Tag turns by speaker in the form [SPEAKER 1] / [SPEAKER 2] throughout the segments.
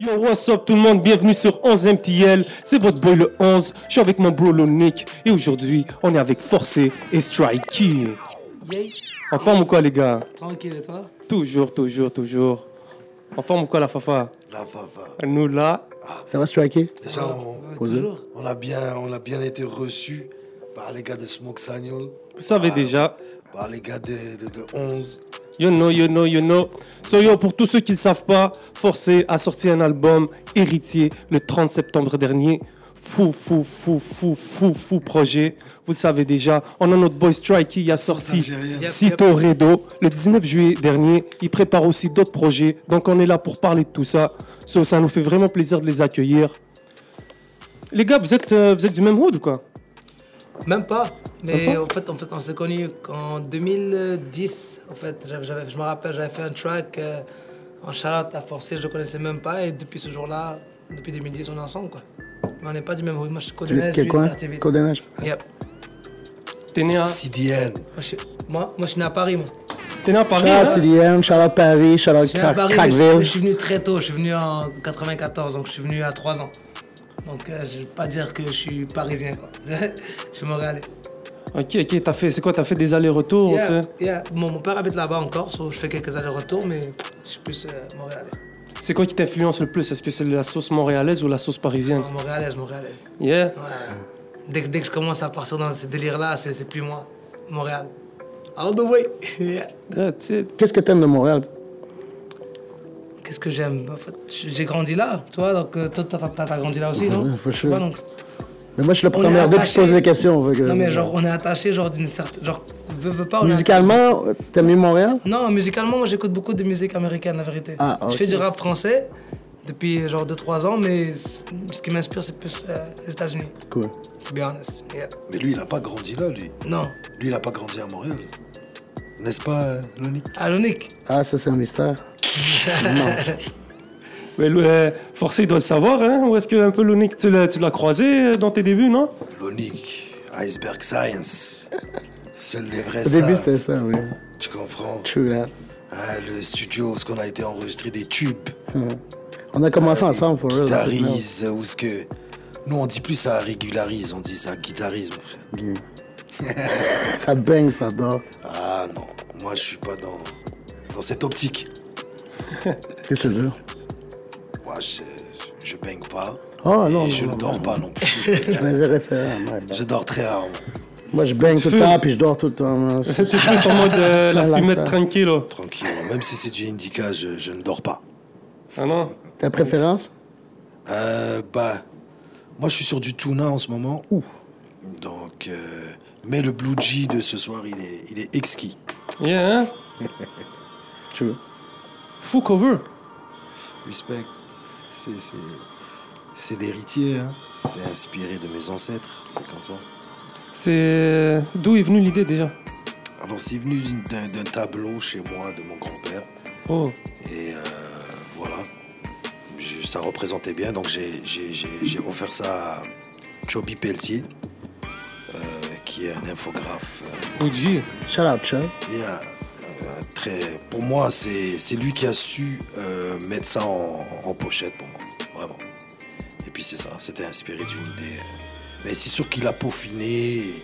[SPEAKER 1] Yo, what's up tout le monde, bienvenue sur 11 MTL, c'est votre boy le 11, je suis avec mon bro le Nick, et aujourd'hui, on est avec Forcé et Strikey.
[SPEAKER 2] Yay.
[SPEAKER 1] En forme ou quoi les gars
[SPEAKER 2] Tranquille, et toi
[SPEAKER 1] Toujours, toujours, toujours. En forme ou quoi la fafa
[SPEAKER 3] La Vava.
[SPEAKER 1] Nous là,
[SPEAKER 4] Ça va, Striker
[SPEAKER 3] Déjà, on,
[SPEAKER 2] Ouais,
[SPEAKER 4] Posé.
[SPEAKER 2] Toujours.
[SPEAKER 3] on a bien, on a bien été reçus par les gars de Smoke Sagnol,
[SPEAKER 1] vous savez
[SPEAKER 3] Ah.
[SPEAKER 1] déjà,
[SPEAKER 3] par les gars de, de, de 11.
[SPEAKER 1] You know, you know, you know. So yo, pour tous ceux qui ne savent pas, Forcé a sorti un album Héritier le 30 septembre dernier. Fou, fou, fou, fou, fou, fou projet. Vous le savez déjà. On a notre boy Strike qui a sorti
[SPEAKER 3] algérienne.
[SPEAKER 2] Yep,
[SPEAKER 1] Cito Redo le 19 juillet dernier. Il prépare aussi d'autres projets. Donc on est là pour parler de tout ça. So, ça nous fait vraiment plaisir de les accueillir. Les gars, vous êtes, euh, vous êtes du même road ou quoi
[SPEAKER 2] Même pas. Mais
[SPEAKER 1] Même
[SPEAKER 2] en fait, en fait, on s'est connus en 2010. En fait, j'avais- j'avais- je me rappelle, j'avais fait un track euh, en Charlotte à Forcé, je le connaissais même pas. Et depuis ce jour-là, depuis 2010, on est ensemble, quoi. Mais on n'est pas du même rue. Moi, je suis Côte de Neige,
[SPEAKER 4] Quel
[SPEAKER 2] lui,
[SPEAKER 4] coin
[SPEAKER 2] Quartier Ville.
[SPEAKER 4] Côte des Neiges.
[SPEAKER 2] Yep.
[SPEAKER 1] T'es né à,
[SPEAKER 3] CDN.
[SPEAKER 2] Moi, je suis- moi, moi, je suis né à Paris, moi.
[SPEAKER 1] t'es né à Paris
[SPEAKER 4] Shout
[SPEAKER 1] hein
[SPEAKER 4] out CDN, shout out Paris, shout out
[SPEAKER 2] Je suis né à
[SPEAKER 4] Cra-
[SPEAKER 2] Paris, mais je, mais je
[SPEAKER 4] Crackville.
[SPEAKER 2] suis venu très tôt. Je suis venu en 94, donc je suis venu à 3 ans. Donc, euh, je ne vais pas dire que je suis parisien, quoi. je suis montréalais.
[SPEAKER 1] Ok, ok, t'as fait, c'est quoi T'as fait des allers-retours
[SPEAKER 2] Yeah,
[SPEAKER 1] t'es-
[SPEAKER 2] yeah. Mon, mon père habite là-bas encore, so je fais quelques allers-retours, mais je suis plus euh, montréalais.
[SPEAKER 1] C'est quoi qui t'influence le plus Est-ce que c'est la sauce montréalaise ou la sauce parisienne
[SPEAKER 2] Non, montréalaise, montréalaise.
[SPEAKER 1] Yeah.
[SPEAKER 2] Ouais. Dès, que- dès que je commence à partir dans ces délires-là, c'est c'est plus moi. Montréal. All the way. Yeah.
[SPEAKER 1] That's it.
[SPEAKER 4] Qu'est-ce que t'aimes de Montréal
[SPEAKER 2] Qu'est-ce que j'aime En fait, J'ai grandi là, tu vois, donc euh, toi, t'as t'as- t'as grandi là aussi, non
[SPEAKER 4] Ouais, for sure.
[SPEAKER 2] Tu vois, donc,
[SPEAKER 4] Mais moi, je suis le
[SPEAKER 2] On est
[SPEAKER 4] premier à deux qui
[SPEAKER 2] attaché.
[SPEAKER 4] pose des questions. fait que-
[SPEAKER 2] Non, mais genre, on est attaché, genre, d'une certaine. Genre, veux, veux pas, on est
[SPEAKER 4] Musicalement, euh, t'aimes mieux Montréal
[SPEAKER 2] Non, musicalement, moi j'écoute beaucoup de musique américaine, la vérité.
[SPEAKER 4] Ah, ok.
[SPEAKER 2] Je fais du rap français depuis genre 2-3 ans, mais c- ce qui m'inspire, c'est plus euh, les États-Unis,
[SPEAKER 4] Cool.
[SPEAKER 2] to be honest. Yeah.
[SPEAKER 3] Mais lui, il n'a pas grandi là, lui.
[SPEAKER 2] Non,
[SPEAKER 3] Lui, il n'a pas grandi à Montréal. N'est-ce pas, euh, Lonic
[SPEAKER 2] Alonic.
[SPEAKER 4] Ah, ça, c'est un mystère.
[SPEAKER 1] Mais le- euh, forcé, il doit le savoir, hein Ou est-ce que un peu l'unique, tu l'as, tu l'as croisé euh, dans tes débuts, non
[SPEAKER 3] Lonic, Iceberg Science. Seuls les vrais
[SPEAKER 4] Au début,
[SPEAKER 3] savent.
[SPEAKER 4] c'était ça, oui.
[SPEAKER 3] Tu comprends
[SPEAKER 4] True that.
[SPEAKER 3] Hein, Le studio, où ce qu'on a été enregistré des tubes.
[SPEAKER 4] On a commencé
[SPEAKER 2] Ah,
[SPEAKER 4] ensemble, for real.
[SPEAKER 3] Guitarise, ou ce que. Nous, on dit plus ça régularise, on dit ça guitarisme, frère.
[SPEAKER 4] Ça bang, ça dort.
[SPEAKER 3] Ah non, moi je suis pas dans, dans cette optique.
[SPEAKER 4] Qu'est-ce que c'est dur
[SPEAKER 3] Moi je, je baigne pas.
[SPEAKER 4] Ah, non,
[SPEAKER 3] Et
[SPEAKER 4] non,
[SPEAKER 3] je
[SPEAKER 4] non,
[SPEAKER 3] ne dors
[SPEAKER 4] non.
[SPEAKER 3] pas non plus.
[SPEAKER 4] Je me dirais faire. my
[SPEAKER 2] ben.
[SPEAKER 4] bad.
[SPEAKER 3] je dors très rarement.
[SPEAKER 4] Moi, je bang tout le
[SPEAKER 1] Feu.
[SPEAKER 4] temps, puis je dors tout le temps. man.
[SPEAKER 1] T'es plus en mode euh, la
[SPEAKER 4] Relax,
[SPEAKER 1] fumette
[SPEAKER 4] hein.
[SPEAKER 1] tranquille, oh. là.
[SPEAKER 3] Tranquille. Même si c'est du indica, je, je ne dors pas.
[SPEAKER 1] Ah non
[SPEAKER 4] Ta préférence
[SPEAKER 3] Euh, bah, moi je suis sur du tuna en ce moment. Donc, euh, mais le blue G de ce soir, il est, il est exquis.
[SPEAKER 1] Yeah, hein
[SPEAKER 4] Tu veux
[SPEAKER 1] Full cover.
[SPEAKER 3] Respect. C'est, c'est, c'est l'héritier. hein. C'est inspiré de mes ancêtres. C'est comme ça.
[SPEAKER 1] C'est. euh, D'où est venue l'idée déjà
[SPEAKER 3] Alors, Ah c'est venu d'une- d'un, d'un tableau chez moi de mon grand-père.
[SPEAKER 1] Oh,
[SPEAKER 3] Et euh, voilà, Je- ça représentait bien. Donc j'ai- j'ai j'ai- j'ai offert ça à Chobi Pelletier, euh, qui est un infographe.
[SPEAKER 1] Gucci.
[SPEAKER 4] Shout out, Chubb.
[SPEAKER 3] euh, et un- un très, pour moi, c'est c'est lui qui a su euh, mettre ça en, en pochette pour moi, vraiment. Et puis c'est ça, c'était inspiré d'une idée. euh. Mais c'est sûr qu'il a peaufiné,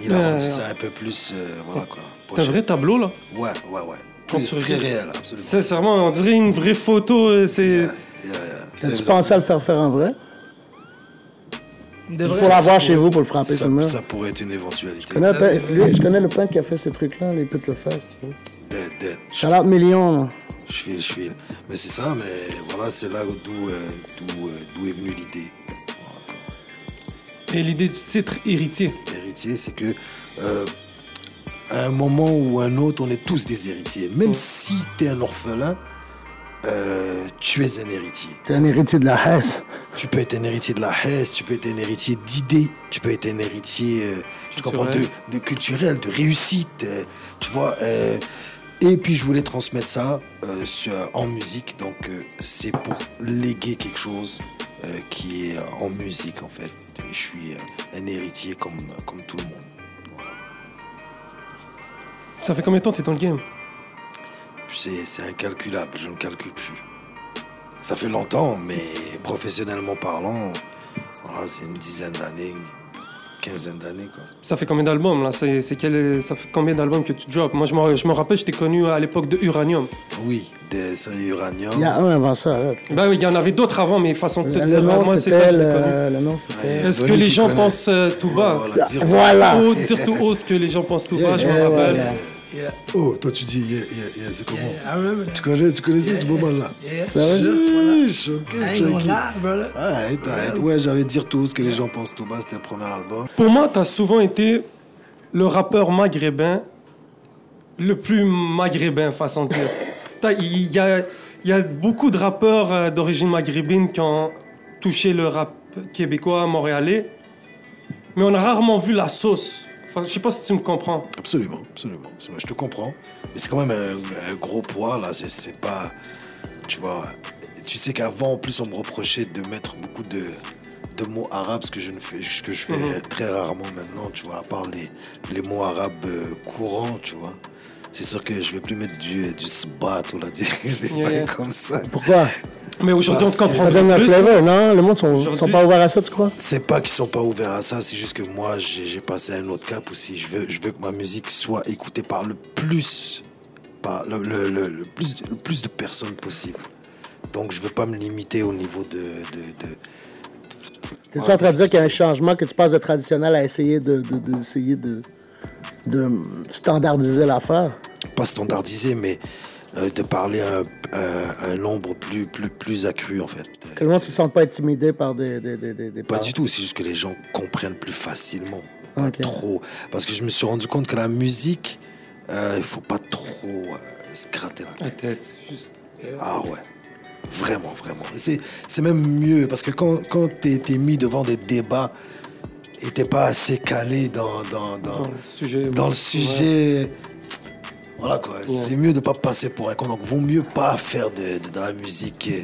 [SPEAKER 3] il a
[SPEAKER 1] Ouais,
[SPEAKER 3] rendu
[SPEAKER 1] ouais.
[SPEAKER 3] ça un peu plus, euh, voilà quoi.
[SPEAKER 1] C'est un vrai tableau, là.
[SPEAKER 3] Ouais, ouais, ouais.
[SPEAKER 1] Quand
[SPEAKER 3] Plus-
[SPEAKER 1] tu
[SPEAKER 3] très
[SPEAKER 1] regardes-
[SPEAKER 3] réel, absolument.
[SPEAKER 1] Sincèrement, on dirait une vraie photo. euh, C'est.
[SPEAKER 3] Yeah, yeah, yeah. C'est
[SPEAKER 4] Tu
[SPEAKER 3] ça.
[SPEAKER 4] pensais à le faire faire en vrai
[SPEAKER 2] De
[SPEAKER 4] Juste
[SPEAKER 2] vrai,
[SPEAKER 4] Pour l'avoir chez
[SPEAKER 2] c'est-
[SPEAKER 4] vous, pour le frapper sur
[SPEAKER 3] ça,
[SPEAKER 4] le mur.
[SPEAKER 3] ça pourrait être une éventualité.
[SPEAKER 4] Je connais, un
[SPEAKER 2] Ah,
[SPEAKER 4] peintre-
[SPEAKER 2] c'est vrai.
[SPEAKER 4] lui, je connais le peintre qui a fait ces trucs-là, les putes le fesses.
[SPEAKER 3] Dead, dead.
[SPEAKER 4] Shout out Million. là.
[SPEAKER 3] Je file, je file. Mais c'est ça, mais voilà, c'est là d'où euh, d'où, euh, d'où est venue l'idée. Voilà, quoi.
[SPEAKER 1] Et l'idée du titre Héritier.
[SPEAKER 3] Héritier, c'est que euh, à un moment ou un autre, on est tous des héritiers. Même si tu es un orphelin, euh, tu es un héritier.
[SPEAKER 4] T'es un héritier de la Hesse.
[SPEAKER 3] Tu peux être un héritier de la Hesse, tu peux être un héritier d'idées, tu peux être un héritier euh, tu comprends, de,
[SPEAKER 1] Culturel.
[SPEAKER 3] de culturel, de réussite, euh, tu vois. euh, et puis je voulais transmettre ça euh, sur- en musique, donc euh, c'est pour léguer quelque chose euh, qui est euh, en musique en fait. Et je suis euh, un héritier comme, comme tout le monde. Voilà.
[SPEAKER 1] Ça fait combien de temps que t'es dans le game
[SPEAKER 3] C'est c'est incalculable, je ne calcule plus. Ça fait longtemps, mais professionnellement parlant, voilà, c'est une dizaine d'années, une quinzaine d'années. quoi.
[SPEAKER 1] Ça fait combien d'albums là C'est c'est quel- ça fait combien d'albums que tu drops Moi je me je me rappelle, je t'ai connu à l'époque de Uranium.
[SPEAKER 3] Oui, de ça, Uranium.
[SPEAKER 4] Il y a un avant ça. là.
[SPEAKER 1] Ben oui, il y en avait d'autres avant, mais façon de te
[SPEAKER 4] Le
[SPEAKER 1] dire,
[SPEAKER 4] nom,
[SPEAKER 1] moi c'est quand
[SPEAKER 4] c'était.
[SPEAKER 1] je l'ai connu.
[SPEAKER 4] Le le nom, c'était.
[SPEAKER 1] Est-ce
[SPEAKER 4] Ah,
[SPEAKER 3] Euh, Bonnie
[SPEAKER 1] que les
[SPEAKER 3] qui
[SPEAKER 1] gens
[SPEAKER 3] connaît.
[SPEAKER 1] pensent euh, tout bas
[SPEAKER 3] Ah, Voilà, dire-
[SPEAKER 4] Voilà.
[SPEAKER 1] Haut, Dire tout haut ce que les gens pensent tout bas, je me
[SPEAKER 4] yeah,
[SPEAKER 1] rappelle.
[SPEAKER 4] yeah.
[SPEAKER 2] Yeah,
[SPEAKER 3] Oh, toi tu dis, yeah, yeah, yeah, c'est comment
[SPEAKER 2] yeah, I remember that.
[SPEAKER 3] Tu, connais, tu connaissais ce moment-là Ah,
[SPEAKER 2] Yeah,
[SPEAKER 4] Ça va?
[SPEAKER 2] sure.
[SPEAKER 3] Chiche,
[SPEAKER 2] I
[SPEAKER 3] ok, c'est
[SPEAKER 2] ain't gonna
[SPEAKER 3] tranquille.
[SPEAKER 2] lie, brother.
[SPEAKER 3] Ah, Arrête, arrête. Ouais, j'avais dire tout ce que les gens pensent tout bas, c'était le premier album.
[SPEAKER 1] Pour moi, tu as souvent été le rappeur maghrébin le plus maghrébin, façon de dire. T'as- Il y a, il y a beaucoup de rappeurs euh, d'origine maghrébine qui ont touché le rap québécois, montréalais, mais on a rarement vu la sauce. Enfin, je sais pas si tu me comprends.
[SPEAKER 3] Absolument, absolument, absolument. Je te comprends. Mais c'est quand même un, un gros poids, là. Je sais pas. Tu vois, tu sais qu'avant, en plus, on me reprochait de mettre beaucoup de, de mots arabes, ce que je, ne fais, ce que je fais
[SPEAKER 1] Mhm.
[SPEAKER 3] très rarement maintenant, tu vois, à part les, les mots arabes euh, courants, tu vois. C'est sûr que je vais plus mettre du, du sbat ou là, des, des
[SPEAKER 1] Yeah, yeah.
[SPEAKER 3] bails comme ça.
[SPEAKER 4] Pourquoi
[SPEAKER 1] Mais aujourd'hui, on
[SPEAKER 3] Parce que
[SPEAKER 1] comprend
[SPEAKER 4] Ça donne la
[SPEAKER 1] plus.
[SPEAKER 4] flavor, non Le monde sont,
[SPEAKER 1] Aujourd'hui,
[SPEAKER 4] sont pas ouverts à ça, tu crois
[SPEAKER 3] C'est pas qu'ils sont pas ouverts à ça, c'est juste que moi j'ai j'ai passé un autre cap aussi. Je veux, je veux que ma musique soit écoutée par le plus, par le, le- le- le plus, le plus de personnes possible. Donc je veux pas me limiter au niveau de. de, de-
[SPEAKER 1] Ah,
[SPEAKER 4] T'es en train de dire qu'il y a un changement, que tu passes de traditionnel à essayer de, de, de- essayer de, de standardiser l'affaire?
[SPEAKER 3] pas standardisé, mais euh, de parler à un, à un nombre plus, plus, plus accru en fait.
[SPEAKER 4] Que le monde se sente pas intimidé par des... des, des, des, des
[SPEAKER 3] Pas
[SPEAKER 4] par-
[SPEAKER 3] du tout, c'est juste que les gens comprennent plus facilement. Pas
[SPEAKER 4] Ok.
[SPEAKER 3] trop. Parce que je me suis rendu compte que la musique, euh, il faut pas trop euh, se gratter la tête.
[SPEAKER 1] La tête, juste.
[SPEAKER 3] Ah ouais. Vraiment, vraiment. C'est c'est même mieux parce que quand, quand t'es t'es mis devant des débats et t'es pas assez calé dans, dans, dans,
[SPEAKER 1] Dans le sujet.
[SPEAKER 3] dans le
[SPEAKER 1] ouais.
[SPEAKER 3] sujet. Voilà quoi. C'est mieux de pas passer pour un con. Donc vaut mieux pas faire de, de, de la musique. euh,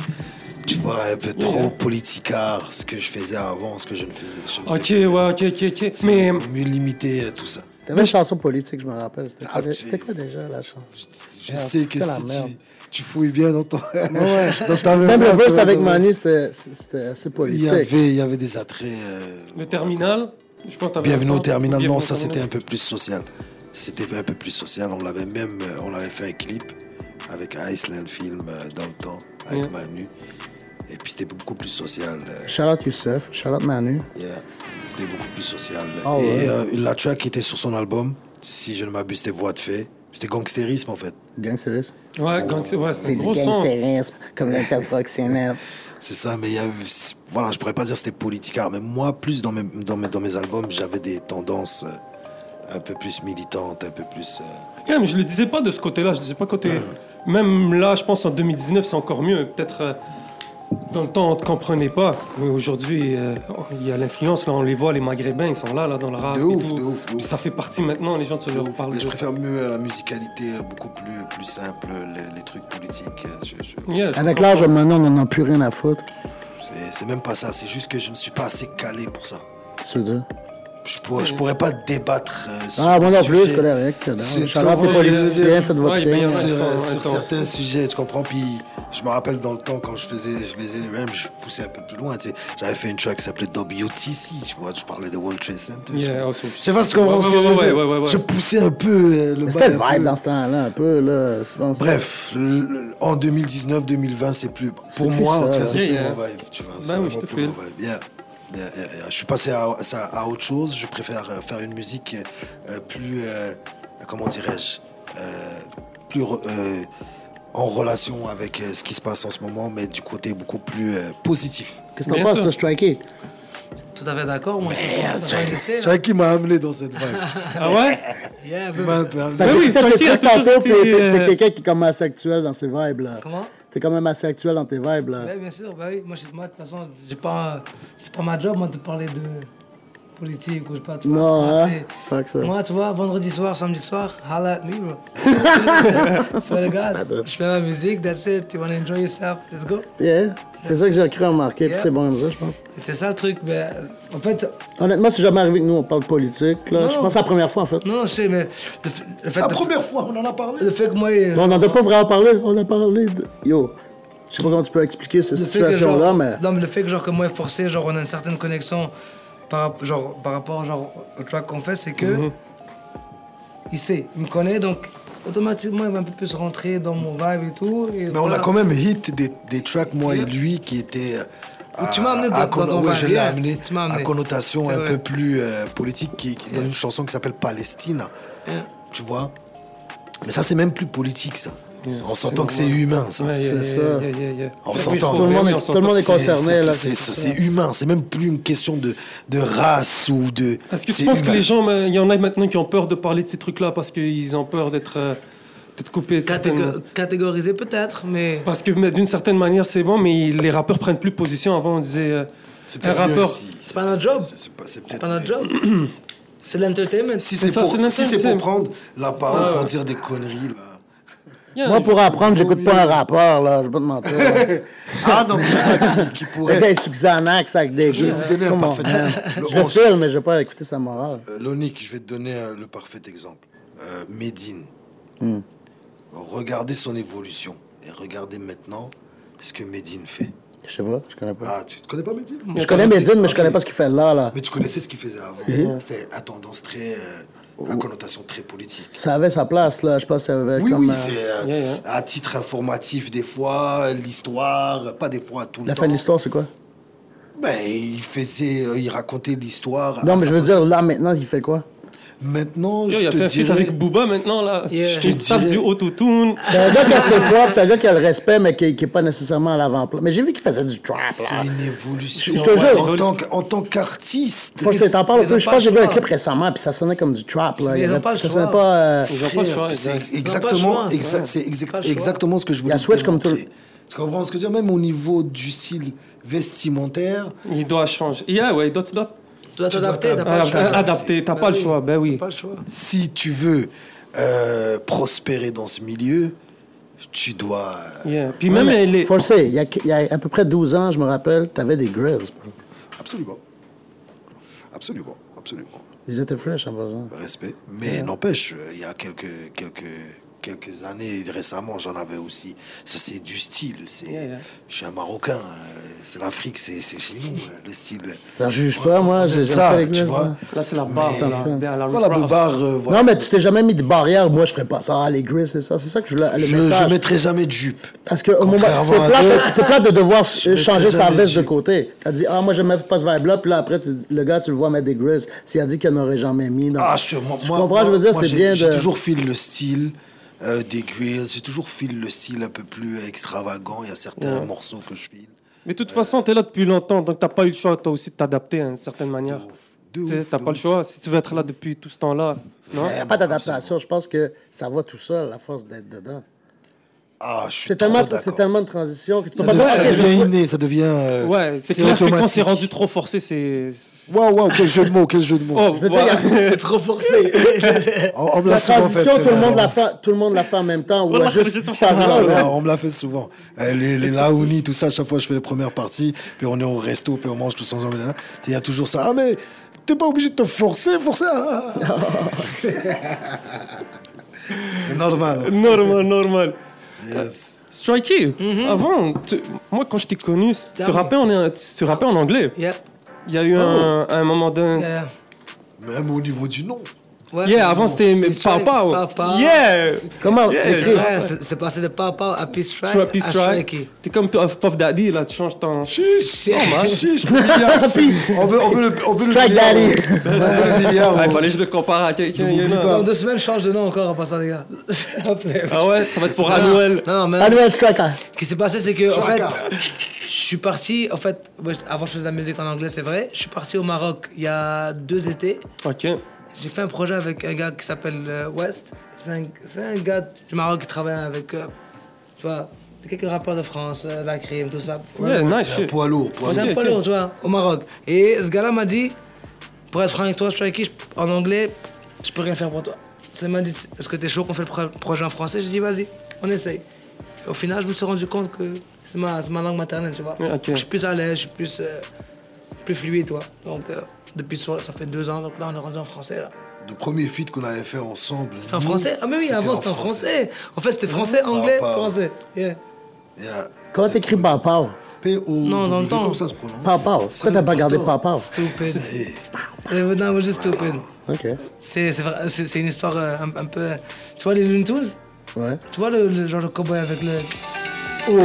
[SPEAKER 3] Tu vois, un peu trop politicard, ce que je faisais avant, ce que je ne faisais. je ne
[SPEAKER 1] Ok,
[SPEAKER 3] faisais
[SPEAKER 1] ouais,
[SPEAKER 3] pas.
[SPEAKER 1] ok, ok, ok.
[SPEAKER 3] C'est
[SPEAKER 1] Mais
[SPEAKER 3] mieux limiter euh, tout ça.
[SPEAKER 4] T'avais une chanson politique, je me rappelle. C'était
[SPEAKER 3] Ah,
[SPEAKER 4] quoi, dé-
[SPEAKER 3] j'ai-
[SPEAKER 4] c'était quoi déjà, la chanson?
[SPEAKER 3] Je, je
[SPEAKER 4] Ah,
[SPEAKER 3] sais que
[SPEAKER 4] putain, la
[SPEAKER 3] si
[SPEAKER 4] merde.
[SPEAKER 3] tu, tu fouilles bien dans, ton, dans ta mémoire.
[SPEAKER 4] Même le
[SPEAKER 3] tu
[SPEAKER 4] verse
[SPEAKER 3] vas
[SPEAKER 4] avec
[SPEAKER 3] savoir.
[SPEAKER 4] Manny, c'était c'était assez
[SPEAKER 3] Il y
[SPEAKER 4] politique.
[SPEAKER 3] avait, il y avait des attraits. euh,
[SPEAKER 1] le terminal, je pense que t'avais
[SPEAKER 3] Bienvenue
[SPEAKER 1] raison.
[SPEAKER 3] au terminal.
[SPEAKER 1] Bienvenue
[SPEAKER 3] Non,
[SPEAKER 1] au
[SPEAKER 3] ça
[SPEAKER 1] terminal.
[SPEAKER 3] c'était un peu plus social. C'était un peu plus social. On l'avait même, euh, on l'avait fait un clip avec Iceland Film euh, dans le temps avec
[SPEAKER 1] Ouais.
[SPEAKER 3] Manu. Et puis c'était beaucoup plus social. euh,
[SPEAKER 4] Charlotte Youssef, Charlotte Manu.
[SPEAKER 3] yeah. C'était beaucoup plus social.
[SPEAKER 4] Ah
[SPEAKER 3] Et
[SPEAKER 4] ouais.
[SPEAKER 3] euh, la track qui était sur son album, si je ne m'abuse, c'était Voix de fait. C'était gangstérisme en fait.
[SPEAKER 4] Gang Serious.
[SPEAKER 1] Ouais, gang- ouais, c'était
[SPEAKER 4] C'est
[SPEAKER 1] un
[SPEAKER 4] du
[SPEAKER 1] gros son.
[SPEAKER 4] gangstérisme, comme l'interproxénète.
[SPEAKER 3] C'est ça, mais il y avait, voilà, je pourrais pas dire que c'était politicard, mais moi, plus dans mes, dans mes, dans mes albums, j'avais des tendances euh, un peu plus militantes, un peu plus. euh,
[SPEAKER 1] Quand même, je le disais pas de ce côté-là, je disais pas côté. Même là, je pense en 2019, c'est encore mieux. Peut-être euh, dans le temps, on te comprenait pas, mais aujourd'hui, euh, oh, il y a l'influence. Là, on les voit, les Maghrébins, ils sont là, là, dans le rap.
[SPEAKER 3] De
[SPEAKER 1] et
[SPEAKER 3] ouf,
[SPEAKER 1] tout.
[SPEAKER 3] de ouf, de
[SPEAKER 1] Puis
[SPEAKER 3] ouf.
[SPEAKER 1] Ça fait partie maintenant. Les gens de ce
[SPEAKER 3] de
[SPEAKER 1] genre
[SPEAKER 3] ouf.
[SPEAKER 1] parlent.
[SPEAKER 3] Mais je
[SPEAKER 1] de-
[SPEAKER 3] préfère mieux euh, la musicalité, euh, beaucoup plus, plus simple, les, les trucs politiques. euh, je- je-
[SPEAKER 1] Yeah, je
[SPEAKER 4] Avec
[SPEAKER 1] comprends.
[SPEAKER 4] l'âge, maintenant, on n'en a plus rien à foutre.
[SPEAKER 3] c'est- C'est même pas ça, c'est juste que je ne suis pas assez calé pour ça.
[SPEAKER 4] C'est dur.
[SPEAKER 3] Je pourrais, je pourrais pas débattre euh, sur
[SPEAKER 4] Ah, moi
[SPEAKER 3] des
[SPEAKER 4] non plus, je
[SPEAKER 3] sujets-
[SPEAKER 4] connais avec. non.
[SPEAKER 3] C'est- tu
[SPEAKER 4] Charlotte
[SPEAKER 3] comprends
[SPEAKER 4] est
[SPEAKER 3] ce que je veux
[SPEAKER 4] politicien,
[SPEAKER 3] dire
[SPEAKER 4] faites votre
[SPEAKER 1] Ouais,
[SPEAKER 4] thing.
[SPEAKER 1] mais il y en a-
[SPEAKER 3] sur,
[SPEAKER 1] sont
[SPEAKER 3] euh, sur
[SPEAKER 1] intenses.
[SPEAKER 3] certains sujets, tu comprends. Puis je me rappelle dans le temps quand je faisais, je faisais même, je poussais un peu plus loin. tu sais. J'avais fait une track qui s'appelait WTC, tu vois. Je parlais de World Trade Center. Je
[SPEAKER 1] Yeah, oh, c'est-
[SPEAKER 3] je sais pas si tu comprends
[SPEAKER 1] Ouais,
[SPEAKER 3] ce que
[SPEAKER 1] ouais,
[SPEAKER 3] je veux
[SPEAKER 1] ouais,
[SPEAKER 3] dire.
[SPEAKER 1] ouais, ouais, ouais.
[SPEAKER 3] Je poussais un peu euh, le
[SPEAKER 4] Mais C'était le
[SPEAKER 3] bail un
[SPEAKER 4] vibe hein,
[SPEAKER 3] peu.
[SPEAKER 4] dans ce temps-là, un peu, là. je pense.
[SPEAKER 3] Bref, le- le- en 2019-2020, c'est plus. Pour
[SPEAKER 4] plus
[SPEAKER 3] moi, en
[SPEAKER 4] ça,
[SPEAKER 3] tout cas,
[SPEAKER 4] ouais.
[SPEAKER 3] c'est plus
[SPEAKER 1] Yeah,
[SPEAKER 3] mon vibe. Tu vois, c'est
[SPEAKER 1] oui,
[SPEAKER 3] vraiment
[SPEAKER 1] je te
[SPEAKER 3] plus mon
[SPEAKER 1] file.
[SPEAKER 3] vibe. Yeah. Yeah, yeah, yeah. Je suis passé à, ça- à autre chose. Je préfère euh, faire une musique euh, plus. euh, comment dirais-je euh, Plus. re- euh, en relation avec euh, ce qui se passe en ce moment, mais du côté beaucoup plus euh, positif.
[SPEAKER 4] Qu'est-ce que t'en
[SPEAKER 1] Bien
[SPEAKER 4] penses,
[SPEAKER 1] sûr. Ben
[SPEAKER 4] de Strikey?
[SPEAKER 2] Tout à fait d'accord, moi. je pense que- je sais,
[SPEAKER 3] C'est
[SPEAKER 2] là.
[SPEAKER 3] vrai qui m'a amené dans cette vibe.
[SPEAKER 1] Ah ouais
[SPEAKER 2] Yeah,
[SPEAKER 3] Il
[SPEAKER 2] bro.
[SPEAKER 3] m'a un peu amené.
[SPEAKER 4] Parce que
[SPEAKER 1] oui,
[SPEAKER 4] c'est
[SPEAKER 1] Strikey a
[SPEAKER 4] peut-être
[SPEAKER 1] toujours
[SPEAKER 4] tantôt, puis
[SPEAKER 1] été,
[SPEAKER 4] t'es-
[SPEAKER 1] euh,
[SPEAKER 4] t'es quelqu'un qui est comme assez actuel dans ses vibes, là.
[SPEAKER 2] Comment
[SPEAKER 4] T'es quand même assez actuel dans tes vibes, là.
[SPEAKER 2] Ouais, bien sûr, bah oui. Moi, je- moi, de toute façon, j'ai pas, un- c'est pas ma job, moi, de parler de politique ou je sais pas. tu vois,
[SPEAKER 4] Non,
[SPEAKER 2] moi,
[SPEAKER 4] hein?
[SPEAKER 2] c'est-
[SPEAKER 4] Fuck ça.
[SPEAKER 2] Moi, tu vois, vendredi soir, samedi soir, holla at me, bro. Swear to God. Je fais ma musique, that's it. You wanna enjoy yourself, let's go.
[SPEAKER 4] Yeah. C'est ça que j'ai cru remarquer, puis
[SPEAKER 2] Yeah.
[SPEAKER 4] c'est bon comme ça, je pense.
[SPEAKER 2] Et c'est ça le truc, mais euh, en fait,
[SPEAKER 4] Honnêtement, c'est jamais arrivé que nous, on parle politique, là.
[SPEAKER 2] Non.
[SPEAKER 4] Je pense que c'est la première fois, en fait.
[SPEAKER 2] non, je sais, mais le, f- le fait,
[SPEAKER 3] La
[SPEAKER 2] de-
[SPEAKER 3] première fois, on en a parlé.
[SPEAKER 2] le fait que moi, euh,
[SPEAKER 4] On n'en a pas vraiment parlé, on a parlé de... Yo, Je sais pas comment tu peux expliquer cette
[SPEAKER 2] Le fait que, genre,
[SPEAKER 4] situation-là, mais.
[SPEAKER 2] non, mais le fait que genre que moi et forcé, genre on a une certaine connexion par, rap- genre, par rapport genre, au track qu'on fait, c'est que
[SPEAKER 1] Mhm.
[SPEAKER 2] il sait, il me connaît, donc automatiquement il va un peu plus rentrer dans mon vibe et tout. Et
[SPEAKER 3] Mais on a quand même hit des, des tracks, moi et lui, qui étaient. euh,
[SPEAKER 2] Ou tu m'as amené
[SPEAKER 3] à- à
[SPEAKER 2] dans- dans ton
[SPEAKER 3] conno- ouais, je l'ai
[SPEAKER 2] bagarre.
[SPEAKER 3] amené
[SPEAKER 2] Tu m'as
[SPEAKER 3] à
[SPEAKER 2] amené.
[SPEAKER 3] connotation
[SPEAKER 2] C'est
[SPEAKER 3] un
[SPEAKER 2] vrai.
[SPEAKER 3] peu plus euh, politique, qui, qui- dans une chanson qui s'appelle Palestine. Tu vois Mais ça, c'est même plus politique, ça. On s'entend que c'est humain, ça.
[SPEAKER 1] Ouais, yeah,
[SPEAKER 4] C'est
[SPEAKER 1] yeah,
[SPEAKER 4] ça.
[SPEAKER 1] yeah, yeah, yeah, yeah.
[SPEAKER 3] On
[SPEAKER 1] Oui,
[SPEAKER 3] s'entend.
[SPEAKER 1] je
[SPEAKER 4] Tout le monde
[SPEAKER 1] comprends,
[SPEAKER 4] est-
[SPEAKER 1] on
[SPEAKER 4] tout le monde est
[SPEAKER 1] s'entend.
[SPEAKER 3] C'est-
[SPEAKER 4] concerné,
[SPEAKER 3] c'est-
[SPEAKER 4] là,
[SPEAKER 3] C'est
[SPEAKER 4] c'est
[SPEAKER 3] ça,
[SPEAKER 4] ça.
[SPEAKER 3] c'est humain, c'est même plus une question de, de race ou de.
[SPEAKER 1] Est-ce que tu
[SPEAKER 3] c'est
[SPEAKER 1] penses que
[SPEAKER 3] humain.
[SPEAKER 1] les gens, mais il y en a maintenant qui ont peur de parler de ces trucs-là parce qu'ils ont peur d'être euh, d'être coupés de certaines-
[SPEAKER 2] Catégorisé peut-être, mais.
[SPEAKER 1] Parce que mais, d'une certaine manière, c'est bon, mais les rappeurs prennent plus position. Avant, on disait euh,
[SPEAKER 3] C'est
[SPEAKER 1] un
[SPEAKER 3] peut-être mieux
[SPEAKER 1] rappeur.
[SPEAKER 3] si-
[SPEAKER 2] C'est pas notre job.
[SPEAKER 3] c'est- C'est pas- c'est peut-être
[SPEAKER 2] Pas notre
[SPEAKER 3] mieux
[SPEAKER 2] job.
[SPEAKER 3] si-
[SPEAKER 2] C'est l'entertainment.
[SPEAKER 3] Si
[SPEAKER 1] C'est
[SPEAKER 3] c'est
[SPEAKER 1] ça,
[SPEAKER 3] pour,
[SPEAKER 1] c'est notre
[SPEAKER 3] si c'est pour
[SPEAKER 1] thème.
[SPEAKER 3] prendre la parole
[SPEAKER 1] Ouais.
[SPEAKER 3] pour dire des conneries, là.
[SPEAKER 1] Yeah,
[SPEAKER 4] Moi,
[SPEAKER 1] je-
[SPEAKER 4] pour apprendre, j'écoute pas un rappeur, là, je vais pas te mentir. là.
[SPEAKER 3] Ah non, mais il y en a qui, qui
[SPEAKER 4] Le gars
[SPEAKER 3] pourrait.
[SPEAKER 4] est sous Xanax avec des
[SPEAKER 3] Je vais vous donner un
[SPEAKER 4] Come on,
[SPEAKER 3] parfait
[SPEAKER 4] man.
[SPEAKER 3] exemple. Le
[SPEAKER 4] ben, hein Je le
[SPEAKER 3] 11.
[SPEAKER 4] filme, mais je vais pas écouter sa morale.
[SPEAKER 3] Euh, Lonique, je vais te donner euh, le parfait exemple. Euh, Médine.
[SPEAKER 4] Hmm.
[SPEAKER 3] Regardez son évolution. Et regardez maintenant ce que Médine fait.
[SPEAKER 4] Je sais pas, je connais pas.
[SPEAKER 3] Ah, tu ne connais pas Médine
[SPEAKER 4] Je connais Medine, mais je connais pas ce qu'il fait là, là.
[SPEAKER 3] Ah, Mais tu connaissais ce qu'il faisait avant.
[SPEAKER 4] Mhm.
[SPEAKER 3] C'était à tendance très. euh,
[SPEAKER 4] Oh.
[SPEAKER 3] à connotation très politique.
[SPEAKER 4] Ça avait sa place, là, je pense que ça avait
[SPEAKER 3] Oui,
[SPEAKER 4] comme,
[SPEAKER 3] oui,
[SPEAKER 4] euh,
[SPEAKER 3] c'est euh,
[SPEAKER 1] yeah, yeah.
[SPEAKER 3] à titre informatif des fois, l'histoire, pas des fois, tout le
[SPEAKER 4] La
[SPEAKER 3] temps.
[SPEAKER 4] fin de l'histoire, c'est quoi?
[SPEAKER 3] Ben, il faisait, euh, il racontait l'histoire. à
[SPEAKER 4] Non, mais
[SPEAKER 3] sa
[SPEAKER 4] je veux dire, là, maintenant, il fait quoi?
[SPEAKER 3] Maintenant,
[SPEAKER 1] Yo, il
[SPEAKER 3] je
[SPEAKER 1] a
[SPEAKER 3] te
[SPEAKER 1] fait un feat
[SPEAKER 3] dirais.
[SPEAKER 1] avec Booba maintenant là.
[SPEAKER 2] Yeah.
[SPEAKER 1] Je
[SPEAKER 2] Je te
[SPEAKER 1] te tape
[SPEAKER 3] dirais-
[SPEAKER 1] du autotune.
[SPEAKER 4] C'est un gars qui a ses propres, c'est un gars qui a le respect, mais qui, qui est pas nécessairement à l'avant-plan. Mais j'ai vu qu'il faisait du trap,
[SPEAKER 3] C'est
[SPEAKER 4] là.
[SPEAKER 3] une évolution.
[SPEAKER 4] Ah, bah. Je te jure.
[SPEAKER 3] En tant que- en tant qu'artiste,
[SPEAKER 4] Faut que t'en parles un
[SPEAKER 2] Ils
[SPEAKER 4] peu.
[SPEAKER 2] ont
[SPEAKER 4] Je
[SPEAKER 2] pas
[SPEAKER 4] pense que j'ai
[SPEAKER 2] le
[SPEAKER 4] vu un
[SPEAKER 2] choix.
[SPEAKER 4] clip récemment, puis ça sonnait comme du trap, là.
[SPEAKER 2] Mais
[SPEAKER 4] Il y
[SPEAKER 2] ils ont
[SPEAKER 4] avait-
[SPEAKER 2] pas le
[SPEAKER 4] ça
[SPEAKER 2] choix.
[SPEAKER 4] sonnait pas. euh,
[SPEAKER 1] Ils ont pas le choix.
[SPEAKER 3] frère, c'est
[SPEAKER 1] exact.
[SPEAKER 3] exactement,
[SPEAKER 2] choix, c'est
[SPEAKER 3] exa-
[SPEAKER 2] vrai.
[SPEAKER 3] c'est exact-
[SPEAKER 2] Pas le choix.
[SPEAKER 3] exactement ce que je voulais
[SPEAKER 4] Il y a
[SPEAKER 3] te
[SPEAKER 4] Switch comme tout.
[SPEAKER 3] démontrer. Tu comprends ce que je veux dire Même au niveau du style vestimentaire,
[SPEAKER 1] Il doit changer. Yeah, ouais, il doit, tu dois
[SPEAKER 2] Tu dois t'adapter, t'as
[SPEAKER 3] t'adapter.
[SPEAKER 2] pas le
[SPEAKER 1] adapter.
[SPEAKER 2] choix.
[SPEAKER 1] adapter. T'as
[SPEAKER 2] Ben
[SPEAKER 1] pas le
[SPEAKER 2] oui.
[SPEAKER 1] choix, ben
[SPEAKER 2] T'as
[SPEAKER 1] oui.
[SPEAKER 2] pas le choix.
[SPEAKER 3] si tu veux euh, prospérer dans ce milieu, tu dois. euh,
[SPEAKER 1] Yeah. Puis même
[SPEAKER 4] ouais, mais
[SPEAKER 1] les.
[SPEAKER 4] Faut le savoir, il y, a, il y a à peu près 12 ans, je me rappelle, t'avais des grills, bro.
[SPEAKER 3] Absolument. Absolument. Absolument.
[SPEAKER 4] Ils étaient fresh, en passant.
[SPEAKER 3] Respect. Mais n'empêche, euh, il y a quelques, quelques, quelques années, récemment, j'en avais aussi. Ça, c'est du style. C'est,
[SPEAKER 1] Yeah, yeah.
[SPEAKER 3] Je suis un Marocain. euh, C'est l'Afrique, c'est, c'est chez nous, euh, le style.
[SPEAKER 4] J'en juge pas, moi, Ah, j'ai jamais fait
[SPEAKER 3] Ça,
[SPEAKER 4] les
[SPEAKER 3] tu
[SPEAKER 4] grills.
[SPEAKER 3] vois.
[SPEAKER 4] hein.
[SPEAKER 1] Là, c'est la barre. t'as la- ben, alors, le
[SPEAKER 3] Voilà,
[SPEAKER 1] rap.
[SPEAKER 3] Bobar, euh, voilà.
[SPEAKER 4] Non, mais tu t'es jamais mis de barrière, moi, je ferais pas ça. Ah, les grills, c'est ça. C'est ça que je voulais. Le
[SPEAKER 3] je
[SPEAKER 4] message. Ah,
[SPEAKER 3] ne mettrai jamais de jupe.
[SPEAKER 4] Parce que au moment,
[SPEAKER 3] Contrairement
[SPEAKER 4] c'est
[SPEAKER 3] à
[SPEAKER 4] plat,
[SPEAKER 3] toi.
[SPEAKER 4] c'est plate de devoir
[SPEAKER 3] me
[SPEAKER 4] changer
[SPEAKER 3] faisais
[SPEAKER 4] sa
[SPEAKER 3] des
[SPEAKER 4] veste de
[SPEAKER 3] jeux.
[SPEAKER 4] côté. T'as dit, ah, moi, j'aime pas ce vibe-là, puis là, après, tu dis- le gars, tu le vois mettre des grills. S'il a dit qu'il n'aurait jamais mis, non.
[SPEAKER 3] Ah, je, moi,
[SPEAKER 4] Tu
[SPEAKER 3] moi-
[SPEAKER 4] comprends, je veux
[SPEAKER 3] moi-
[SPEAKER 4] dire,
[SPEAKER 3] moi,
[SPEAKER 4] c'est
[SPEAKER 3] j'ai-
[SPEAKER 4] bien
[SPEAKER 3] J'ai
[SPEAKER 4] de.
[SPEAKER 3] toujours fil le style euh, des grills, j'ai toujours fil le style un peu plus extravagant. Il y a certains morceaux que je file.
[SPEAKER 1] Mais de toute façon, t'es là depuis longtemps, donc t'as pas eu le choix, toi aussi, de t'adapter à une certaine
[SPEAKER 3] De
[SPEAKER 1] manière.
[SPEAKER 3] ouf, de
[SPEAKER 1] Tu sais,
[SPEAKER 3] ouf,
[SPEAKER 1] T'as
[SPEAKER 3] de
[SPEAKER 1] pas le
[SPEAKER 3] ouf.
[SPEAKER 1] choix si tu veux être là depuis tout ce temps-là. Non?
[SPEAKER 4] Il n'y a pas d'adaptation. Je pense que ça va tout seul, la force d'être dedans.
[SPEAKER 3] Ah, je suis
[SPEAKER 4] C'est
[SPEAKER 3] trop
[SPEAKER 4] tellement,
[SPEAKER 3] d'accord.
[SPEAKER 4] c'est tellement de transition que tu
[SPEAKER 3] Ça,
[SPEAKER 4] peux pas
[SPEAKER 3] devient-
[SPEAKER 4] dire,
[SPEAKER 3] ça
[SPEAKER 4] OK, je
[SPEAKER 3] devient
[SPEAKER 4] vois-
[SPEAKER 3] inné, ça devient. euh,
[SPEAKER 1] Ouais, c'est clair que quand
[SPEAKER 3] automatique.
[SPEAKER 1] c'est rendu trop forcé, c'est.
[SPEAKER 3] Waouh, waouh, quel jeu de mots, quel jeu de mots.
[SPEAKER 1] Oh,
[SPEAKER 4] Je veux dire, il y a-
[SPEAKER 2] C'est trop forcé.
[SPEAKER 3] on, on me
[SPEAKER 4] La
[SPEAKER 3] l'a souvent fait.
[SPEAKER 4] transition, tout le,
[SPEAKER 3] celle-là,
[SPEAKER 4] monde la
[SPEAKER 3] Laurence.
[SPEAKER 4] fait, tout le monde la fait en même temps. Ou
[SPEAKER 1] Wallah,
[SPEAKER 4] juste
[SPEAKER 1] je sais
[SPEAKER 4] disparaît,
[SPEAKER 1] pas.
[SPEAKER 4] là.
[SPEAKER 3] Ouais, Ah on me l'a fait souvent. Euh, Les, les laounis, tout ça, à chaque fois je fais les premières parties, puis on est au resto, puis on mange tous ensemble. etc. Il y a toujours ça. Ah, mais t'es pas obligé de te forcer, forcer. ah, ah, ah. C'est normal.
[SPEAKER 1] Normal, normal.
[SPEAKER 3] Yes.
[SPEAKER 1] Strikey, avant, tu- moi quand je t'ai connu, tu
[SPEAKER 2] Mhm. Damn.
[SPEAKER 1] rappais, en, tu- tu rappais en anglais.
[SPEAKER 2] Yeah.
[SPEAKER 1] Il y a eu un,
[SPEAKER 2] Oh.
[SPEAKER 1] un moment donné.
[SPEAKER 2] Yeah.
[SPEAKER 3] Même au niveau du nom.
[SPEAKER 2] Ouais,
[SPEAKER 1] Yeah,
[SPEAKER 2] c'est-
[SPEAKER 1] avant c'était mais
[SPEAKER 2] Peace Strike,
[SPEAKER 1] papa.
[SPEAKER 2] Papa.
[SPEAKER 1] Yeah!
[SPEAKER 4] Comment
[SPEAKER 1] Yeah.
[SPEAKER 4] c'est écrit?
[SPEAKER 2] Eh, Ouais, c'est c'est passé de papa à Peace Strike.
[SPEAKER 1] Trappy
[SPEAKER 2] à
[SPEAKER 1] Strike.
[SPEAKER 2] Strikey.
[SPEAKER 1] T'es comme Puff Puff Daddy, là, tu changes ton.
[SPEAKER 3] Chiche,
[SPEAKER 1] Normal.
[SPEAKER 3] chiche, le milliard. On veut, on veut le, on veut le
[SPEAKER 4] Strike
[SPEAKER 3] milliard.
[SPEAKER 4] daddy.
[SPEAKER 3] On veut le milliard.
[SPEAKER 1] Ah, il
[SPEAKER 3] on-
[SPEAKER 1] fallait que je le compare à quelqu'un. il y en a.
[SPEAKER 3] N'oublie pas.
[SPEAKER 2] Dans deux semaines, je change de nom encore en passant, les gars.
[SPEAKER 1] Ah ouais, ça va être pour
[SPEAKER 2] Non,
[SPEAKER 1] Anuel.
[SPEAKER 2] Non, non, mais.
[SPEAKER 4] Annuel Striker.
[SPEAKER 2] Ce qui s'est passé, c'est que, en fait,
[SPEAKER 3] Chaka.
[SPEAKER 2] je suis parti, en fait, ouais, avant je faisais de la musique en anglais, c'est vrai, je suis parti au Maroc il y a deux étés.
[SPEAKER 1] Ok.
[SPEAKER 2] J'ai fait un projet avec un gars qui s'appelle euh, West. C'est un, c'est un gars du Maroc qui travaille avec, euh, tu vois, quelques rappeurs de France, euh, La Crime, tout ça.
[SPEAKER 1] Yeah, nice
[SPEAKER 3] C'est un
[SPEAKER 1] shit.
[SPEAKER 3] poids lourd, poids
[SPEAKER 2] On
[SPEAKER 3] lourd.
[SPEAKER 2] a pas lourd, tu vois, au Maroc. Et ce gars-là m'a dit, pour être franc avec toi, Strikey, je- en anglais, je peux rien faire pour toi. Ça m'a dit, est-ce que t'es chaud qu'on fait le pro- projet en français J'ai dit, vas-y, on essaye. Et au final, je me suis rendu compte que c'est ma, c'est ma langue maternelle, tu vois.
[SPEAKER 1] Ouais, ok.
[SPEAKER 2] Je suis plus à l'aise, je suis plus, euh, plus fluide, tu vois. Donc, euh, depuis ça, ça fait deux ans, donc là, on est rendu en français, là.
[SPEAKER 3] Le premier feat qu'on avait fait ensemble.
[SPEAKER 2] C'est en Ah,
[SPEAKER 3] nous,
[SPEAKER 2] français Ah, mais oui, avant, c'était en français. En fait, c'était français, anglais,
[SPEAKER 3] Par rapport-
[SPEAKER 2] français. Yeah.
[SPEAKER 3] Yeah.
[SPEAKER 4] Comment t'écris Papao?
[SPEAKER 3] P-O.
[SPEAKER 2] Non, dans le temps.
[SPEAKER 3] Comment ça se prononce Ça,
[SPEAKER 4] Papao. Pourquoi t'as pas gardé
[SPEAKER 3] important.
[SPEAKER 4] Papao?
[SPEAKER 2] Stupid.
[SPEAKER 3] C'est-
[SPEAKER 2] Euh, Non, we're just stupid.
[SPEAKER 4] OK.
[SPEAKER 2] C'est c'est vrai- c'est- c'est une histoire euh, un, un peu. Tu vois les Looney Tunes
[SPEAKER 4] Ouais.
[SPEAKER 2] Tu vois le, le genre le cowboy avec le.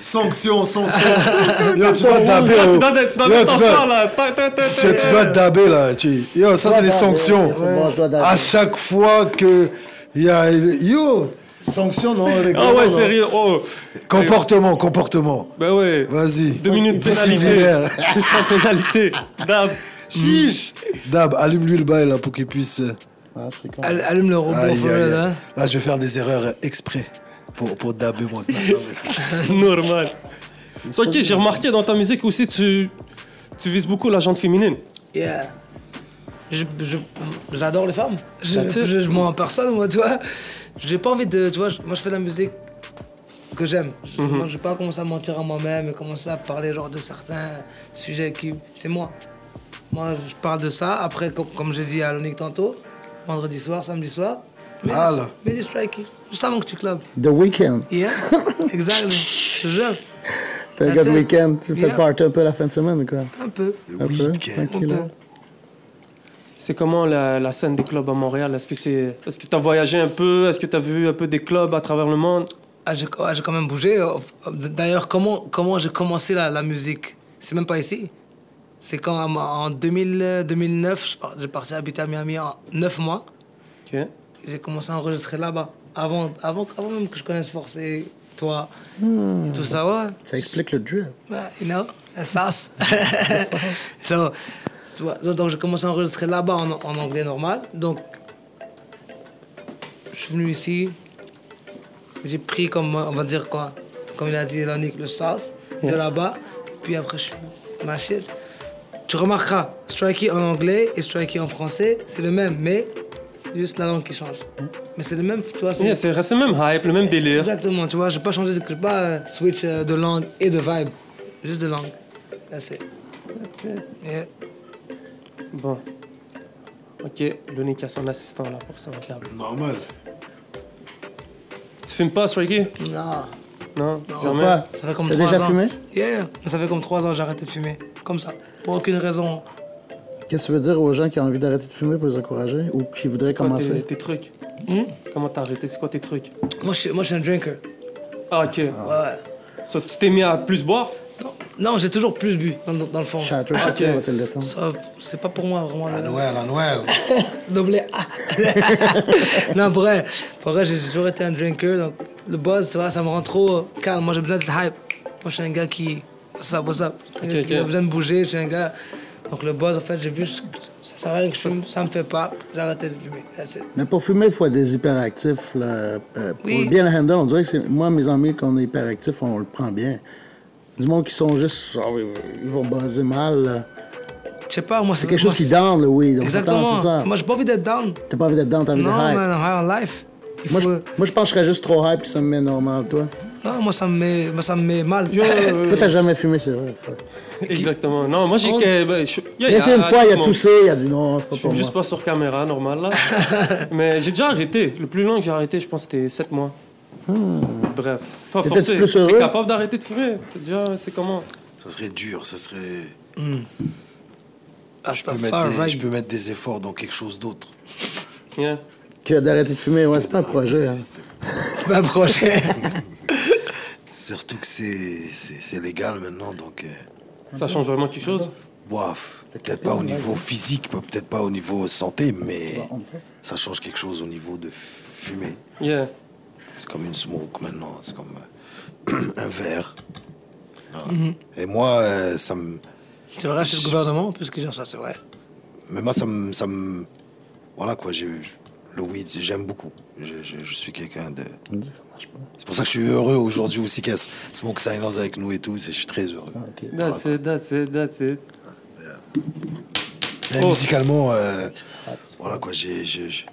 [SPEAKER 3] Sanction, sanction. Yo, tu dois
[SPEAKER 4] Là,
[SPEAKER 3] daber.
[SPEAKER 4] tu
[SPEAKER 3] oh.
[SPEAKER 2] Non, mais- non,
[SPEAKER 3] Yo,
[SPEAKER 2] mais
[SPEAKER 3] tu
[SPEAKER 2] t'en
[SPEAKER 3] dois-
[SPEAKER 2] sors, là. Tac, tac, tac,
[SPEAKER 3] Tu, tu dois daber là. tu- Yo, ça, c'est des
[SPEAKER 4] daber,
[SPEAKER 3] sanctions.
[SPEAKER 4] ouais, c'est bon, je dois daber.
[SPEAKER 3] À chaque fois que. il Y a, yo, sanction, non les gars,
[SPEAKER 1] Ah ouais,
[SPEAKER 3] non.
[SPEAKER 1] sérieux. Oh.
[SPEAKER 3] Comportement, comportement.
[SPEAKER 1] Ben ouais.
[SPEAKER 3] Vas-y.
[SPEAKER 1] Deux minutes de pénalité.
[SPEAKER 3] Disciplinaire.
[SPEAKER 1] C'est ça, pénalité. Dab. Chiche.
[SPEAKER 3] Dab, allume-lui le bail là pour qu'il puisse. euh,
[SPEAKER 4] Ah, c'est con.
[SPEAKER 2] Allume- Allume le robot,
[SPEAKER 3] aïe,
[SPEAKER 2] for
[SPEAKER 3] aïe,
[SPEAKER 2] real,
[SPEAKER 3] aïe.
[SPEAKER 2] hein.
[SPEAKER 3] Là, je vais faire des erreurs euh, exprès pour, pour daber mon snap. hein,
[SPEAKER 1] Normal. So, ok, j'ai remarqué dans ta musique aussi, tu, tu vises beaucoup la gente féminine.
[SPEAKER 2] Yeah. Je- je- J'adore les femmes. Je,
[SPEAKER 1] That's it.
[SPEAKER 2] je, je m'en en personne, moi, tu vois. J'ai pas envie de. Tu vois, je- moi, je fais de la musique que j'aime. Je- Moi, je vais pas commencer à mentir à moi-même et commencer à parler genre de certains sujets qui. C'est moi. Moi, je parle de ça. Après, com- comme j'ai dit à Lonique tantôt, vendredi soir, samedi soir. Mais,
[SPEAKER 3] Ah, là.
[SPEAKER 2] mais du strikey. Juste avant que tu clubs.
[SPEAKER 4] The Weeknd.
[SPEAKER 2] Yeah, exactly. Je te jure.
[SPEAKER 4] T'as un
[SPEAKER 2] That's
[SPEAKER 4] good
[SPEAKER 2] it.
[SPEAKER 4] week-end. Tu fais
[SPEAKER 2] Yeah.
[SPEAKER 4] le party un peu la fin de semaine ou quoi?
[SPEAKER 2] Un peu.
[SPEAKER 3] Le
[SPEAKER 4] Un peu.
[SPEAKER 3] week-end.
[SPEAKER 4] Tranquille, hein?
[SPEAKER 1] C'est comment la, la scène des clubs à Montréal Est-ce que c'est, est-ce que t'as voyagé un peu Est-ce que t'as vu un peu des clubs à travers le monde
[SPEAKER 2] Ah, j'ai ah, j'ai quand même bougé. D'ailleurs, comment, comment j'ai commencé la, la musique C'est même pas ici. C'est quand en- en 2000, euh, 2009, je par- j'ai parti habiter à Miami en 9 mois.
[SPEAKER 1] Ok.
[SPEAKER 2] J'ai commencé à enregistrer là-bas. Avant, avant, avant même que je connaisse Forcé, toi, et tout ça, ouais.
[SPEAKER 4] Ça explique le drip.
[SPEAKER 2] Bah, you know, a sauce. so, tu vois, donc j'ai commencé à enregistrer là-bas en, en anglais normal. Donc, je suis venu ici. J'ai pris, comme on va dire quoi, comme il a dit Yannick, le sauce de là-bas. Puis après, je suis ma shit. Tu remarqueras, strikey en anglais et strikey en français, c'est le même, mais c'est juste la langue qui change. Mais c'est le même, tu vois. c'est-
[SPEAKER 1] Yeah, c'est resté le même hype, le même délire.
[SPEAKER 2] Exactement, tu vois, j'ai pas changé, de- j'ai pas euh, switch euh, de langue et de vibe, juste de langue. That's it. Yeah.
[SPEAKER 1] Bon. Ok, Loni qui a son assistant là pour ça. regarde.
[SPEAKER 3] Normal.
[SPEAKER 1] Tu fumes pas, Swaggy
[SPEAKER 2] Non,
[SPEAKER 1] Non, jamais.
[SPEAKER 4] Pourquoi?
[SPEAKER 2] Ah, ça fait comme
[SPEAKER 4] T'as
[SPEAKER 2] trois
[SPEAKER 4] déjà
[SPEAKER 2] ans.
[SPEAKER 4] fumé?
[SPEAKER 2] Yeah, ça fait comme trois ans que j'ai arrêté de fumer, comme ça, pour aucune raison.
[SPEAKER 4] Qu'est-ce que tu veux dire aux gens qui ont envie d'arrêter de fumer pour les encourager ou qui voudraient
[SPEAKER 1] Quoi, tes-
[SPEAKER 4] commencer?
[SPEAKER 1] tes trucs Comment t'as arrêté C'est quoi tes trucs
[SPEAKER 2] Moi, je suis, moi, je suis un drinker.
[SPEAKER 1] Ah, ok.
[SPEAKER 2] Ouais.
[SPEAKER 1] So, tu t'es mis à plus boire
[SPEAKER 2] Non, non, j'ai toujours plus bu, dans, dans- dans le fond.
[SPEAKER 4] Chatter, chatter,
[SPEAKER 1] Ok.
[SPEAKER 4] on va te le détendre.
[SPEAKER 2] Ça, C'est pas pour moi, vraiment.
[SPEAKER 3] À
[SPEAKER 2] le-
[SPEAKER 3] Noël, à Noël.
[SPEAKER 2] Double A. non, pour vrai, pour vrai, j'ai toujours été un drinker, donc le buzz, tu vois, ça me rend trop calme. Moi, j'ai besoin d'être hype. Moi, je suis un gars qui. What's up, what's up?
[SPEAKER 1] Ok, ok.
[SPEAKER 2] J'ai besoin de bouger, je suis un gars. Donc, le buzz, en fait, j'ai vu, ce- ça sert à rien que je fume, ça me fait pas, j'ai arrêté de fumer. That's it.
[SPEAKER 4] Mais pour fumer, il faut être des hyperactifs. là. Euh, pour
[SPEAKER 2] Oui.
[SPEAKER 4] bien le handle, on dirait que c'est. Moi, mes amis, qu'on est hyperactifs, on le prend bien. Du monde qui sont juste. genre, ils vont buzzer mal. là.
[SPEAKER 2] Je sais pas, moi, c'est
[SPEAKER 4] C'est quelque
[SPEAKER 2] moi,
[SPEAKER 4] chose qui down, le weed. On s'attend,
[SPEAKER 2] Exactement.
[SPEAKER 4] c'est ça.
[SPEAKER 2] Moi, j'ai pas envie d'être down.
[SPEAKER 4] T'as pas envie d'être down, t'as envie
[SPEAKER 2] Non,
[SPEAKER 4] d'être
[SPEAKER 2] man,
[SPEAKER 4] hype.
[SPEAKER 2] I'm high on life. Il
[SPEAKER 4] Moi, je,
[SPEAKER 2] faut-
[SPEAKER 4] moi, je pense que je serais juste trop hype puis ça me met normal, toi.
[SPEAKER 2] Non, moi, ça me met, moi, ça me met mal.
[SPEAKER 1] Yo, euh,
[SPEAKER 4] Toi, t'as jamais fumé, c'est vrai. Fuck.
[SPEAKER 1] Exactement. Non, moi j'ai.
[SPEAKER 2] On-
[SPEAKER 1] que- ben, je- Yeah,
[SPEAKER 4] Il a
[SPEAKER 1] yeah,
[SPEAKER 4] essayé une
[SPEAKER 1] à-
[SPEAKER 4] fois,
[SPEAKER 1] à
[SPEAKER 4] il a
[SPEAKER 1] tout
[SPEAKER 4] toussé, il a dit non, c'est pas
[SPEAKER 1] Je
[SPEAKER 4] pour
[SPEAKER 1] suis
[SPEAKER 4] moi.
[SPEAKER 1] juste pas sur caméra, normal là. Mais j'ai déjà arrêté. Le plus long que j'ai arrêté, je pense, c'était 7 mois. Bref. Pas
[SPEAKER 4] T'étais-tu
[SPEAKER 1] forcé.
[SPEAKER 4] Hmm. plus
[SPEAKER 1] T'es
[SPEAKER 4] heureux
[SPEAKER 1] capable d'arrêter de fumer. T'es Déjà, c'est comment
[SPEAKER 3] Ça serait dur, ça serait.
[SPEAKER 2] Ah,
[SPEAKER 3] Je
[SPEAKER 2] c'est
[SPEAKER 3] peux,
[SPEAKER 2] un
[SPEAKER 3] mettre
[SPEAKER 2] far
[SPEAKER 3] des,
[SPEAKER 2] right.
[SPEAKER 3] je peux mettre des efforts dans quelque chose d'autre.
[SPEAKER 1] Yeah.
[SPEAKER 4] Que d'arrêter de fumer, ouais, c'est pas un projet. hein.
[SPEAKER 2] Tu peux approcher.
[SPEAKER 3] Surtout que c'est, c'est, c'est légal maintenant, donc. euh,
[SPEAKER 1] Ça change vraiment quelque chose
[SPEAKER 3] bof. Peut-être pas au niveau physique, peut- peut-être pas au niveau santé, mais ça change quelque chose au niveau de f- fumée.
[SPEAKER 1] Yeah.
[SPEAKER 3] C'est comme une smoke maintenant, c'est comme euh, un verre. Voilà. Et moi, euh, ça me.
[SPEAKER 2] C'est vrai, c'est le gouvernement, puisque genre ça, c'est vrai.
[SPEAKER 3] Mais moi, ça me. ça me- Voilà quoi, j'ai, le weed, j'aime beaucoup. Je, je- je suis quelqu'un de.
[SPEAKER 4] Ça marche pas.
[SPEAKER 3] C'est pour ça que je suis heureux aujourd'hui aussi qu'il y a Smoke Silence avec nous et tout. c'est- Je suis très heureux.
[SPEAKER 4] Ok.
[SPEAKER 1] That's it, that's it, that's it.
[SPEAKER 3] Mais
[SPEAKER 1] Oh.
[SPEAKER 3] musicalement, euh, voilà quoi, j'ai, j'ai, j'ai-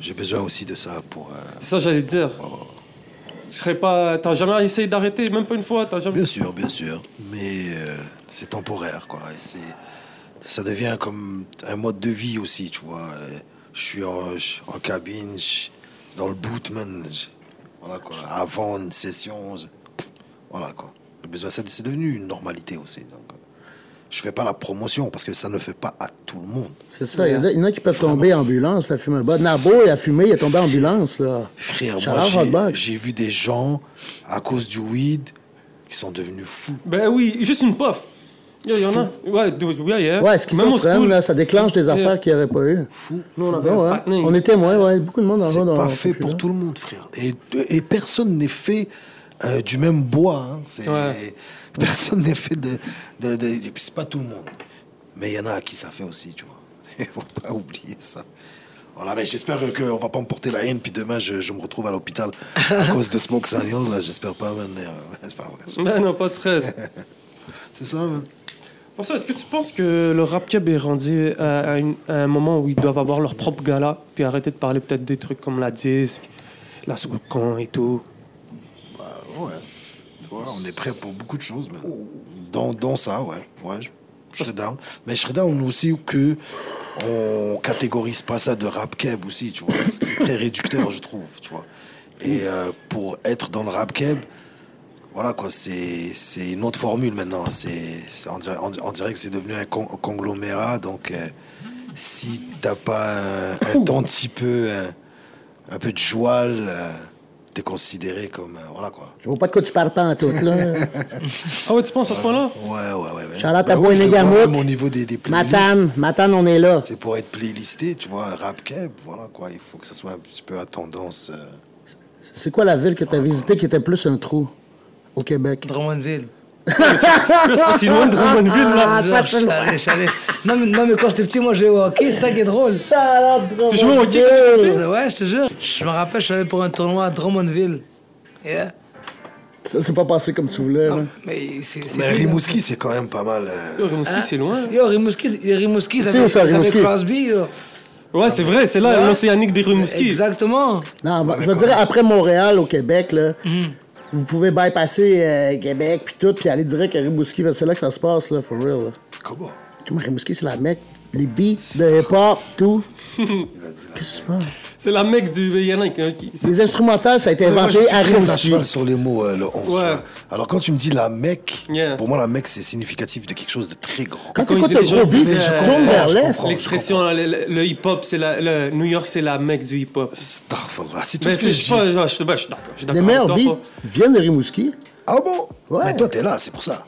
[SPEAKER 3] j'ai besoin aussi de ça pour. euh,
[SPEAKER 1] C'est ça que j'allais te dire. Tu serais pas. T'as jamais essayé d'arrêter, même pas une fois. T'as jamais.
[SPEAKER 3] Bien sûr, bien sûr, mais euh, c'est temporaire quoi. Et c'est, ça devient comme un mode de vie aussi, tu vois. Euh, Je suis en, je suis en cabine, je suis dans le boot, man. Je- Voilà quoi. Avant une session, je- pff, voilà quoi. Le besoin, c'est c'est devenu une normalité aussi. Donc, euh, je fais pas la promotion parce que ça ne fait pas à tout le monde.
[SPEAKER 4] C'est ça. Il y en a- il y en a qui peuvent tomber ambulance, la fumée. Bah, Nabo, il a fumé, il est tombé ambulance, là.
[SPEAKER 3] Frère,
[SPEAKER 4] Shout
[SPEAKER 3] moi,
[SPEAKER 4] out Hot Box.
[SPEAKER 3] j'ai- j'ai vu des gens à cause du weed qui sont devenus fous.
[SPEAKER 1] Ben oui, juste une pof. Il y en a. Ouais, d- ouais, yeah.
[SPEAKER 4] Ouais,
[SPEAKER 1] Même au
[SPEAKER 4] schizophrène,
[SPEAKER 1] school.
[SPEAKER 4] là, ça déclenche des affaires qu'il n'y aurait pas eu.
[SPEAKER 3] Fous.
[SPEAKER 1] Nous, on avait
[SPEAKER 4] Bon,
[SPEAKER 1] un
[SPEAKER 4] ouais.
[SPEAKER 1] partner.
[SPEAKER 4] On est témoins, ouais. Beaucoup de monde en
[SPEAKER 3] C'est
[SPEAKER 4] va dans
[SPEAKER 3] pas
[SPEAKER 4] dans-
[SPEAKER 3] fait pour
[SPEAKER 4] là.
[SPEAKER 3] tout le monde, frère. Et, et personne n'est fait euh, du même bois. hein. C'est-
[SPEAKER 1] Ouais.
[SPEAKER 3] Personne n'est fait de. de- de- de- c'est pas tout le monde. Mais il y en a à qui ça fait aussi, tu vois. Il faut pas oublier ça. Voilà, mais j'espère qu'on va pas me porter la haine, puis demain je, je me retrouve à l'hôpital à cause de Smoke Signal. Là, j'espère pas, man. Euh, C'est pas vrai.
[SPEAKER 1] Ben non, pas de stress.
[SPEAKER 3] C'est ça, man.
[SPEAKER 1] Pour ça, est-ce que tu penses que le rap keb est rendu à, à une- à un moment où ils doivent avoir leur propre gala, puis arrêter de parler peut-être des trucs comme la disque, la Soukan et tout
[SPEAKER 3] Ouais. Tu vois, on est prêt pour beaucoup de choses, man. Dont, dont Oh. ça, ouais. Ouais, je, je serais down. Mais je serais down aussi que on catégorise pas ça de rap keb aussi, tu vois. Parce que c'est très réducteur, je trouve, tu vois. Et euh, pour être dans le rap keb, voilà quoi, c'est c'est une autre formule maintenant. C'est c'est- on, dirait, on dirait- on dirait que c'est devenu un, con- un conglomérat. Donc, euh, si t'as pas un, un ton petit peu, un, un peu de joie, euh, t'es considéré comme euh, voilà quoi.
[SPEAKER 4] Je vois pas de quoi tu parles pas en tout, là.
[SPEAKER 1] Ah ouais, tu penses à ce point-là
[SPEAKER 3] Ouais, ouais, ouais. ouais.
[SPEAKER 4] Shout out à
[SPEAKER 3] oui, je le vois
[SPEAKER 4] Boy-Négamouk.
[SPEAKER 3] même au niveau des, des playlists.
[SPEAKER 4] Matane, Matane, on est là.
[SPEAKER 3] C'est pour être playlisté, tu vois, rap keb, voilà quoi. Il faut que ça soit un petit peu à tendance. euh,
[SPEAKER 4] C'est quoi la ville que tu as visitée qui était plus un trou au Québec?
[SPEAKER 2] Drummondville.
[SPEAKER 1] Là, C'est pas si loin de Drummondville, là.
[SPEAKER 4] Ah,
[SPEAKER 2] Genre, je suis allé, je suis allé. Non mais, non, mais quand j'étais petit, moi, je jouais au hockey, c'est ça qui est drôle.
[SPEAKER 1] Tu joues au hockey
[SPEAKER 2] C'est- Ouais, je te jure. Je me rappelle, je suis allé pour un tournoi à Drummondville. Yeah.
[SPEAKER 4] Ça s'est pas passé comme tu voulais. là.
[SPEAKER 2] Mais c'est. c'est
[SPEAKER 3] Mais
[SPEAKER 2] nul,
[SPEAKER 3] Rimouski, c'est quand même pas mal. euh,
[SPEAKER 1] Rimouski, c'est loin.
[SPEAKER 2] hein. Yo, Rimouski, Rimouski, ça
[SPEAKER 4] C'est où,
[SPEAKER 2] fait
[SPEAKER 4] ça,
[SPEAKER 2] ça fait
[SPEAKER 4] Rimouski
[SPEAKER 2] Crosby, yo.
[SPEAKER 1] Ouais, c'est vrai, c'est là
[SPEAKER 2] Ouais.
[SPEAKER 1] l'océanique des Rimouski.
[SPEAKER 2] Exactement.
[SPEAKER 4] Non, bah, je veux dire, après Montréal, au Québec, là,
[SPEAKER 3] Mhm.
[SPEAKER 4] vous pouvez bypasser euh, Québec, puis tout, puis aller direct à Rimouski, parce que c'est là que ça se passe, là, for real. là.
[SPEAKER 3] Comment
[SPEAKER 4] Comment Rimouski, c'est la mecque, les beats, le hip-hop, tout.
[SPEAKER 3] Il a dit là.
[SPEAKER 4] Qu'est-ce que tu fais?
[SPEAKER 1] C'est la mec du Yannick. hein, qui-
[SPEAKER 4] Les instrumentales, ça a été
[SPEAKER 3] Mais moi, je
[SPEAKER 4] inventé
[SPEAKER 3] suis
[SPEAKER 4] à
[SPEAKER 3] très à
[SPEAKER 4] Rimouski.
[SPEAKER 3] cheval sur les mots, euh, le 11.
[SPEAKER 1] Ouais.
[SPEAKER 3] tu vois. Alors quand tu me dis la Mecque,
[SPEAKER 1] Yeah.
[SPEAKER 3] pour moi la Mecque c'est significatif de quelque chose de très grand.
[SPEAKER 4] Quand
[SPEAKER 1] Quand
[SPEAKER 4] t'écoutes
[SPEAKER 1] il y a
[SPEAKER 4] le
[SPEAKER 1] des
[SPEAKER 4] gros
[SPEAKER 1] gens
[SPEAKER 4] beat,
[SPEAKER 1] qui disent,
[SPEAKER 4] tu
[SPEAKER 1] euh,
[SPEAKER 4] tournes vers
[SPEAKER 3] je
[SPEAKER 4] l'est.
[SPEAKER 3] comprends.
[SPEAKER 1] L'expression, le, le- le hip-hop, c'est la. le- New York, c'est la mec du hip-hop.
[SPEAKER 3] Starfallah, c'est tout
[SPEAKER 1] Mais
[SPEAKER 3] ce que
[SPEAKER 1] c'est-
[SPEAKER 3] je
[SPEAKER 1] je
[SPEAKER 3] dis.
[SPEAKER 1] sais pas, je sais pas, je suis d'accord. je suis
[SPEAKER 4] Les
[SPEAKER 1] d'accord
[SPEAKER 4] meilleurs
[SPEAKER 1] avec toi,
[SPEAKER 4] beats viennent de Rimouski.
[SPEAKER 3] Ah bon
[SPEAKER 4] Ouais.
[SPEAKER 3] Mais toi t'es là, c'est pour ça.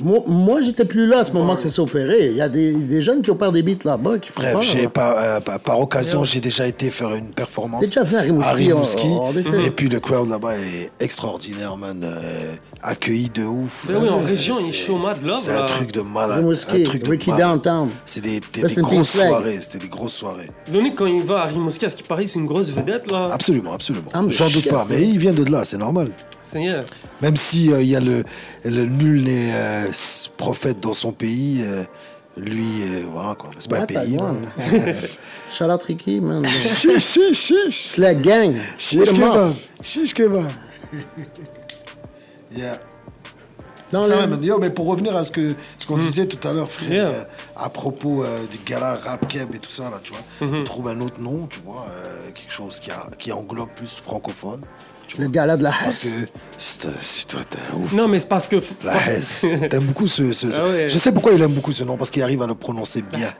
[SPEAKER 4] Moi, moi, j'étais plus là à ce moment que ça s'est opéré. Il y a des, des jeunes qui opèrent des beats là-bas qui font
[SPEAKER 3] Bref,
[SPEAKER 4] peur,
[SPEAKER 3] j'ai
[SPEAKER 4] là.
[SPEAKER 3] par, euh, par- par occasion, j'ai déjà été faire une performance
[SPEAKER 4] T'es déjà venu à Rimouski, euh, on- on était.
[SPEAKER 3] et puis le crowd là-bas est extraordinaire, man. euh, accueilli de ouf.
[SPEAKER 1] Ben oui, en
[SPEAKER 3] Euh,
[SPEAKER 1] région, il
[SPEAKER 3] c'est-
[SPEAKER 1] est chaud, mad love,
[SPEAKER 3] C'est un
[SPEAKER 1] là.
[SPEAKER 3] truc de malade.
[SPEAKER 4] Rimouski,
[SPEAKER 3] un truc de
[SPEAKER 4] Ricky
[SPEAKER 3] malade.
[SPEAKER 4] Downtown.
[SPEAKER 3] C'est des, des-
[SPEAKER 4] Rest
[SPEAKER 3] des
[SPEAKER 4] in peace,
[SPEAKER 3] grosses
[SPEAKER 4] Flag.
[SPEAKER 3] soirées. C'était des grosses soirées.
[SPEAKER 1] Yannick, quand il va à Rimouski, à ce qui paraît, c'est une grosse vedette, là.
[SPEAKER 3] Absolument, absolument.
[SPEAKER 4] Ah, mais
[SPEAKER 3] J'en doute
[SPEAKER 4] chef,
[SPEAKER 3] pas. Mais il vient de là, c'est normal.
[SPEAKER 1] Seigneur.
[SPEAKER 3] Même si euh, il y a le, le nul n'est euh, s- prophète dans son pays, euh, lui, euh, voilà quoi. C'est pas un
[SPEAKER 4] Ouais,
[SPEAKER 3] pays. là.
[SPEAKER 4] Ah, Taïwan. Shout out Ricky, man.
[SPEAKER 3] Chiche, chiche, chiche.
[SPEAKER 4] C'est la gang.
[SPEAKER 3] Shish
[SPEAKER 4] Hit 'em up.
[SPEAKER 3] kebab. Shish kebab. yeah.
[SPEAKER 4] Dans
[SPEAKER 3] C'est ça,
[SPEAKER 4] le-
[SPEAKER 3] man. Yo, mais pour revenir à ce que ce qu'on disait tout à l'heure, frère,
[SPEAKER 1] Hmm. Yeah.
[SPEAKER 3] euh, à propos euh, du gala rap keb et tout ça là, tu vois,
[SPEAKER 1] Hmm.
[SPEAKER 3] on trouve un autre nom, tu vois, euh, quelque chose qui, a, qui englobe plus francophone, tu
[SPEAKER 4] Le
[SPEAKER 3] vois.
[SPEAKER 4] gala de la
[SPEAKER 3] Parce
[SPEAKER 4] Hesse.
[SPEAKER 3] que c'est c'est- toi, t'es un ouf.
[SPEAKER 1] Non, mais c'est parce que.
[SPEAKER 3] La Hesse. T'aimes beaucoup ce, ce- ce-
[SPEAKER 1] Hmm. Ah ouais.
[SPEAKER 3] Je sais pourquoi il aime beaucoup ce nom, parce qu'il arrive à le prononcer bien.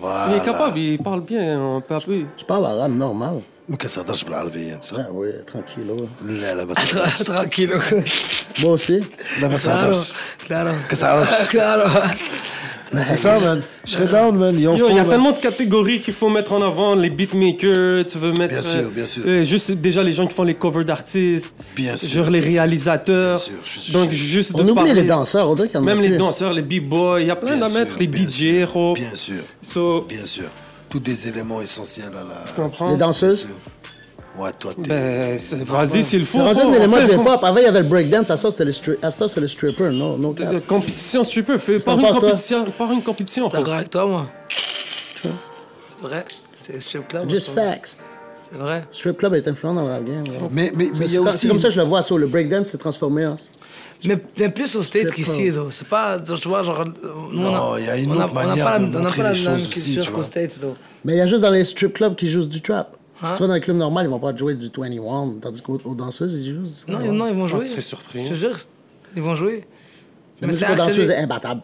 [SPEAKER 3] Voilà.
[SPEAKER 1] Il est capable, il parle bien, on peut appeler.
[SPEAKER 4] Je parle arabe normal. Ah
[SPEAKER 3] Mais qu'est-ce que ça, je peux l'enlever, hein, ça.
[SPEAKER 4] Ouais, oui, tranquille. ouais.
[SPEAKER 3] Là, là, bah, ça va.
[SPEAKER 2] Tra- Tranquilo.
[SPEAKER 4] Moi
[SPEAKER 3] Là,
[SPEAKER 4] aussi.
[SPEAKER 3] bah,
[SPEAKER 1] Ah,
[SPEAKER 3] ça
[SPEAKER 2] Claro.
[SPEAKER 3] va.
[SPEAKER 2] Claro.
[SPEAKER 3] Que ça marche.
[SPEAKER 2] Claro.
[SPEAKER 3] C'est ça, man. Je serais down, man. Il y en
[SPEAKER 1] Yo,
[SPEAKER 3] faut,
[SPEAKER 1] il y a
[SPEAKER 3] man.
[SPEAKER 1] tellement de catégories qu'il faut mettre en avant, les beatmakers, tu veux mettre.
[SPEAKER 3] Bien sûr, bien sûr.
[SPEAKER 1] euh, juste déjà les gens qui font les covers d'artistes,
[SPEAKER 3] Bien sûr,
[SPEAKER 1] genre les
[SPEAKER 3] bien sûr.
[SPEAKER 1] réalisateurs.
[SPEAKER 3] Bien sûr, je suis-
[SPEAKER 1] Donc
[SPEAKER 3] je suis-
[SPEAKER 1] juste
[SPEAKER 4] On
[SPEAKER 1] de
[SPEAKER 4] oublie
[SPEAKER 1] parler.
[SPEAKER 4] les danseurs. On dirait qu'il y en a
[SPEAKER 1] Même les
[SPEAKER 4] plus.
[SPEAKER 1] danseurs, les b-boys, il y a plein
[SPEAKER 3] Bien
[SPEAKER 1] à
[SPEAKER 3] sûr,
[SPEAKER 1] mettre, les
[SPEAKER 3] bien
[SPEAKER 1] DJ,
[SPEAKER 3] sûr,
[SPEAKER 1] oh.
[SPEAKER 3] Bien sûr.
[SPEAKER 1] So,
[SPEAKER 3] Bien sûr. Tous des éléments essentiels à la.
[SPEAKER 1] tu comprends?
[SPEAKER 4] Les danseuses.
[SPEAKER 3] Bien sûr. Ouais, toi, t'es.
[SPEAKER 1] Ben, c'est- vas-y, s'il faut.
[SPEAKER 4] C'est rendu
[SPEAKER 1] faut,
[SPEAKER 4] un
[SPEAKER 1] on
[SPEAKER 4] élément
[SPEAKER 1] fait,
[SPEAKER 4] de
[SPEAKER 1] com-
[SPEAKER 4] hip-hop. Avant, il y avait le breakdance. À ça, c'était le, stri... à ça, c'est le stripper. Non, non,
[SPEAKER 1] de- de euh, Compétition, si tu peux. Fais par
[SPEAKER 4] en
[SPEAKER 1] une
[SPEAKER 4] penses, toi?
[SPEAKER 1] compétition. Par une compétition.
[SPEAKER 2] T'es
[SPEAKER 1] faut.
[SPEAKER 2] d'accord avec toi, moi C'est vrai. C'est strip club.
[SPEAKER 4] Just
[SPEAKER 2] ça.
[SPEAKER 4] facts.
[SPEAKER 2] C'est vrai.
[SPEAKER 4] Strip club est influent dans le rap game. ouais.
[SPEAKER 3] Mais, mais, mais
[SPEAKER 4] C'est
[SPEAKER 3] il y a aussi.
[SPEAKER 4] c'est comme ça que je le vois. ça, le breakdance s'est transformé en.
[SPEAKER 2] Mais, mais plus aux States
[SPEAKER 4] Strip
[SPEAKER 2] qu'ici, though. c'est pas, tu vois, genre, euh, nous,
[SPEAKER 3] Non, il y a une autre manière de
[SPEAKER 2] la-
[SPEAKER 3] montrer
[SPEAKER 2] la
[SPEAKER 3] les
[SPEAKER 2] même
[SPEAKER 3] choses aussi,
[SPEAKER 2] culture
[SPEAKER 3] tu
[SPEAKER 2] qu'aux
[SPEAKER 3] vois.
[SPEAKER 2] States, though.
[SPEAKER 4] Mais il y a juste dans les strip clubs qui jouent du trap.
[SPEAKER 1] Hein?
[SPEAKER 4] Si tu vas dans le club normal, ils vont pas te jouer du 21, tandis qu'aux aux danseuses, ils jouent du 21.
[SPEAKER 2] Non, ils- non, ils vont
[SPEAKER 1] Ah,
[SPEAKER 2] jouer.
[SPEAKER 1] tu serais surpris.
[SPEAKER 2] Je te jure, ils vont jouer.
[SPEAKER 4] La
[SPEAKER 2] Mais
[SPEAKER 4] musique
[SPEAKER 2] c'est
[SPEAKER 4] aux danseuses
[SPEAKER 2] actually-
[SPEAKER 4] est imbattable.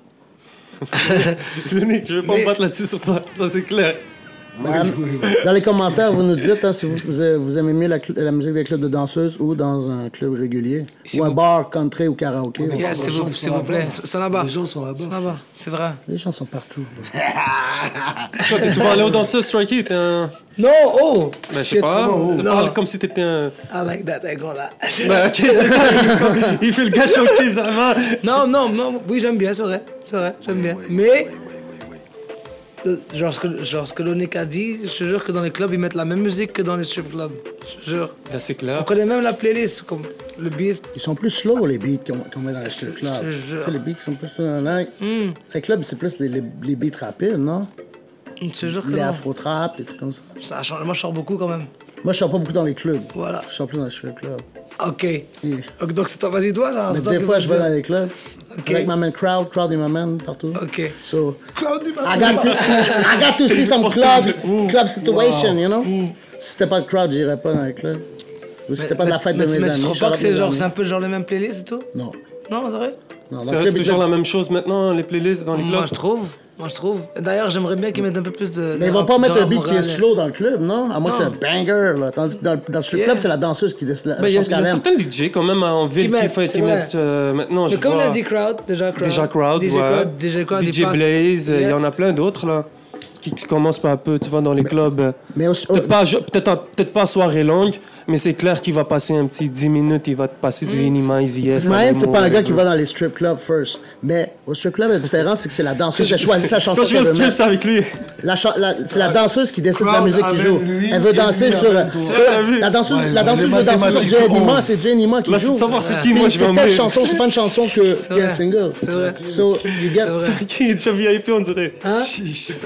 [SPEAKER 1] Dominique, je vais pas
[SPEAKER 2] Mais-
[SPEAKER 1] me battre là-dessus sur toi, ça c'est clair.
[SPEAKER 4] Madame, dans les commentaires, vous nous dites hein, si vous, vous- vous aimez mieux la, cl- la musique des clubs de danseuses ou dans un club régulier.
[SPEAKER 2] Si
[SPEAKER 4] ou un
[SPEAKER 2] vous-
[SPEAKER 4] bar, country ou karaoké.
[SPEAKER 3] mais-
[SPEAKER 2] Yes,
[SPEAKER 3] Les
[SPEAKER 2] s'il
[SPEAKER 3] gens
[SPEAKER 2] vous,
[SPEAKER 3] sont
[SPEAKER 2] s'il vous
[SPEAKER 3] là-bas.
[SPEAKER 2] plaît, sont là-bas.
[SPEAKER 3] Les gens sont là-bas.
[SPEAKER 2] Sont là-bas, c'est vrai.
[SPEAKER 4] Les gens sont partout.
[SPEAKER 1] Toi, t'es souvent allé au danseur hein. Strikey, t'es un.
[SPEAKER 2] Non, oh!
[SPEAKER 1] Ben, je sais pas, tu parles
[SPEAKER 2] Non,
[SPEAKER 1] comme si t'étais un.
[SPEAKER 2] I like that, I got that.
[SPEAKER 1] Ben, ok, c'est ça, il fait Bah, le gars choqué, ça va.
[SPEAKER 2] non, non, non, oui, j'aime bien, c'est vrai, c'est vrai, j'aime bien.
[SPEAKER 3] Oui,
[SPEAKER 2] Mais,
[SPEAKER 3] oui, oui, oui, oui.
[SPEAKER 2] euh, genre, ce que, genre, ce que Lonick a dit, je te jure que dans les clubs, ils mettent la même musique que dans les strip clubs. Je te jure.
[SPEAKER 1] Ben, c'est
[SPEAKER 2] On
[SPEAKER 1] clair.
[SPEAKER 2] connaît même la playlist, comme le Beast.
[SPEAKER 4] Ils sont plus slow, les beats qu'on qu'on met dans les strip clubs.
[SPEAKER 2] Je te jure. Hmm.
[SPEAKER 4] Tu sais, les beats sont plus. euh, là, Les clubs, c'est plus les, les, les beats rapides, non?
[SPEAKER 2] Je te jure que
[SPEAKER 4] Les
[SPEAKER 2] non.
[SPEAKER 4] afro-trap, les trucs comme ça.
[SPEAKER 2] Ça change, moi, je sors beaucoup quand même.
[SPEAKER 4] Moi, je sors pas beaucoup dans les clubs.
[SPEAKER 2] Voilà.
[SPEAKER 4] Je sors plus dans les strip clubs.
[SPEAKER 2] Ok.
[SPEAKER 4] Oui.
[SPEAKER 2] Ok, Donc, c'est toi, vas-y, toi, là.
[SPEAKER 4] Mm. Mais
[SPEAKER 2] c'est toi
[SPEAKER 4] des
[SPEAKER 2] qui
[SPEAKER 4] fois,
[SPEAKER 2] vas
[SPEAKER 4] je euh,
[SPEAKER 2] me
[SPEAKER 4] vais
[SPEAKER 2] dire.
[SPEAKER 4] dans les clubs.
[SPEAKER 2] Ok.
[SPEAKER 4] Avec ma man crowd, crowd et ma man partout.
[SPEAKER 2] Ok.
[SPEAKER 4] So,
[SPEAKER 3] Claude, il m'a-
[SPEAKER 4] I got to, I got to see some club, club situation, you know? Si c'était pas de crowd, j'irais pas dans le club. Ou si c'était pas de la fête
[SPEAKER 2] mais,
[SPEAKER 4] de mes
[SPEAKER 2] mais,
[SPEAKER 4] amis.
[SPEAKER 2] mais tu trouves
[SPEAKER 4] shout
[SPEAKER 2] pas
[SPEAKER 4] out
[SPEAKER 2] que c'est
[SPEAKER 4] mes
[SPEAKER 2] genre,
[SPEAKER 4] amis.
[SPEAKER 2] c'est un peu genre les mêmes playlists et tout?
[SPEAKER 4] Non.
[SPEAKER 2] Non, c'est vrai?
[SPEAKER 4] Non, dans
[SPEAKER 1] Ça
[SPEAKER 4] le
[SPEAKER 1] reste
[SPEAKER 4] club,
[SPEAKER 1] toujours
[SPEAKER 4] ils-
[SPEAKER 1] la même chose maintenant, hein, les playlists dans les clubs.
[SPEAKER 2] Moi, je trouve. Moi, je trouve. D'ailleurs, j'aimerais bien qu'ils mettent un peu plus de.
[SPEAKER 4] Mais ils
[SPEAKER 2] de
[SPEAKER 4] vont
[SPEAKER 2] rap-
[SPEAKER 4] pas
[SPEAKER 2] de
[SPEAKER 4] mettre un
[SPEAKER 2] rap
[SPEAKER 4] beat qui est
[SPEAKER 2] montréalais.
[SPEAKER 4] slow dans le club, non? À moins que c'est un
[SPEAKER 2] Non.
[SPEAKER 4] banger, là. Tandis que dans, le- dans le strip club,
[SPEAKER 2] Yeah.
[SPEAKER 4] c'est la danseuse qui décide la
[SPEAKER 1] Mais Bah, il y a,
[SPEAKER 4] chose
[SPEAKER 1] il y a
[SPEAKER 4] qu'elle aime.
[SPEAKER 1] certains DJ quand même hein, en ville qui,
[SPEAKER 2] mettent,
[SPEAKER 1] fait-
[SPEAKER 2] c'est
[SPEAKER 1] qui
[SPEAKER 2] vrai.
[SPEAKER 1] mettent euh, maintenant.
[SPEAKER 2] Mais
[SPEAKER 1] je
[SPEAKER 2] comme on
[SPEAKER 1] vois
[SPEAKER 2] a dit Crowd, déjà Crowd.
[SPEAKER 1] déjà Crowd,
[SPEAKER 2] DJ
[SPEAKER 1] ouais.
[SPEAKER 2] Crowd, DJ Crowd, il
[SPEAKER 1] DJ
[SPEAKER 2] passe.
[SPEAKER 1] Blaze, euh, il
[SPEAKER 2] Yeah.
[SPEAKER 1] y en a plein d'autres là. Qui, qui commencent pas un peu, tu vois, dans les clubs. euh,
[SPEAKER 4] Mais aussi-
[SPEAKER 1] Peut-être pas, je- peut-être un- peut-être pas soirée longue, mais c'est clair qu'il va passer un petit 10 minutes, il va te passer du Inimize, Yes.
[SPEAKER 4] Ismaël, c'est
[SPEAKER 1] Alimo,
[SPEAKER 4] pas un gars
[SPEAKER 1] whatever.
[SPEAKER 4] qui va dans les strip clubs first. Mais au strip club, la différence, c'est que c'est la danseuse qui a choisi sa chanson.
[SPEAKER 1] Quand je vais
[SPEAKER 4] qu'elle
[SPEAKER 1] au
[SPEAKER 4] veut
[SPEAKER 1] strip,
[SPEAKER 4] mettre.
[SPEAKER 1] c'est avec lui.
[SPEAKER 4] La cha- la- C'est la danseuse qui décide de la
[SPEAKER 3] Crowd
[SPEAKER 4] musique qui
[SPEAKER 3] amène
[SPEAKER 4] joue.
[SPEAKER 3] lui,
[SPEAKER 4] Elle veut
[SPEAKER 3] et lui
[SPEAKER 4] danser
[SPEAKER 3] amène
[SPEAKER 4] sur.
[SPEAKER 3] toi.
[SPEAKER 4] sur-
[SPEAKER 1] T'as vu?
[SPEAKER 4] La danseuse
[SPEAKER 3] Ouais,
[SPEAKER 4] la danseuse
[SPEAKER 3] les
[SPEAKER 4] veut danser sur
[SPEAKER 3] mathématiques
[SPEAKER 4] Jenny
[SPEAKER 3] sont
[SPEAKER 4] Nima,
[SPEAKER 3] onze.
[SPEAKER 4] c'est Jenny Nima qui
[SPEAKER 1] Là, c'est
[SPEAKER 4] joue.
[SPEAKER 1] de savoir c'est qui,
[SPEAKER 4] Puis
[SPEAKER 1] moi, je vais
[SPEAKER 4] C'est
[SPEAKER 1] emmener.
[SPEAKER 4] telle chanson, c'est pas une chanson que- qui est un
[SPEAKER 2] vrai.
[SPEAKER 4] single.
[SPEAKER 2] C'est vrai.
[SPEAKER 4] So, you get.
[SPEAKER 2] C'est vrai.
[SPEAKER 1] Qui est déjà VIP, on dirait.
[SPEAKER 2] Hein?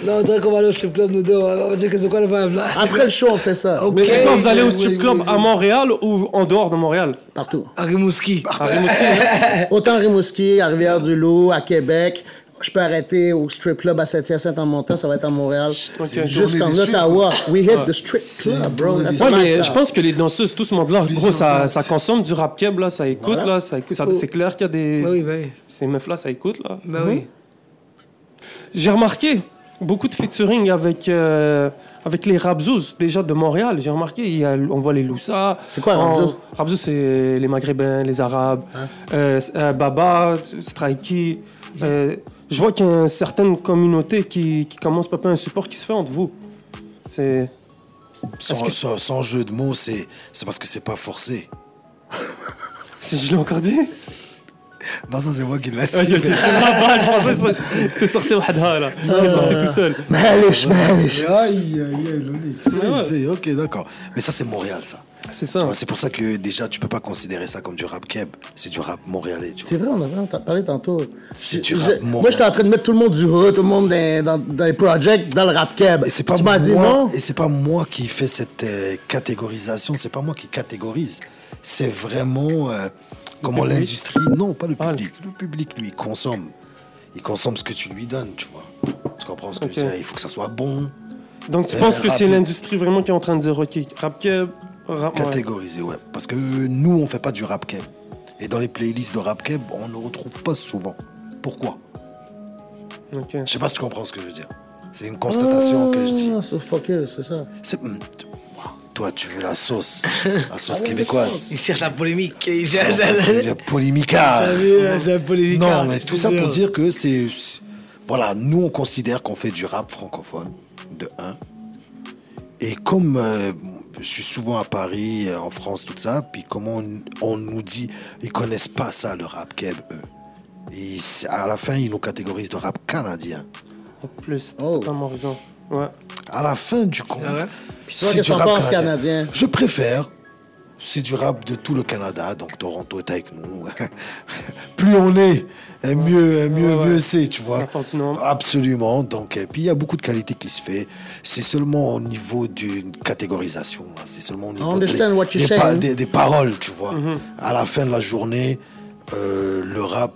[SPEAKER 2] Non, on dirait qu'on va aller au strip club, nous deux. On va on va dire que c'est quoi le vibe là?
[SPEAKER 4] Après le show, on fait ça.
[SPEAKER 2] Ok.
[SPEAKER 1] Mais c'est quoi, vous allez au
[SPEAKER 3] oui,
[SPEAKER 1] strip
[SPEAKER 3] oui,
[SPEAKER 1] club
[SPEAKER 3] oui.
[SPEAKER 1] à Montréal ou en dehors de Montréal
[SPEAKER 4] Partout.
[SPEAKER 2] Arimouski.
[SPEAKER 1] À Rimouski, hein?
[SPEAKER 4] Autant à Rimouski, à Rivière-du-Loup, à Québec. Je peux arrêter au strip club à Saint-Hyacinthe en montant, ça va être en Montréal.
[SPEAKER 3] une
[SPEAKER 4] Jusqu'en
[SPEAKER 3] tournée des
[SPEAKER 4] Ottawa. We hit the strip club, bro.
[SPEAKER 3] tournée
[SPEAKER 4] That's
[SPEAKER 3] des
[SPEAKER 1] Ouais,
[SPEAKER 4] my
[SPEAKER 1] mais je
[SPEAKER 4] style.
[SPEAKER 1] pense que les danseuses, tout ce monde-là, gros,
[SPEAKER 3] sont
[SPEAKER 1] ça,
[SPEAKER 3] plates.
[SPEAKER 1] ça consomme du rap keb, là, ça écoute,
[SPEAKER 4] Voilà.
[SPEAKER 1] là, ça écoute, ça- c'est clair qu'il y a des...
[SPEAKER 2] Bah oui, bah oui.
[SPEAKER 1] Ces meufs-là, ça écoute, là.
[SPEAKER 4] Hein
[SPEAKER 2] Bah oui.
[SPEAKER 1] J'ai remarqué beaucoup de featuring avec, euh, avec les Rabzouz, déjà de Montréal. J'ai remarqué, il y a- on voit les Loussa.
[SPEAKER 4] C'est quoi,
[SPEAKER 1] on-
[SPEAKER 4] Rabzouz
[SPEAKER 1] Rabzouz, c'est les Maghrébins, les Arabes,
[SPEAKER 3] Hein?
[SPEAKER 1] euh, c'est- euh, Baba, Strikey. euh, je vois qu'il y a une certaine communauté qui, qui commence pas un support qui se fait entre vous. C'est...
[SPEAKER 3] Sans, sans- sans jeu de mots, c'est c'est parce que c'est pas forcé.
[SPEAKER 1] c'est- Je l'ai encore dit
[SPEAKER 3] Non, ça, c'est Ah. moi qui l'ai
[SPEAKER 1] Ok,
[SPEAKER 3] dit.
[SPEAKER 1] ok. Ah, bah, je pensais que ça- c'était sorti au hadha, là. C'était sorti tout seul.
[SPEAKER 4] Malish, Malish.
[SPEAKER 3] Aïe, aïe, aïe, Loli.
[SPEAKER 1] C'est vrai.
[SPEAKER 3] C'est- Ok, d'accord. Mais ça, c'est Montréal, ça.
[SPEAKER 1] C'est ça.
[SPEAKER 3] Tu vois, C'est pour ça que déjà, tu peux pas considérer ça comme du rap keb. C'est du rap montréalais. Tu vois.
[SPEAKER 4] C'est vrai, on avait entendu parler tantôt.
[SPEAKER 3] C'est
[SPEAKER 4] Je-
[SPEAKER 3] du rap
[SPEAKER 4] je-
[SPEAKER 3] montréalais.
[SPEAKER 4] Moi, j'étais en train de mettre tout le monde du hood, tout le monde dans, dans, dans les projects, dans le rap keb.
[SPEAKER 3] Et c'est pas
[SPEAKER 4] tu m'as dit
[SPEAKER 3] moi-
[SPEAKER 4] non?
[SPEAKER 3] Bah, Et c'est pas moi qui fais cette euh, catégorisation. C'est pas moi qui catégorise. C'est vraiment euh, comment
[SPEAKER 1] public.
[SPEAKER 3] l'industrie. Non, pas le
[SPEAKER 1] Ah, le-
[SPEAKER 3] public. Le public, lui, il consomme. Il consomme ce que tu lui donnes, tu vois. Tu comprends ce que
[SPEAKER 1] Ok.
[SPEAKER 3] je veux dire Il faut que ça soit bon,
[SPEAKER 1] Donc tu
[SPEAKER 3] Euh,
[SPEAKER 1] penses que c'est
[SPEAKER 3] rap-
[SPEAKER 1] l'industrie vraiment qui est en train de dire ok, rap keb, rap ouais.
[SPEAKER 3] catégorisé, ouais. Parce que nous, on fait pas du rap keb. Et dans les playlists de rap keb, on ne retrouve pas souvent. Pourquoi
[SPEAKER 1] Ok.
[SPEAKER 3] Je sais pas si tu comprends ce que je veux dire. C'est une constatation que je dis.
[SPEAKER 4] Ah, c'est fucker, c'est ça.
[SPEAKER 3] C'est- hum, tu- wow. Toi, tu veux la sauce, Ah, la sauce québécoise.
[SPEAKER 2] Il cherche la polémique. Il cherche la.
[SPEAKER 3] C'est la polémica.
[SPEAKER 2] T'as vu, euh, c'est la polémique.
[SPEAKER 3] Non,
[SPEAKER 2] hein,
[SPEAKER 3] mais
[SPEAKER 2] je
[SPEAKER 3] tout
[SPEAKER 2] te
[SPEAKER 3] ça pour
[SPEAKER 2] jure.
[SPEAKER 3] dire que c'est. c'est- Voilà, nous, on considère qu'on fait du rap francophone, de un. Et comme euh, je suis souvent à Paris, euh, en France, tout ça, puis comment on, on nous dit, ils connaissent pas ça, le rap keb, eux. Ils- c'est- à la fin, ils nous catégorisent de rap canadien.
[SPEAKER 1] En plus,
[SPEAKER 4] Oh.
[SPEAKER 1] t'as mon raison. Ouais.
[SPEAKER 3] À la fin du compte,
[SPEAKER 2] Ah ouais
[SPEAKER 4] toi, qu'est-ce qu'on pense, Canadien
[SPEAKER 3] Je préfère. C'est du rap de tout le Canada, donc Toronto est avec nous. Plus on est, et mieux, et mieux,
[SPEAKER 1] Ouais, ouais.
[SPEAKER 3] mieux c'est, tu vois.
[SPEAKER 1] La force du nombre.
[SPEAKER 3] Absolument. Donc, et puis il y a beaucoup de qualité qui se fait. C'est seulement au niveau d'une catégorisation. là. C'est seulement au niveau des,
[SPEAKER 4] understand what you're
[SPEAKER 3] des pa-
[SPEAKER 4] saying.
[SPEAKER 1] Mhm.
[SPEAKER 3] des- des paroles, tu vois. À la fin de la journée, euh, le rap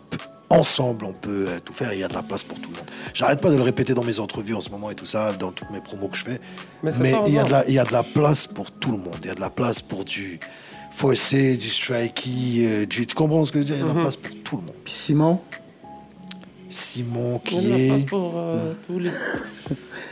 [SPEAKER 3] ensemble, on peut euh, tout faire et il y a de la place pour tout le monde. J'arrête pas de le répéter dans mes entrevues en ce moment et tout ça, dans toutes mes promos que je fais.
[SPEAKER 1] Mais c'est
[SPEAKER 3] Mais
[SPEAKER 1] ça,
[SPEAKER 3] il y, a
[SPEAKER 1] non.
[SPEAKER 3] de la- il y a de la place pour tout le monde. Il y a de la place pour du forcé, du strikey, euh, du. Tu comprends ce que je veux dire Il y a
[SPEAKER 1] Mhm.
[SPEAKER 3] de la place pour tout le monde.
[SPEAKER 4] Puis Simon,
[SPEAKER 3] Simon
[SPEAKER 1] On
[SPEAKER 3] qui
[SPEAKER 1] a
[SPEAKER 3] est.
[SPEAKER 1] pour euh, tous les.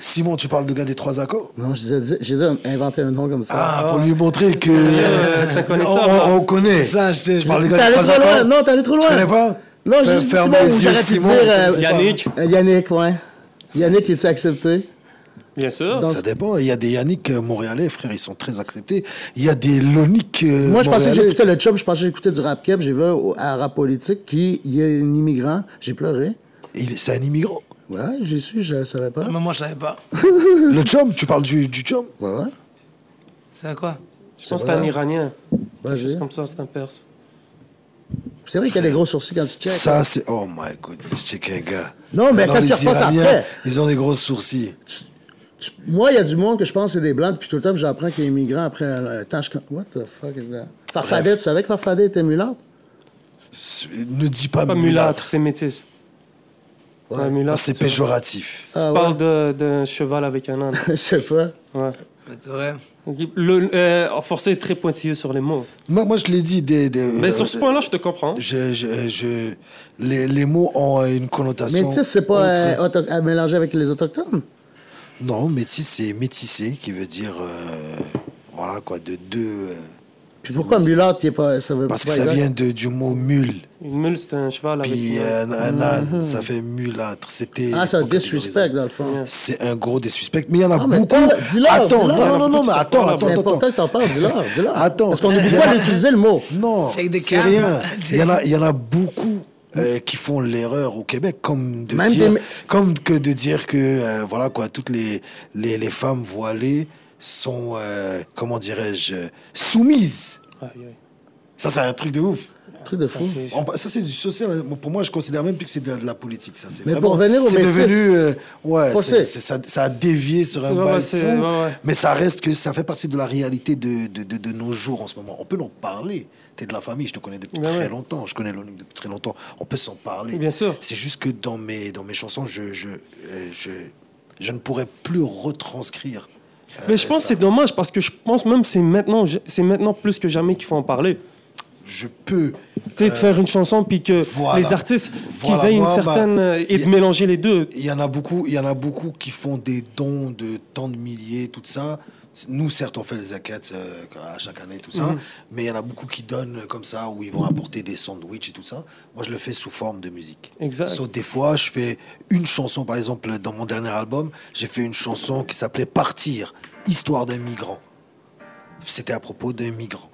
[SPEAKER 3] Simon, tu parles de gars des trois accords
[SPEAKER 4] non, je disais- j'ai dû inventer un nom comme ça.
[SPEAKER 3] Ah, pour lui montrer que. euh,
[SPEAKER 1] c'est un
[SPEAKER 4] Oh,
[SPEAKER 3] on,
[SPEAKER 1] connaisseur,
[SPEAKER 3] on-
[SPEAKER 1] hein.
[SPEAKER 3] on connaît.
[SPEAKER 2] Ça, je sais.
[SPEAKER 3] Tu parles des
[SPEAKER 4] T'es
[SPEAKER 3] gars des
[SPEAKER 4] allé
[SPEAKER 3] trois
[SPEAKER 4] trop loin.
[SPEAKER 3] accords
[SPEAKER 4] Non, t'es allé trop loin.
[SPEAKER 3] Tu connais pas
[SPEAKER 4] Non,
[SPEAKER 3] Fais-
[SPEAKER 4] j'ai dit
[SPEAKER 3] ferme
[SPEAKER 4] Simon,
[SPEAKER 3] les
[SPEAKER 4] ou
[SPEAKER 3] yeux,
[SPEAKER 4] j'aurais pu
[SPEAKER 3] Simon.
[SPEAKER 4] dire, euh,
[SPEAKER 1] Yannick,
[SPEAKER 4] Euh, Yannick, ouais. Yannick, es-tu accepté?
[SPEAKER 1] bien sûr.
[SPEAKER 4] Dans-
[SPEAKER 3] Ça dépend. Il y a des Yannick euh, montréalais, frère, ils sont très acceptés. Il y a des Lonic euh,
[SPEAKER 4] Moi, je pensais que
[SPEAKER 3] montréalais.
[SPEAKER 4] j'écoutais le chum, je pensais que j'écoutais du rap cap, j'ai vu au- à rap politique, qui il est un immigrant, j'ai pleuré.
[SPEAKER 3] Il- C'est un immigrant.
[SPEAKER 4] Ouais, j'ai su, je le savais pas.
[SPEAKER 2] Mais moi, je savais pas.
[SPEAKER 3] Le chum, tu parles du, du chum
[SPEAKER 4] Ouais, ouais.
[SPEAKER 2] C'est quoi
[SPEAKER 1] Je pense que c'est un
[SPEAKER 4] vrai.
[SPEAKER 1] Iranien.
[SPEAKER 4] Vas-y.
[SPEAKER 1] Juste comme ça, c'est un Perse.
[SPEAKER 4] C'est vrai qu'il y a des gros sourcils quand tu checkes.
[SPEAKER 3] Ça, c'est. Oh my goodness, check un gars.
[SPEAKER 4] Non, mais
[SPEAKER 3] Dans
[SPEAKER 4] quand
[SPEAKER 3] les
[SPEAKER 4] tu repenses
[SPEAKER 3] Iraniens,
[SPEAKER 4] après.
[SPEAKER 3] Ils ont des gros sourcils.
[SPEAKER 4] Tu- Moi, il y a du monde que je pense que c'est des blancs, puis tout le temps, puis j'apprends qu'il est immigrant après un temps. Je suis comme, What the fuck is that? Farfadet, tu savais que Farfadet était mulâtre?
[SPEAKER 3] Ne dis pas,
[SPEAKER 1] Pas mulâtre, c'est métis.
[SPEAKER 4] Ouais.
[SPEAKER 1] Ouais, mulâtre,
[SPEAKER 3] Ah, c'est
[SPEAKER 1] tu vois.
[SPEAKER 3] péjoratif.
[SPEAKER 1] Tu
[SPEAKER 4] Ah,
[SPEAKER 1] parles de- d'un cheval avec un âne.
[SPEAKER 4] Je sais pas.
[SPEAKER 1] Ouais.
[SPEAKER 2] Mais C'est vrai.
[SPEAKER 1] Le, euh, forcé est très pointilleux sur les mots.
[SPEAKER 3] Moi, moi je l'ai dit. Des, des-
[SPEAKER 1] Mais
[SPEAKER 3] euh,
[SPEAKER 1] sur ce point-là, je te comprends.
[SPEAKER 3] je, je, je- les, les mots ont une connotation.
[SPEAKER 4] Mais tu sais, c'est pas
[SPEAKER 3] autre.
[SPEAKER 4] euh, auto- à mélanger avec les autochtones.
[SPEAKER 3] Non, métis, c'est métissé qui veut dire. euh, voilà quoi, de deux. euh,
[SPEAKER 4] Puis pourquoi mulâtre, il est pas. Ça veut
[SPEAKER 3] parce que
[SPEAKER 4] pas
[SPEAKER 3] ça
[SPEAKER 4] exact?
[SPEAKER 3] vient de, du mot mule.
[SPEAKER 1] Une mule, c'est un cheval avec
[SPEAKER 3] Puis
[SPEAKER 1] une...
[SPEAKER 3] euh, un âne, ça fait mulâtre. C'était.
[SPEAKER 4] Mm-hmm. Ah, c'est un
[SPEAKER 3] pour catégoriser.
[SPEAKER 4] disrespect, dans le fond.
[SPEAKER 3] C'est un gros disrespect. Mais il y en a
[SPEAKER 4] Non, mais
[SPEAKER 3] beaucoup.
[SPEAKER 4] dis-leur, dis-leur,
[SPEAKER 3] attends,
[SPEAKER 4] dis-leur.
[SPEAKER 3] non, non, non, non,
[SPEAKER 1] Beaucoup
[SPEAKER 3] mais
[SPEAKER 1] qui
[SPEAKER 3] attends,
[SPEAKER 1] sont
[SPEAKER 3] attends,
[SPEAKER 4] C'est
[SPEAKER 3] attends.
[SPEAKER 4] important que t'en parles, dis-leur, dis-leur.
[SPEAKER 3] Attends.
[SPEAKER 4] Parce qu'on n'oublie pas d'utiliser le mot.
[SPEAKER 3] Non,
[SPEAKER 2] Check the
[SPEAKER 3] c'est
[SPEAKER 2] cam.
[SPEAKER 3] rien. Il y en a, il y en a beaucoup euh, qui font l'erreur au Québec, comme de
[SPEAKER 4] Même
[SPEAKER 3] dire,
[SPEAKER 4] des-
[SPEAKER 3] comme que de dire que euh, voilà quoi, toutes les les, les femmes voilées sont euh, comment dirais-je euh, soumises.
[SPEAKER 1] Aïe, aïe.
[SPEAKER 3] euh, Ça, c'est un truc de ouf.
[SPEAKER 4] Truc de fou.
[SPEAKER 1] c'est-
[SPEAKER 3] On- ça, c'est du social. Moi, Pour moi, je considère même plus que c'est de, de la politique. Ça, c'est
[SPEAKER 4] Mais
[SPEAKER 3] vraiment-
[SPEAKER 4] pour revenir au
[SPEAKER 3] C'est
[SPEAKER 4] métis.
[SPEAKER 3] devenu. euh, ouais,
[SPEAKER 4] Faut
[SPEAKER 3] c'est-
[SPEAKER 4] c'est-
[SPEAKER 3] c'est- ça, ça a dévié sur un
[SPEAKER 1] Ouais,
[SPEAKER 3] bail
[SPEAKER 1] ouais,
[SPEAKER 3] fou.
[SPEAKER 1] c'est- ouais, ouais.
[SPEAKER 3] Mais ça reste que ça fait partie de la réalité de, de, de, de nos jours en ce moment. On peut en parler. T'es de la famille, je te connais depuis
[SPEAKER 1] Ben
[SPEAKER 3] très
[SPEAKER 1] ouais.
[SPEAKER 3] longtemps. Je connais l'ONU depuis très longtemps. On peut s'en parler.
[SPEAKER 1] Bien sûr.
[SPEAKER 3] C'est juste que dans mes, dans mes chansons, je, je, euh, je, je ne pourrais plus retranscrire. euh,
[SPEAKER 1] Mais je pense que
[SPEAKER 3] ça.
[SPEAKER 1] c'est dommage parce que je pense même que c'est maintenant, c'est maintenant plus que jamais qu'il faut en parler.
[SPEAKER 3] Je peux.
[SPEAKER 1] Tu sais, de faire une chanson puis que
[SPEAKER 3] voilà.
[SPEAKER 1] les artistes
[SPEAKER 3] Voilà,
[SPEAKER 1] qu'ils aient une
[SPEAKER 3] moi, ma-
[SPEAKER 1] certaine euh, et de
[SPEAKER 3] y-
[SPEAKER 1] mélanger les deux.
[SPEAKER 3] Il y en a beaucoup, il y en a beaucoup qui font des dons de tant de milliers, tout ça. Nous, certes, on fait les zakat euh, à chaque année, tout ça, mais il y en a beaucoup qui donnent euh, comme ça, où ils vont apporter des sandwichs et tout ça. Moi, je le fais sous forme de musique.
[SPEAKER 1] Exact.
[SPEAKER 3] Sauf des fois, je fais une chanson, par exemple, dans mon dernier album, j'ai fait une chanson qui s'appelait Partir, histoire d'un migrant. C'était à propos d'un migrant.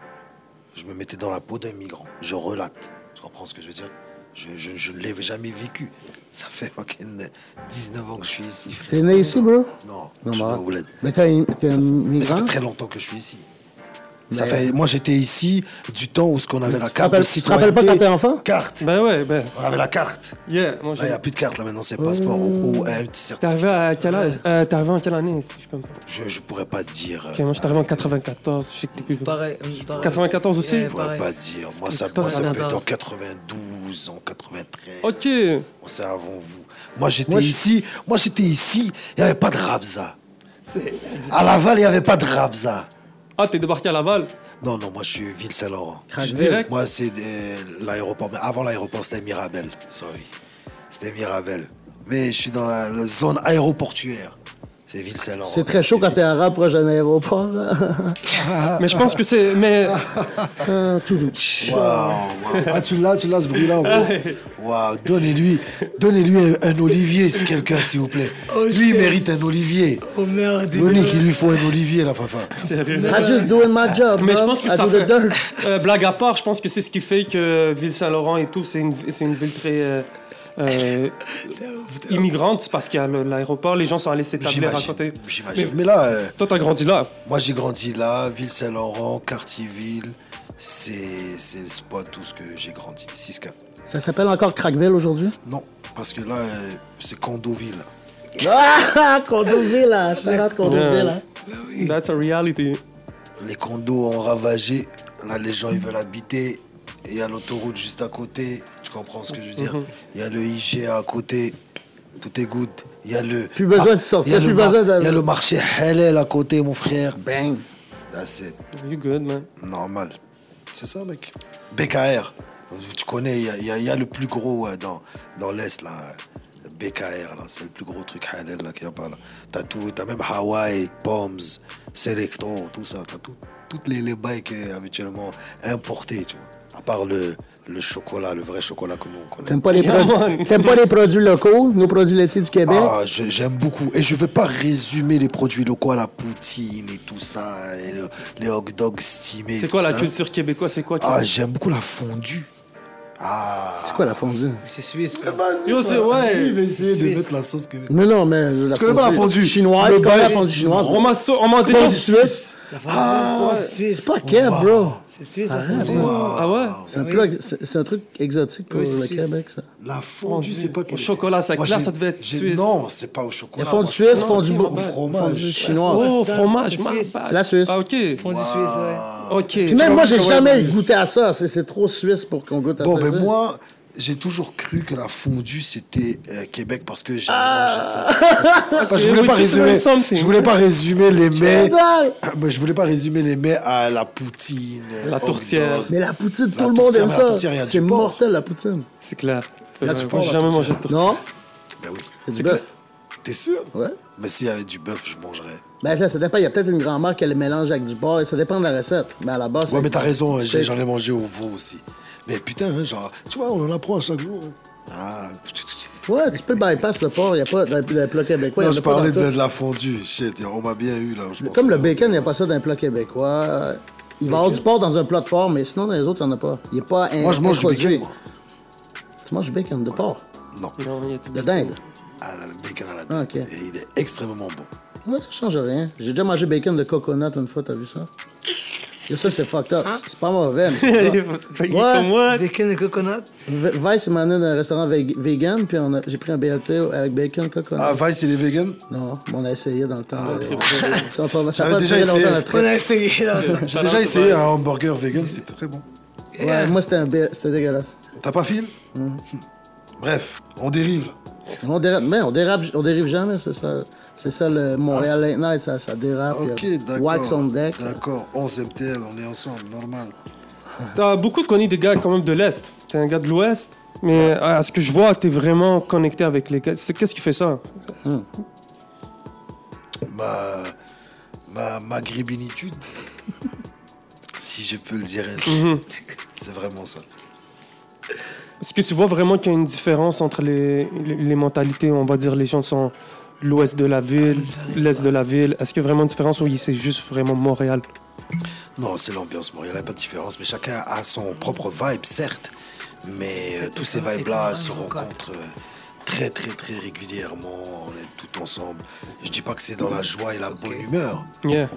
[SPEAKER 3] Je me mettais dans la peau d'un migrant. Je relate. Tu comprends ce que je veux dire Je, je- je ne l'ai jamais vécu. Ça fait fucking 19 ans que je suis ici, frère.
[SPEAKER 4] T'es né ici, bro?
[SPEAKER 3] Non,
[SPEAKER 4] Non,
[SPEAKER 3] je suis
[SPEAKER 4] bah.
[SPEAKER 3] né au Bled.
[SPEAKER 4] Mais t'es un- t'es un
[SPEAKER 3] Mais ça
[SPEAKER 4] migrant?
[SPEAKER 3] fait très longtemps que je suis ici. Ça
[SPEAKER 4] Mais-
[SPEAKER 3] fait, moi, j'étais ici du temps où ce qu'on avait la
[SPEAKER 4] te
[SPEAKER 3] carte de
[SPEAKER 4] rappelles- tu te rappelles pas
[SPEAKER 3] citoyenneté.
[SPEAKER 4] quand t'es enfant
[SPEAKER 3] Carte.
[SPEAKER 1] Ben ouais, ben.
[SPEAKER 3] On avait la carte.
[SPEAKER 1] Yeah, moi
[SPEAKER 3] Là, il n'y
[SPEAKER 1] j'ai.
[SPEAKER 3] a plus de carte, là, maintenant, c'est passeport ou, ou un petit
[SPEAKER 1] T'es
[SPEAKER 3] certificat.
[SPEAKER 1] arrivé à quel âge Euh, T'es arrivé en quelle année si je peux me-
[SPEAKER 3] Je ne pourrais pas dire. euh,
[SPEAKER 1] Ok, moi je suis arrivé en 94, je sais que t'es plus.
[SPEAKER 2] Pareil. euh, pareil.
[SPEAKER 1] 94 aussi
[SPEAKER 2] Yeah,
[SPEAKER 3] Je pourrais
[SPEAKER 2] pareil.
[SPEAKER 3] pas dire. Moi, ça,
[SPEAKER 2] Pas
[SPEAKER 3] moi, ça peut être en
[SPEAKER 2] 94.
[SPEAKER 3] 92, en 93.
[SPEAKER 1] Ok.
[SPEAKER 3] Bon, C'est avant vous. Moi, j'étais
[SPEAKER 4] Moi, je-
[SPEAKER 3] ici. Moi, j'étais ici. Il n'y avait pas de Rabza.
[SPEAKER 1] C'est-
[SPEAKER 3] À Laval, il n'y avait pas de Rabza.
[SPEAKER 1] Ah, t'es débarqué à Laval
[SPEAKER 3] Non, non, moi, je suis Ville-Saint-Laurent.
[SPEAKER 4] Crackville.
[SPEAKER 1] direct.
[SPEAKER 3] Moi, c'est euh, l'aéroport. Mais avant l'aéroport, c'était Mirabel. Sorry. C'était Mirabel. Mais je suis dans la, la zone aéroportuaire. C'est Ville-Saint-Laurent.
[SPEAKER 4] C'est très chaud quand t'es arabe proche d'un aéroport.
[SPEAKER 3] Ah.
[SPEAKER 1] Mais je pense que c'est. Mais
[SPEAKER 4] Ah, tout doux.
[SPEAKER 3] Waouh, waouh. Ah, tu l'as, tu l'as ce bruit-là en plus. Waouh, donnez-lui, donnez-lui un, un olivier, si quelqu'un, s'il vous plaît.
[SPEAKER 2] Oh,
[SPEAKER 3] Lui, il
[SPEAKER 2] shit.
[SPEAKER 3] mérite un olivier.
[SPEAKER 2] Oh merde.
[SPEAKER 3] Monique, il lui faut un olivier, la fafa.
[SPEAKER 1] sérieux.
[SPEAKER 4] I'm just doing my job.
[SPEAKER 1] Mais je
[SPEAKER 4] bro.
[SPEAKER 1] pense que
[SPEAKER 4] I
[SPEAKER 1] ça
[SPEAKER 4] do the
[SPEAKER 1] fait.
[SPEAKER 4] dirt.
[SPEAKER 1] Euh, blague à part, je pense que c'est ce qui fait que Ville-Saint-Laurent et tout, c'est une, c'est une ville très. euh, euh, immigrante, c'est parce qu'il y a le- l'aéroport, les gens sont allés s'établir à
[SPEAKER 3] J'imagine.
[SPEAKER 1] côté.
[SPEAKER 3] J'imagine.
[SPEAKER 1] Mais-
[SPEAKER 3] Mais là, euh,
[SPEAKER 1] Toi, t'as grandi là.
[SPEAKER 3] moi, j'ai grandi là, Ville-Saint-Laurent, Quartier-Ville. C'est c'est le spot tout ce que j'ai grandi. 6-4.
[SPEAKER 4] Ça s'appelle encore Crackville aujourd'hui?
[SPEAKER 3] Non, parce que là, euh, c'est Condoville.
[SPEAKER 4] Ah, Condoville, là. Charlotte Condoville, hein. là.
[SPEAKER 1] That's a reality.
[SPEAKER 3] Les condos ont ravagé. Là, les gens, ils veulent habiter. Et Il y a l'autoroute juste à côté. Tu comprends ce que je veux dire Il y a le IGA à côté, tout est good. Il y a le.
[SPEAKER 4] Plus besoin
[SPEAKER 3] ah,
[SPEAKER 4] de sortir,
[SPEAKER 3] il y a
[SPEAKER 4] plus
[SPEAKER 3] le mar-
[SPEAKER 4] besoin de-
[SPEAKER 3] Il y a le marché halal à côté, mon frère.
[SPEAKER 4] Bang.
[SPEAKER 3] That's it.
[SPEAKER 1] You good, man.
[SPEAKER 3] Normal. C'est ça, mec. BKR. Tu connais, il y a- il y, a- il y a le plus gros ouais, dans, dans l'Est, là. euh, BKR, là. C'est le plus gros truc halal, là, qu'il y a pas, là. T'as tout, t'as même Hawaii, Bombs, Selecto, tout ça. T'as tout, toutes les, les bails qui est habituellement importés, tu vois. À part le, le chocolat, le vrai chocolat que nous, on connaît.
[SPEAKER 4] T'aimes pas, les
[SPEAKER 1] Yeah,
[SPEAKER 4] produits-
[SPEAKER 1] man.
[SPEAKER 4] t'aimes pas les produits locaux, nos produits laitiers du Québec?
[SPEAKER 3] Ah, je- j'aime beaucoup. Et je vais pas résumer les produits locaux à la poutine et tout ça, et le- les hot dogs steamés.
[SPEAKER 1] C'est
[SPEAKER 3] tout
[SPEAKER 1] quoi la
[SPEAKER 3] ça.
[SPEAKER 1] culture québécoise C'est quoi tu
[SPEAKER 3] Ah,
[SPEAKER 1] vois?
[SPEAKER 3] j'aime beaucoup la fondue. Ah.
[SPEAKER 4] C'est quoi la fondue?
[SPEAKER 2] C'est suisse. ça.
[SPEAKER 1] Yo, c'est ouais.
[SPEAKER 3] va essayer
[SPEAKER 2] de Suisse. mettre
[SPEAKER 3] la sauce que.
[SPEAKER 4] Mais non, mais la
[SPEAKER 3] connais pas la fondue?
[SPEAKER 4] chinoise,
[SPEAKER 3] Le
[SPEAKER 4] Ah, je connais la
[SPEAKER 3] bail-
[SPEAKER 4] fondue chinoise.
[SPEAKER 1] On m'a so- on m'a
[SPEAKER 4] La fondue
[SPEAKER 1] déjà.
[SPEAKER 4] suisse.
[SPEAKER 3] Ah,
[SPEAKER 4] C'est pas quel, bro?
[SPEAKER 2] C'est suisse, la
[SPEAKER 4] Arrête,
[SPEAKER 2] fondue.
[SPEAKER 1] Ah ouais.
[SPEAKER 4] C'est un,
[SPEAKER 2] Oui.
[SPEAKER 4] plat- c'est- c'est un truc exotique pour
[SPEAKER 2] Oui,
[SPEAKER 4] le
[SPEAKER 2] c'est suisse.
[SPEAKER 4] Québec, ça.
[SPEAKER 3] La fondue, c'est pas que.
[SPEAKER 1] Au chocolat, ça
[SPEAKER 3] Moi,
[SPEAKER 1] classe,
[SPEAKER 3] j'ai-
[SPEAKER 1] ça devait être
[SPEAKER 3] j'ai-
[SPEAKER 1] suisse.
[SPEAKER 3] Non, c'est pas au chocolat.
[SPEAKER 4] La fondue
[SPEAKER 3] moi, je-
[SPEAKER 4] suisse,
[SPEAKER 3] non,
[SPEAKER 4] fondue
[SPEAKER 3] ok,
[SPEAKER 4] bo-
[SPEAKER 3] au
[SPEAKER 4] fondue
[SPEAKER 3] fromage.
[SPEAKER 4] chinoise.
[SPEAKER 1] Oh,
[SPEAKER 2] c'est ça,
[SPEAKER 1] fromage,
[SPEAKER 2] c'est
[SPEAKER 1] ma
[SPEAKER 2] suisse.
[SPEAKER 1] bad.
[SPEAKER 4] C'est la Suisse.
[SPEAKER 1] Ah, ok.
[SPEAKER 2] Fondue suisse, ouais.
[SPEAKER 3] Ah.
[SPEAKER 1] Ok.
[SPEAKER 4] Puis même moi, j'ai
[SPEAKER 1] Ouais,
[SPEAKER 4] jamais
[SPEAKER 1] ouais.
[SPEAKER 4] goûté à ça. C'est c'est trop suisse pour qu'on goûte à
[SPEAKER 3] Bon,
[SPEAKER 4] ça.
[SPEAKER 3] ben
[SPEAKER 4] ça.
[SPEAKER 3] moi, j'ai toujours cru que la fondue, c'était euh, Québec parce que j'avais mangé
[SPEAKER 1] Ah.
[SPEAKER 3] ça. Parce que je voulais
[SPEAKER 1] we
[SPEAKER 3] pas
[SPEAKER 1] just learned
[SPEAKER 3] résumer.
[SPEAKER 1] something.
[SPEAKER 3] Je voulais pas résumer les mets.
[SPEAKER 4] Scandale!
[SPEAKER 3] Mais je voulais pas résumer les mets à la poutine.
[SPEAKER 1] La
[SPEAKER 3] hot
[SPEAKER 1] tourtière.
[SPEAKER 3] dog.
[SPEAKER 4] Mais la poutine,
[SPEAKER 3] La
[SPEAKER 4] tout le monde
[SPEAKER 3] tourtière,
[SPEAKER 4] aime
[SPEAKER 3] mais la
[SPEAKER 4] ça.
[SPEAKER 3] tourtière, il y a
[SPEAKER 4] C'est
[SPEAKER 3] du porc.
[SPEAKER 4] mortel, la poutine.
[SPEAKER 1] C'est clair. C'est
[SPEAKER 4] Là,
[SPEAKER 1] vrai.
[SPEAKER 4] tu
[SPEAKER 1] Moi,
[SPEAKER 4] prends
[SPEAKER 1] j'ai
[SPEAKER 4] la
[SPEAKER 1] jamais mangé de
[SPEAKER 4] poutine.
[SPEAKER 1] tourtière.
[SPEAKER 4] Non,
[SPEAKER 3] Ben oui.
[SPEAKER 4] c'est du
[SPEAKER 1] C'est clair.
[SPEAKER 4] bœuf.
[SPEAKER 3] T'es sûr
[SPEAKER 4] Ouais.
[SPEAKER 3] Mais s'il y avait du bœuf, je mangerais.
[SPEAKER 4] Ben là, ça dépend. Il y a peut-être une grand-mère qui le mélange avec du porc. Ça dépend de la recette. Mais à la base.
[SPEAKER 3] Ouais,
[SPEAKER 4] c'est-
[SPEAKER 3] mais t'as raison, j'ai-
[SPEAKER 4] c'est-
[SPEAKER 3] j'en ai mangé au veau aussi. Mais putain, hein, genre, tu vois, on en apprend à chaque jour. hein. Ah,
[SPEAKER 4] Ouais, tu peux bypass le porc. Il n'y a pas dans dans le plat québécois.
[SPEAKER 3] non,
[SPEAKER 4] il y en
[SPEAKER 3] je
[SPEAKER 4] a pas
[SPEAKER 3] parlais
[SPEAKER 4] dans
[SPEAKER 3] de,
[SPEAKER 4] tout.
[SPEAKER 3] de la fondue. Shit, on m'a bien eu là. je pensais
[SPEAKER 4] Comme le
[SPEAKER 3] pas,
[SPEAKER 4] bacon, il n'y a
[SPEAKER 3] c'est-
[SPEAKER 4] pas ça dans un plat québécois. Il va y avoir du porc dans un plat de porc, mais sinon, dans les autres, il n'y en a pas. Il n'est pas in-
[SPEAKER 3] Moi, je mange du
[SPEAKER 4] introduit.
[SPEAKER 3] bacon, moi.
[SPEAKER 4] Tu manges du bacon de porc,
[SPEAKER 3] Non,
[SPEAKER 1] Non, il y a tout.
[SPEAKER 4] de dinde.
[SPEAKER 3] ah, le bacon à la
[SPEAKER 4] Ah,
[SPEAKER 3] dinde.
[SPEAKER 4] ok. Ah,
[SPEAKER 3] Et il est extrêmement bon.
[SPEAKER 4] Ouais, ça change rien. J'ai déjà mangé bacon de coconut une fois, t'as vu ça? Et ça, c'est fucked up. C'est pas mauvais, mais
[SPEAKER 1] Il
[SPEAKER 4] c'est fucked
[SPEAKER 1] est
[SPEAKER 4] up.
[SPEAKER 1] comme moi.
[SPEAKER 2] Bacon et coconut.
[SPEAKER 4] V- Vice m'a amené dans un restaurant veg- vegan, puis on a- j'ai pris un BLT avec bacon coconut.
[SPEAKER 3] Ah, Vice, il est vegan
[SPEAKER 4] Non, mais on a essayé dans le temps. Ça a pas- ça a
[SPEAKER 3] J'avais
[SPEAKER 4] pas
[SPEAKER 3] déjà
[SPEAKER 4] duré
[SPEAKER 3] essayé.
[SPEAKER 4] longtemps, notre-
[SPEAKER 2] On a essayé, là.
[SPEAKER 3] J'ai déjà essayé un hamburger vegan, c'était très bon.
[SPEAKER 4] Ouais, Moi, c'était un B- c'était dégueulasse.
[SPEAKER 3] T'as pas fil
[SPEAKER 4] Mm.
[SPEAKER 3] Bref, on dérive. là.
[SPEAKER 4] On dérape, mais on dérape, on dérive jamais, c'est ça. C'est ça le Montréal Late Night, ça, ça dérape.
[SPEAKER 3] Ah, Ok,
[SPEAKER 4] il y a Wax
[SPEAKER 3] d'accord.
[SPEAKER 4] on Ah, deck.
[SPEAKER 3] D'accord, 11 MTL, on est ensemble, normal.
[SPEAKER 1] T'as beaucoup de connus de gars quand même de l'Est. T'es un gars de l'Ouest. Mais euh, à ce que je vois, t'es vraiment connecté avec les gars. C'est- Qu'est-ce qui fait ça
[SPEAKER 3] ma, ma magrébinitude, si je peux le dire ainsi. C'est vraiment ça.
[SPEAKER 1] Est-ce que tu vois vraiment qu'il y a une différence entre les, les, les mentalités On va dire les gens sont de l'ouest de la ville, l'est de la ville. Est-ce qu'il y a vraiment une différence ou c'est juste vraiment Montréal
[SPEAKER 3] Non, c'est l'ambiance, il n'y a pas de différence, mais chacun a son propre vibe, certes, mais euh, tous ces vibes-là se rencontrent euh, très, très, très régulièrement, on est tout ensemble. Je dis pas que c'est dans la joie et la bonne humeur,
[SPEAKER 1] Yeah.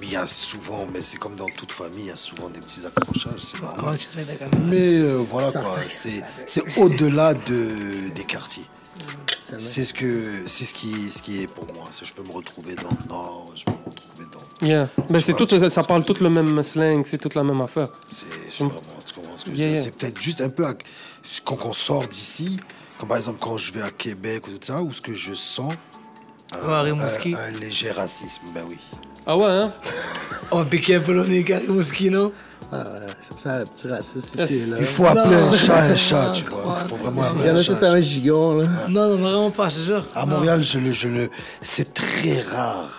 [SPEAKER 3] mais il y a souvent, mais c'est comme dans toute famille, il y a souvent des petits accrochages, c'est normal.
[SPEAKER 2] Comment tu travailles la caméra
[SPEAKER 3] Mais euh, voilà quoi, c'est c'est au-delà de, des quartiers. C'est ce que c'est ce qui ce qui est pour moi. C'est- Je peux me retrouver dans le nord, je peux me retrouver dans.
[SPEAKER 1] Yeah. Ben, c'est
[SPEAKER 3] Ouais.
[SPEAKER 1] tout, ça parle tout le même slang, c'est toute la même affaire.
[SPEAKER 3] C'est c'est vraiment tu comprends ce que je veux
[SPEAKER 1] Yeah,
[SPEAKER 3] dire.
[SPEAKER 1] yeah.
[SPEAKER 3] C'est peut-être juste un peu à- quand on sort d'ici, comme par exemple quand je vais à Québec ou tout ça, où ce que je sens un,
[SPEAKER 2] Ouais, à Rimouski.
[SPEAKER 3] un- un léger racisme. Ben oui.
[SPEAKER 1] Ah ouais, hein
[SPEAKER 2] On piquait un polonais carré mouski, non
[SPEAKER 4] Ah, ouais, ça, un petit raciste ici. Là.
[SPEAKER 3] Il faut appeler
[SPEAKER 2] Non.
[SPEAKER 3] un chat un chat, tu vois.
[SPEAKER 2] comment-
[SPEAKER 3] Il faut vraiment
[SPEAKER 4] Il y
[SPEAKER 3] appeler
[SPEAKER 4] en
[SPEAKER 3] un
[SPEAKER 4] a
[SPEAKER 3] chat.
[SPEAKER 4] tout un gigon, là.
[SPEAKER 2] Non, non, vraiment pas, je te jure.
[SPEAKER 3] À Ah, Montréal, je le je le c'est très rare.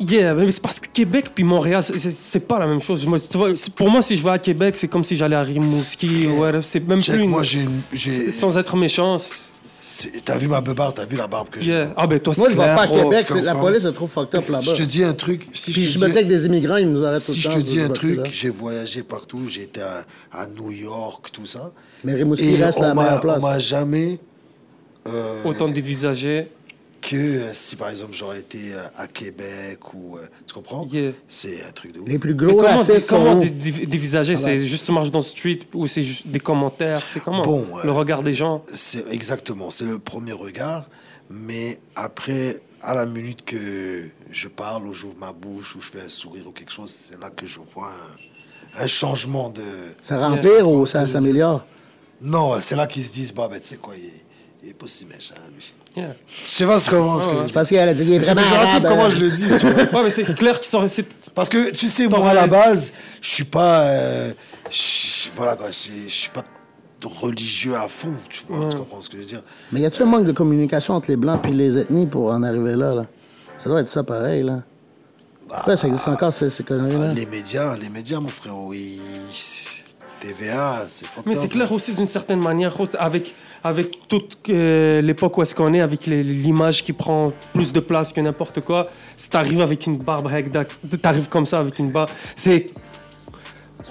[SPEAKER 1] Yeah, mais c'est parce que Québec puis Montréal, c'est- c'est c'est pas la même chose. Je me- tu vois, c'est- pour moi, si je vais à Québec, c'est comme si j'allais à Rimouski ou whatever. C'est même
[SPEAKER 3] Check,
[SPEAKER 1] plus une-
[SPEAKER 3] moi j'ai une- j'ai
[SPEAKER 1] Sans être méchant. c'est-
[SPEAKER 3] C'est- T'as vu ma beubare, t'as vu la barbe que j'ai.
[SPEAKER 1] Yeah. Ah ben toi, c'est
[SPEAKER 4] Moi, je vais
[SPEAKER 1] clair,
[SPEAKER 4] pas à
[SPEAKER 1] bro.
[SPEAKER 4] Québec.
[SPEAKER 3] tu
[SPEAKER 4] c'est- La
[SPEAKER 3] comprends.
[SPEAKER 4] police est trop fucked up là-bas.
[SPEAKER 3] Je te dis un truc. Si
[SPEAKER 4] Puis
[SPEAKER 3] je
[SPEAKER 4] je
[SPEAKER 3] te
[SPEAKER 4] me dis
[SPEAKER 3] dis,
[SPEAKER 4] avec des immigrants, ils nous arrêtent tout
[SPEAKER 3] si
[SPEAKER 4] le
[SPEAKER 3] je
[SPEAKER 4] temps.
[SPEAKER 3] te dis
[SPEAKER 4] je
[SPEAKER 3] un
[SPEAKER 4] vois
[SPEAKER 3] truc,
[SPEAKER 4] plus, là.
[SPEAKER 3] j'ai voyagé partout, j'ai été à, à New York, tout ça.
[SPEAKER 4] Mais Rimouski
[SPEAKER 3] Et
[SPEAKER 4] reste
[SPEAKER 3] on
[SPEAKER 4] la
[SPEAKER 3] m'a-
[SPEAKER 4] meilleure place.
[SPEAKER 3] On m'a jamais. euh,
[SPEAKER 1] Autant dévisager.
[SPEAKER 3] que euh, si par exemple j'aurais été euh, à Québec ou. euh, tu comprends
[SPEAKER 1] Yeah.
[SPEAKER 3] C'est un truc de ouf.
[SPEAKER 4] Les plus
[SPEAKER 1] Mais
[SPEAKER 4] gros
[SPEAKER 1] comment
[SPEAKER 4] racistes
[SPEAKER 1] comment
[SPEAKER 4] sont où?
[SPEAKER 1] dé- div- dévisager C'est juste tu marches dans le street ou c'est juste des commentaires C'est comment
[SPEAKER 3] Bon, euh,
[SPEAKER 1] Le regard des gens.
[SPEAKER 3] C'est exactement, c'est le premier regard, mais après, à la minute que je parle ou j'ouvre ma bouche ou je fais un sourire ou quelque chose, c'est là que je vois un, un changement de.
[SPEAKER 4] Ça remplit ou ça s'améliore?
[SPEAKER 3] Non, c'est là qu'ils se disent, bah, ben, tu sais quoi, il est, il est pas si méchant, lui.
[SPEAKER 1] Yeah.
[SPEAKER 3] Je sais pas ce comment ce que je dis.
[SPEAKER 4] Parce qu'elle a dit qu'il est
[SPEAKER 3] C'est
[SPEAKER 4] vraiment
[SPEAKER 3] péjoratif
[SPEAKER 4] arabe.
[SPEAKER 3] comment
[SPEAKER 4] euh,
[SPEAKER 3] je le dis, tu vois.
[SPEAKER 1] Ouais, mais c'est clair qu'ils sont. c'est-
[SPEAKER 3] Parce que tu sais, moi à la base, je suis pas, euh, je- voilà quoi, je je suis pas religieux à fond, tu vois, tu comprends ce que je veux dire
[SPEAKER 4] Mais y a-tu un manque de communication entre les Blancs puis les ethnies pour en arriver là, là? Ça doit être ça pareil, là. Après, ça existe encore, ces, ces conneries-là.
[SPEAKER 3] Ah. Les médias, les médias, mon frère, oui, TVA, c'est fucked
[SPEAKER 1] Mais
[SPEAKER 3] up.
[SPEAKER 1] c'est clair aussi d'une certaine manière, autre- avec, avec toute euh, l'époque où est-ce qu'on est, avec les- l'image qui prend plus de place que n'importe quoi, si t'arrives avec une barbe, hagda- t'arrives comme ça avec une barbe, c'est...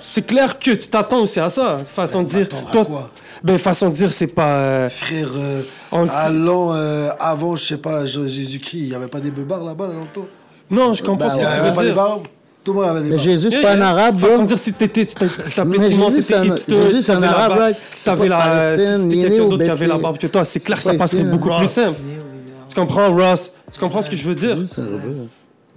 [SPEAKER 1] C'est clair que tu t'attends aussi à ça, façon de dire.
[SPEAKER 3] m'attendre à
[SPEAKER 1] Toi,
[SPEAKER 3] quoi
[SPEAKER 1] ben, façon de dire, c'est pas... euh,
[SPEAKER 3] Frère, euh,
[SPEAKER 1] On le sait.
[SPEAKER 3] allant euh, avant, je sais pas, J- Jésus-Christ, il y avait pas des beubars là-bas dans le temps
[SPEAKER 1] Non, je comprends
[SPEAKER 4] Ben
[SPEAKER 1] ce
[SPEAKER 3] Bah,
[SPEAKER 1] que
[SPEAKER 3] Il y
[SPEAKER 1] tu veux
[SPEAKER 3] avait pas des
[SPEAKER 1] dire.
[SPEAKER 3] barbes Tout le monde avait des
[SPEAKER 4] Mais
[SPEAKER 3] barbes.
[SPEAKER 4] Jésus, c'est pas un arabe,
[SPEAKER 1] Façon de
[SPEAKER 4] là.
[SPEAKER 1] dire, si t'étais, tu t'es- tu
[SPEAKER 4] Mais
[SPEAKER 1] t'appelais Simon,
[SPEAKER 4] Jésus, c'est
[SPEAKER 1] t'étais
[SPEAKER 4] un-
[SPEAKER 1] hipster,
[SPEAKER 4] Jésus, c'est un
[SPEAKER 1] t'avais la
[SPEAKER 4] arabe,
[SPEAKER 1] barbe,
[SPEAKER 4] ouais. C'est
[SPEAKER 1] t'avais
[SPEAKER 4] pas
[SPEAKER 1] la...
[SPEAKER 4] Palestine,
[SPEAKER 1] C'était
[SPEAKER 4] il est né
[SPEAKER 1] quelqu'un
[SPEAKER 4] au
[SPEAKER 1] d'autre qui avait la
[SPEAKER 4] Berkeley.
[SPEAKER 1] barbe que toi, c'est clair que ça
[SPEAKER 4] pas
[SPEAKER 1] passait
[SPEAKER 4] ici, hein.
[SPEAKER 1] beaucoup plus
[SPEAKER 3] Ross.
[SPEAKER 1] simple. Tu comprends, Ross Tu comprends ce que je veux dire
[SPEAKER 4] C'est un rebeu.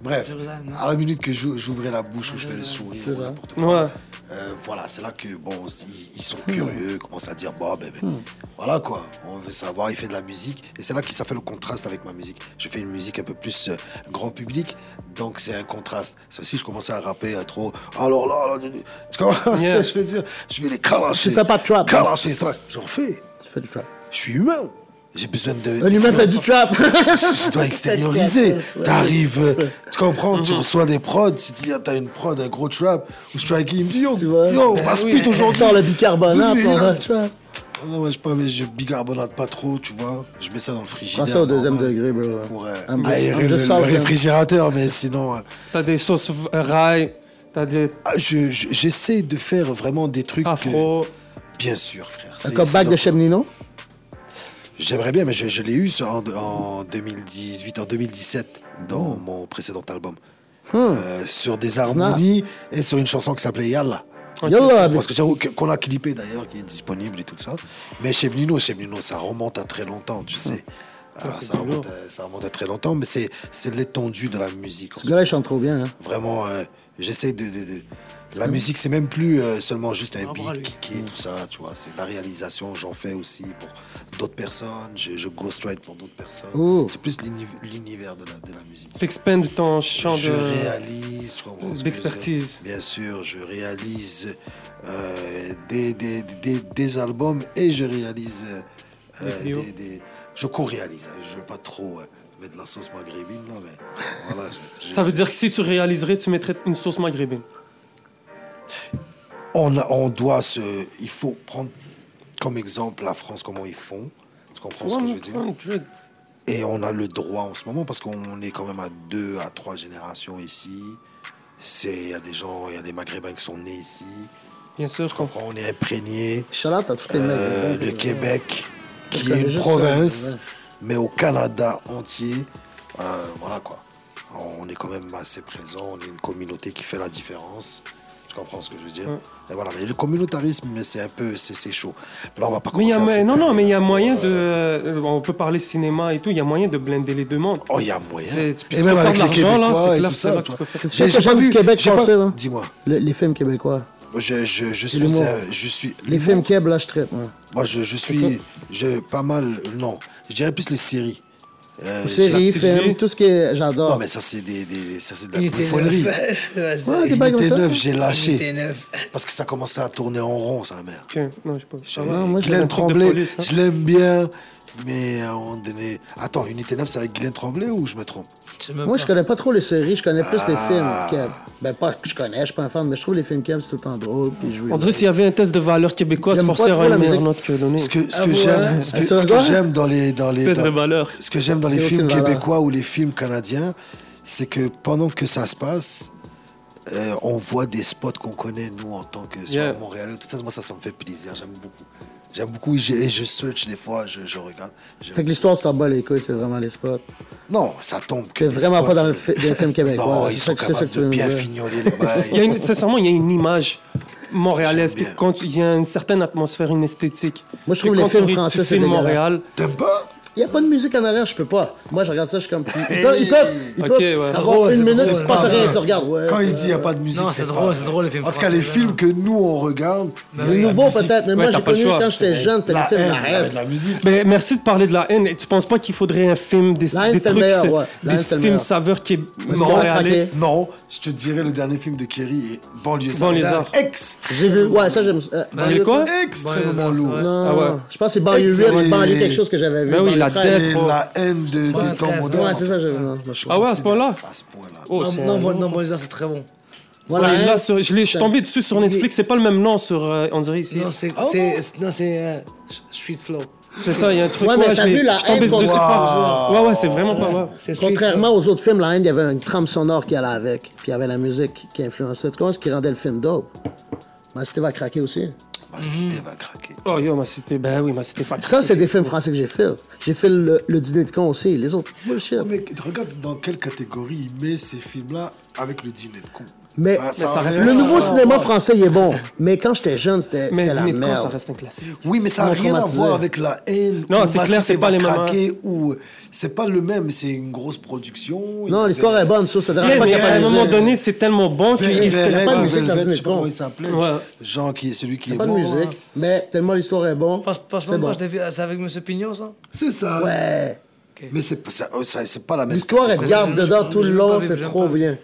[SPEAKER 3] Bref,
[SPEAKER 2] Jérusalem, non
[SPEAKER 3] à la minute que j'ou- j'ouvrais la bouche où je fais le sourire, ou n'importe quoi.
[SPEAKER 1] Ouais.
[SPEAKER 3] Euh, voilà, c'est là que bon, on se dit, ils
[SPEAKER 4] Hmm.
[SPEAKER 3] sont curieux, commencent à dire bah ben, ben, voilà quoi, on veut savoir, il fait de la musique et c'est là que ça fait le contraste avec ma musique. Je fais une musique un peu plus euh, grand public, donc c'est un contraste. Ça aussi, je commençais à rapper euh, trop. Alors là, là, tu comprends ce
[SPEAKER 1] Yeah.
[SPEAKER 3] que je veux dire Je vais les calancher.
[SPEAKER 4] Tu fais pas de trap, hein.
[SPEAKER 3] Calancher, c'est vrai. j'en fais.
[SPEAKER 4] Tu fais du trap.
[SPEAKER 3] Je suis humain. J'ai besoin de.
[SPEAKER 4] Un humain fait du trap.
[SPEAKER 3] Je dois extérioriser.
[SPEAKER 4] Ouais.
[SPEAKER 3] T'arrives, euh, tu comprends, tu reçois des prods. Tu dis, ah, t'as une prod, un gros trap. Ou Strike, il me dit, yo,
[SPEAKER 4] Tu vois.
[SPEAKER 3] yo,
[SPEAKER 4] Ben
[SPEAKER 3] passe
[SPEAKER 1] oui.
[SPEAKER 3] pute
[SPEAKER 4] On
[SPEAKER 3] aujourd'hui.
[SPEAKER 4] sort le bicarbonate, hein.
[SPEAKER 3] Oui,
[SPEAKER 4] on
[SPEAKER 3] là.
[SPEAKER 4] a le trap.
[SPEAKER 3] Non, moi, je, pas, mais je bicarbonate pas trop, tu vois. Je mets ça dans le frigidaire.
[SPEAKER 4] Prends ça au deuxième
[SPEAKER 3] normal,
[SPEAKER 4] degré, bro.
[SPEAKER 3] Pour euh,
[SPEAKER 4] I'm just-
[SPEAKER 3] aérer
[SPEAKER 4] I'm
[SPEAKER 3] le,
[SPEAKER 4] just
[SPEAKER 3] le
[SPEAKER 4] sorry.
[SPEAKER 3] réfrigérateur, mais sinon. euh,
[SPEAKER 1] T'as des sauces euh, rail, t'as des
[SPEAKER 3] ah, je- je- J'essaie de faire vraiment des trucs.
[SPEAKER 1] afro.
[SPEAKER 3] que- bien sûr, frère.
[SPEAKER 4] Un
[SPEAKER 3] C'est- c'est
[SPEAKER 4] comeback
[SPEAKER 3] dans-
[SPEAKER 4] de Chemnino.
[SPEAKER 3] J'aimerais bien, mais je, je l'ai eu ça, en, en 2018, en 2017, dans mon précédent album.
[SPEAKER 4] Hum.
[SPEAKER 3] Euh, sur des harmonies et sur une chanson qui s'appelait Yalla.
[SPEAKER 4] Yallah, mais
[SPEAKER 3] Parce que j'avoue que- qu'on a clippé d'ailleurs, qui est disponible et tout ça. Mais chez Blino, chez Blino, ça remonte à très longtemps, tu sais. Ah,
[SPEAKER 1] c'est
[SPEAKER 3] ça,
[SPEAKER 1] du
[SPEAKER 3] remonte à, ça remonte à très longtemps, mais c'est c'est l'étendue de la musique. en
[SPEAKER 4] ce gars-là, il chante trop bien. hein.
[SPEAKER 3] vraiment, euh, j'essaie de, de- de- La musique, c'est même plus euh, seulement juste un
[SPEAKER 2] Bravo à
[SPEAKER 3] beat,
[SPEAKER 2] lui.
[SPEAKER 3] kické, tout ça, tu vois. C'est de la réalisation, j'en fais aussi pour d'autres personnes, je, je ghostwrite pour d'autres personnes.
[SPEAKER 4] Ouh.
[SPEAKER 3] C'est plus l'uni- l'univers de la, de la musique.
[SPEAKER 1] T'expandes ton champ
[SPEAKER 3] Je
[SPEAKER 1] de...
[SPEAKER 3] réalise, tu comprends ce que je veux
[SPEAKER 1] d'expertise.
[SPEAKER 3] dire Bien sûr, je réalise euh, des, des, des, des albums et je réalise. euh,
[SPEAKER 1] Des vidéos.
[SPEAKER 3] des- des- je co-réalise, hein. je veux pas trop euh, mettre la sauce maghrébine, non, mais voilà. je- je-
[SPEAKER 1] Ça veut dire que si tu réaliserais, tu mettrais une sauce maghrébine.
[SPEAKER 3] on, a- on doit se. Il faut prendre comme exemple la France, comment ils font. Tu comprends ce que je veux dire
[SPEAKER 1] 100.
[SPEAKER 3] Et on a le droit en ce moment parce qu'on est quand même à deux à trois générations ici. C'est- Il y a des gens, il y a des Maghrébins qui sont nés ici.
[SPEAKER 1] Bien sûr, je
[SPEAKER 3] Tu
[SPEAKER 1] comprends.
[SPEAKER 3] comprends, On est imprégnés.
[SPEAKER 4] Charlotte, t'as tous tes
[SPEAKER 3] Euh,
[SPEAKER 4] mecs. hein.
[SPEAKER 3] le Québec, qui
[SPEAKER 4] connais
[SPEAKER 3] est une
[SPEAKER 4] juste ça,
[SPEAKER 3] province,
[SPEAKER 4] ouais.
[SPEAKER 3] mais au Canada entier. euh, voilà quoi. On est quand même assez présent, on est une communauté qui fait la différence. Tu comprends ce que je veux dire Et voilà, mais le communautarisme, mais c'est un peu, c'est c'est chaud. Là, on va pas
[SPEAKER 1] Mais il y a,
[SPEAKER 3] commencer à
[SPEAKER 1] mais- non, non, mais il y a
[SPEAKER 3] s'étaler.
[SPEAKER 1] moyen de... euh, on peut parler cinéma et tout, il y a moyen de blender les deux mondes.
[SPEAKER 3] Oh, il y a moyen.
[SPEAKER 1] C'est- tu peux
[SPEAKER 3] Et même
[SPEAKER 1] faire
[SPEAKER 3] avec
[SPEAKER 1] de
[SPEAKER 3] les
[SPEAKER 1] l'argent, là,
[SPEAKER 3] Québécois
[SPEAKER 1] c'est
[SPEAKER 3] et
[SPEAKER 1] clair,
[SPEAKER 3] tout
[SPEAKER 1] c'est
[SPEAKER 3] ça.
[SPEAKER 1] là
[SPEAKER 3] tu
[SPEAKER 1] que tu
[SPEAKER 3] vois.
[SPEAKER 1] peux faire-
[SPEAKER 4] C'est ça que j'aime du Québec
[SPEAKER 3] j'ai pas-
[SPEAKER 4] français, hein.
[SPEAKER 3] Dis-moi,
[SPEAKER 4] Le- les films québécois.
[SPEAKER 3] je, je, je suis,
[SPEAKER 4] l'humour.
[SPEAKER 3] un- je suis.
[SPEAKER 4] Les films québécois, là, je traite, moi.
[SPEAKER 3] Moi, je, je suis, je pas mal. Non, je dirais plus les séries. Euh,
[SPEAKER 4] Séries,
[SPEAKER 1] j'ai la petite
[SPEAKER 4] films,
[SPEAKER 1] idée.
[SPEAKER 4] tout ce que j'adore.
[SPEAKER 3] Non, mais ça, c'est des, des- ça, c'est de
[SPEAKER 2] Il
[SPEAKER 3] la
[SPEAKER 2] était
[SPEAKER 3] bouffonnerie.
[SPEAKER 2] neuf. Ouais, c'est-
[SPEAKER 4] Ouais, des bails
[SPEAKER 3] Unité
[SPEAKER 4] comme ça.
[SPEAKER 3] 9, j'ai
[SPEAKER 2] Il était
[SPEAKER 3] lâché.
[SPEAKER 2] neuf.
[SPEAKER 3] Parce que ça commençait à tourner en rond, sa mère.
[SPEAKER 1] Ok, non, je peux.
[SPEAKER 3] Je-
[SPEAKER 4] moi, j'ai
[SPEAKER 3] Guylaine
[SPEAKER 1] un truc de
[SPEAKER 3] Tremblay,
[SPEAKER 1] police, hein.
[SPEAKER 3] je l'aime bien. Mais à un moment donné. Attends, Unité 9, c'est avec Guylaine Tremblay ou je me trompe
[SPEAKER 2] Je sais même
[SPEAKER 4] Moi,
[SPEAKER 2] pas.
[SPEAKER 4] je connais pas trop les séries, je connais plus les films
[SPEAKER 3] Ah.
[SPEAKER 4] Keb. Ben, pas que je connais, je suis pas un fan, mais je trouve les films Keb, c'est tout le temps drôle, puis je
[SPEAKER 1] On dirait s'il y avait un test de valeur québécoise,
[SPEAKER 4] J'aime pas
[SPEAKER 1] forcé
[SPEAKER 4] trop
[SPEAKER 1] à
[SPEAKER 4] la
[SPEAKER 1] une meilleure
[SPEAKER 4] musique.
[SPEAKER 1] note que donner.
[SPEAKER 3] Ce que, ce
[SPEAKER 2] Ah
[SPEAKER 3] que
[SPEAKER 2] ouais.
[SPEAKER 3] j'aime, ce
[SPEAKER 4] Ah,
[SPEAKER 3] que,
[SPEAKER 4] c'est un
[SPEAKER 3] ce que
[SPEAKER 4] gars
[SPEAKER 3] j'aime dans les, dans les,
[SPEAKER 1] Test de
[SPEAKER 3] dans-
[SPEAKER 1] valeur.
[SPEAKER 3] ce que j'aime dans les
[SPEAKER 4] Et
[SPEAKER 3] films
[SPEAKER 4] aucune valeur.
[SPEAKER 3] québécois ou les films canadiens, c'est que pendant que ça se passe, euh, on voit des spots qu'on connaît, nous, en tant que soit
[SPEAKER 1] Yeah.
[SPEAKER 3] Montréalais, tout ça. Moi, ça, ça me fait plaisir. J'aime beaucoup. J'aime beaucoup. Je, et je search des fois, je, je regarde. Je-
[SPEAKER 4] Fait que l'histoire, tu t'en bats les couilles, c'est vraiment les spots.
[SPEAKER 3] Non, ça tombe. que
[SPEAKER 4] T'es
[SPEAKER 3] des
[SPEAKER 4] vraiment
[SPEAKER 3] spots,
[SPEAKER 4] pas dans le
[SPEAKER 3] euh,
[SPEAKER 4] fi- les films québécois.
[SPEAKER 3] Non,
[SPEAKER 4] là.
[SPEAKER 3] ils
[SPEAKER 4] C'est
[SPEAKER 3] sont
[SPEAKER 4] ça que- c'est ça
[SPEAKER 3] capables
[SPEAKER 4] que tu
[SPEAKER 3] de
[SPEAKER 4] veux me
[SPEAKER 3] bien
[SPEAKER 4] dire.
[SPEAKER 3] fignoler les
[SPEAKER 1] Il y a
[SPEAKER 3] bails.
[SPEAKER 1] une- sincèrement, il y a une image montréalaise.
[SPEAKER 3] J'aime
[SPEAKER 1] qui-
[SPEAKER 3] bien.
[SPEAKER 1] quand Il y a une certaine atmosphère, une esthétique.
[SPEAKER 4] Moi, je trouve
[SPEAKER 1] Que
[SPEAKER 4] les
[SPEAKER 1] quand tu
[SPEAKER 4] films
[SPEAKER 1] ris- tu
[SPEAKER 4] français, c'est
[SPEAKER 1] filmes
[SPEAKER 4] dégueulasse.
[SPEAKER 1] Montréal.
[SPEAKER 3] T'aimes pas
[SPEAKER 4] Il n'y a pas de musique en arrière, je peux pas. Moi, je regarde ça, je suis comme. Ils peuvent, ils peuvent, ils
[SPEAKER 1] Ok,
[SPEAKER 4] peuvent
[SPEAKER 1] ouais.
[SPEAKER 4] avoir
[SPEAKER 2] Drôle,
[SPEAKER 4] une
[SPEAKER 2] c'est
[SPEAKER 4] minute,
[SPEAKER 2] drôle.
[SPEAKER 4] il se passe
[SPEAKER 3] pas
[SPEAKER 4] rien,
[SPEAKER 3] vrai.
[SPEAKER 4] ils se regardent. Ouais,
[SPEAKER 3] Quand
[SPEAKER 4] ouais.
[SPEAKER 3] il dit il n'y a pas de musique,
[SPEAKER 2] Non,
[SPEAKER 3] c'est
[SPEAKER 2] c'est
[SPEAKER 3] pas
[SPEAKER 2] drôle,
[SPEAKER 3] vrai.
[SPEAKER 2] c'est drôle, les films
[SPEAKER 3] En tout cas, les
[SPEAKER 2] français,
[SPEAKER 3] films
[SPEAKER 2] là. Bah
[SPEAKER 3] que nous, on regarde, il y a
[SPEAKER 4] Les
[SPEAKER 3] la
[SPEAKER 4] nouveaux,
[SPEAKER 3] musique.
[SPEAKER 4] peut-être, mais
[SPEAKER 1] Ouais,
[SPEAKER 4] moi,
[SPEAKER 1] t'as
[SPEAKER 4] j'ai
[SPEAKER 1] pas le
[SPEAKER 4] connu
[SPEAKER 1] choix.
[SPEAKER 4] quand j'étais jeune, c'était
[SPEAKER 3] La
[SPEAKER 4] le
[SPEAKER 3] haine,
[SPEAKER 4] film La
[SPEAKER 3] il y avait
[SPEAKER 4] Reste.
[SPEAKER 3] de la musique.
[SPEAKER 1] Mais Ben, merci de parler de la haine. Et tu penses pas qu'il faudrait un film des,
[SPEAKER 4] La haine,
[SPEAKER 1] des
[SPEAKER 4] c'est le
[SPEAKER 1] trucs,
[SPEAKER 4] meilleur,
[SPEAKER 1] c'est-
[SPEAKER 4] ouais. La
[SPEAKER 1] des
[SPEAKER 4] haine, c'est
[SPEAKER 1] films
[SPEAKER 4] le meilleur.
[SPEAKER 1] saveurs qui est
[SPEAKER 4] c'est pas
[SPEAKER 1] montréalais.
[SPEAKER 4] craqué.
[SPEAKER 3] Non, je te dirais le dernier film de Kerry est Banlieusard.
[SPEAKER 1] Banlieusard.
[SPEAKER 3] Extrêmement.
[SPEAKER 4] J'ai vu, ouais, ça, j'aime. euh,
[SPEAKER 1] Ben, Il y a quoi
[SPEAKER 3] Extrêmement
[SPEAKER 2] Banlieusard, c'est
[SPEAKER 3] lourd.
[SPEAKER 2] vrai.
[SPEAKER 4] Non,
[SPEAKER 1] Ah ouais.
[SPEAKER 4] je pense que c'est banlieue
[SPEAKER 3] Excellent.
[SPEAKER 4] 8, banlieue quelque chose que j'avais vu.
[SPEAKER 1] Ben oui,
[SPEAKER 4] banlieue
[SPEAKER 1] la
[SPEAKER 4] 13.
[SPEAKER 1] tête.
[SPEAKER 3] C'est
[SPEAKER 1] Ouais.
[SPEAKER 3] la haine de-
[SPEAKER 2] Ouais,
[SPEAKER 3] des temps
[SPEAKER 2] très-
[SPEAKER 3] modernes.
[SPEAKER 4] Ouais,
[SPEAKER 3] en
[SPEAKER 4] c'est
[SPEAKER 3] fait.
[SPEAKER 4] ça, j'avais vu.
[SPEAKER 3] Je
[SPEAKER 1] Ah ouais, à ce
[SPEAKER 3] considère-
[SPEAKER 1] point-là
[SPEAKER 3] À ce point-là.
[SPEAKER 1] Oh,
[SPEAKER 2] Non,
[SPEAKER 1] c'est
[SPEAKER 2] non,
[SPEAKER 1] un-
[SPEAKER 2] bon, non, bon, les gens, c'est très bon.
[SPEAKER 1] Ouais,
[SPEAKER 4] Voilà.
[SPEAKER 1] là,
[SPEAKER 4] hein.
[SPEAKER 1] sur- je, l'ai- je suis tombé dessus sur Netflix. C'est pas le même nom sur, euh, on dirait ici.
[SPEAKER 2] Non, c'est.
[SPEAKER 3] Ah
[SPEAKER 2] c'est- c'est- Non, c'est. euh, sh- Street Flow.
[SPEAKER 1] C'est ça, il y a un truc.
[SPEAKER 4] Ouais, mais
[SPEAKER 1] je
[SPEAKER 4] t'as
[SPEAKER 1] l'ai-
[SPEAKER 4] vu la
[SPEAKER 1] je suis tombé
[SPEAKER 4] haine qu'on
[SPEAKER 1] dessus
[SPEAKER 4] voit.
[SPEAKER 1] par- Ouais, ouais, c'est vraiment pas mal.
[SPEAKER 2] C'est Street
[SPEAKER 4] Contrairement aux autres films, La Haine, il y avait une trame sonore qui allait avec, puis il y avait la musique qui influençait. Tu comprends ce qui rendait le film dope? Ma cité va craquer aussi.
[SPEAKER 3] Ma cité va craquer.
[SPEAKER 1] Oh yo, ma cité, ben oui, ma cité fuck.
[SPEAKER 4] Ça, c'est des films français que j'ai fait. J'ai fait le, le dîner de con aussi. Les autres, bullshit.
[SPEAKER 3] Mais regarde dans quelle catégorie il met ces films-là avec le dîner de con.
[SPEAKER 4] Mais,
[SPEAKER 1] ça
[SPEAKER 3] a
[SPEAKER 1] reste-
[SPEAKER 3] rien-
[SPEAKER 4] le nouveau cinéma français, il est bon. Mais quand j'étais jeune, c'était
[SPEAKER 1] Ah, Mais
[SPEAKER 4] c'était la
[SPEAKER 1] Dîner de con, ça
[SPEAKER 4] merde.
[SPEAKER 1] reste un classique.
[SPEAKER 3] Oui, mais ça n'a
[SPEAKER 4] Non,
[SPEAKER 3] rien à
[SPEAKER 4] traumatisé.
[SPEAKER 3] voir avec la haine.
[SPEAKER 1] Non,
[SPEAKER 3] ou
[SPEAKER 1] c'est
[SPEAKER 3] Ma
[SPEAKER 1] clair,
[SPEAKER 3] Cité
[SPEAKER 1] c'est pas
[SPEAKER 3] va
[SPEAKER 1] les mêmes, hein.
[SPEAKER 3] craquer Ou euh, c'est pas le même. C'est une grosse production.
[SPEAKER 4] Non, l'histoire est bonne, ça. Ça dérange
[SPEAKER 1] Bien,
[SPEAKER 4] pas
[SPEAKER 1] mais
[SPEAKER 4] qu'il y a
[SPEAKER 1] à
[SPEAKER 4] pas
[SPEAKER 1] un
[SPEAKER 4] de musique.
[SPEAKER 1] moment donné, c'est tellement bon qu'il
[SPEAKER 3] Verret,
[SPEAKER 1] il fait-
[SPEAKER 4] il y a pas de musique dans
[SPEAKER 3] Velvet,
[SPEAKER 4] Dîner
[SPEAKER 3] je
[SPEAKER 4] de
[SPEAKER 3] sais pas
[SPEAKER 4] con.
[SPEAKER 3] comment il s'appelait.
[SPEAKER 1] Ouais.
[SPEAKER 3] Jean qui est celui qui hein. est
[SPEAKER 4] Pas de
[SPEAKER 3] mort, là.
[SPEAKER 4] musique,
[SPEAKER 1] hein.
[SPEAKER 4] mais tellement l'histoire est bonne.
[SPEAKER 2] Parce parce que
[SPEAKER 4] C'est
[SPEAKER 2] moi,
[SPEAKER 4] bon.
[SPEAKER 2] je l'ai vu, c'est avec Monsieur Pignon, ça
[SPEAKER 3] C'est ça.
[SPEAKER 4] Ouais.
[SPEAKER 3] Mais c'est pas- ça- ça- c'est pas la même.
[SPEAKER 4] L'histoire est
[SPEAKER 3] catégorie.
[SPEAKER 4] garde
[SPEAKER 2] J'aime
[SPEAKER 4] dedans
[SPEAKER 2] pas,
[SPEAKER 4] tout le
[SPEAKER 2] j'aime
[SPEAKER 4] long,
[SPEAKER 2] pas,
[SPEAKER 4] c'est
[SPEAKER 2] j'aime
[SPEAKER 4] trop
[SPEAKER 2] pas.
[SPEAKER 4] bien.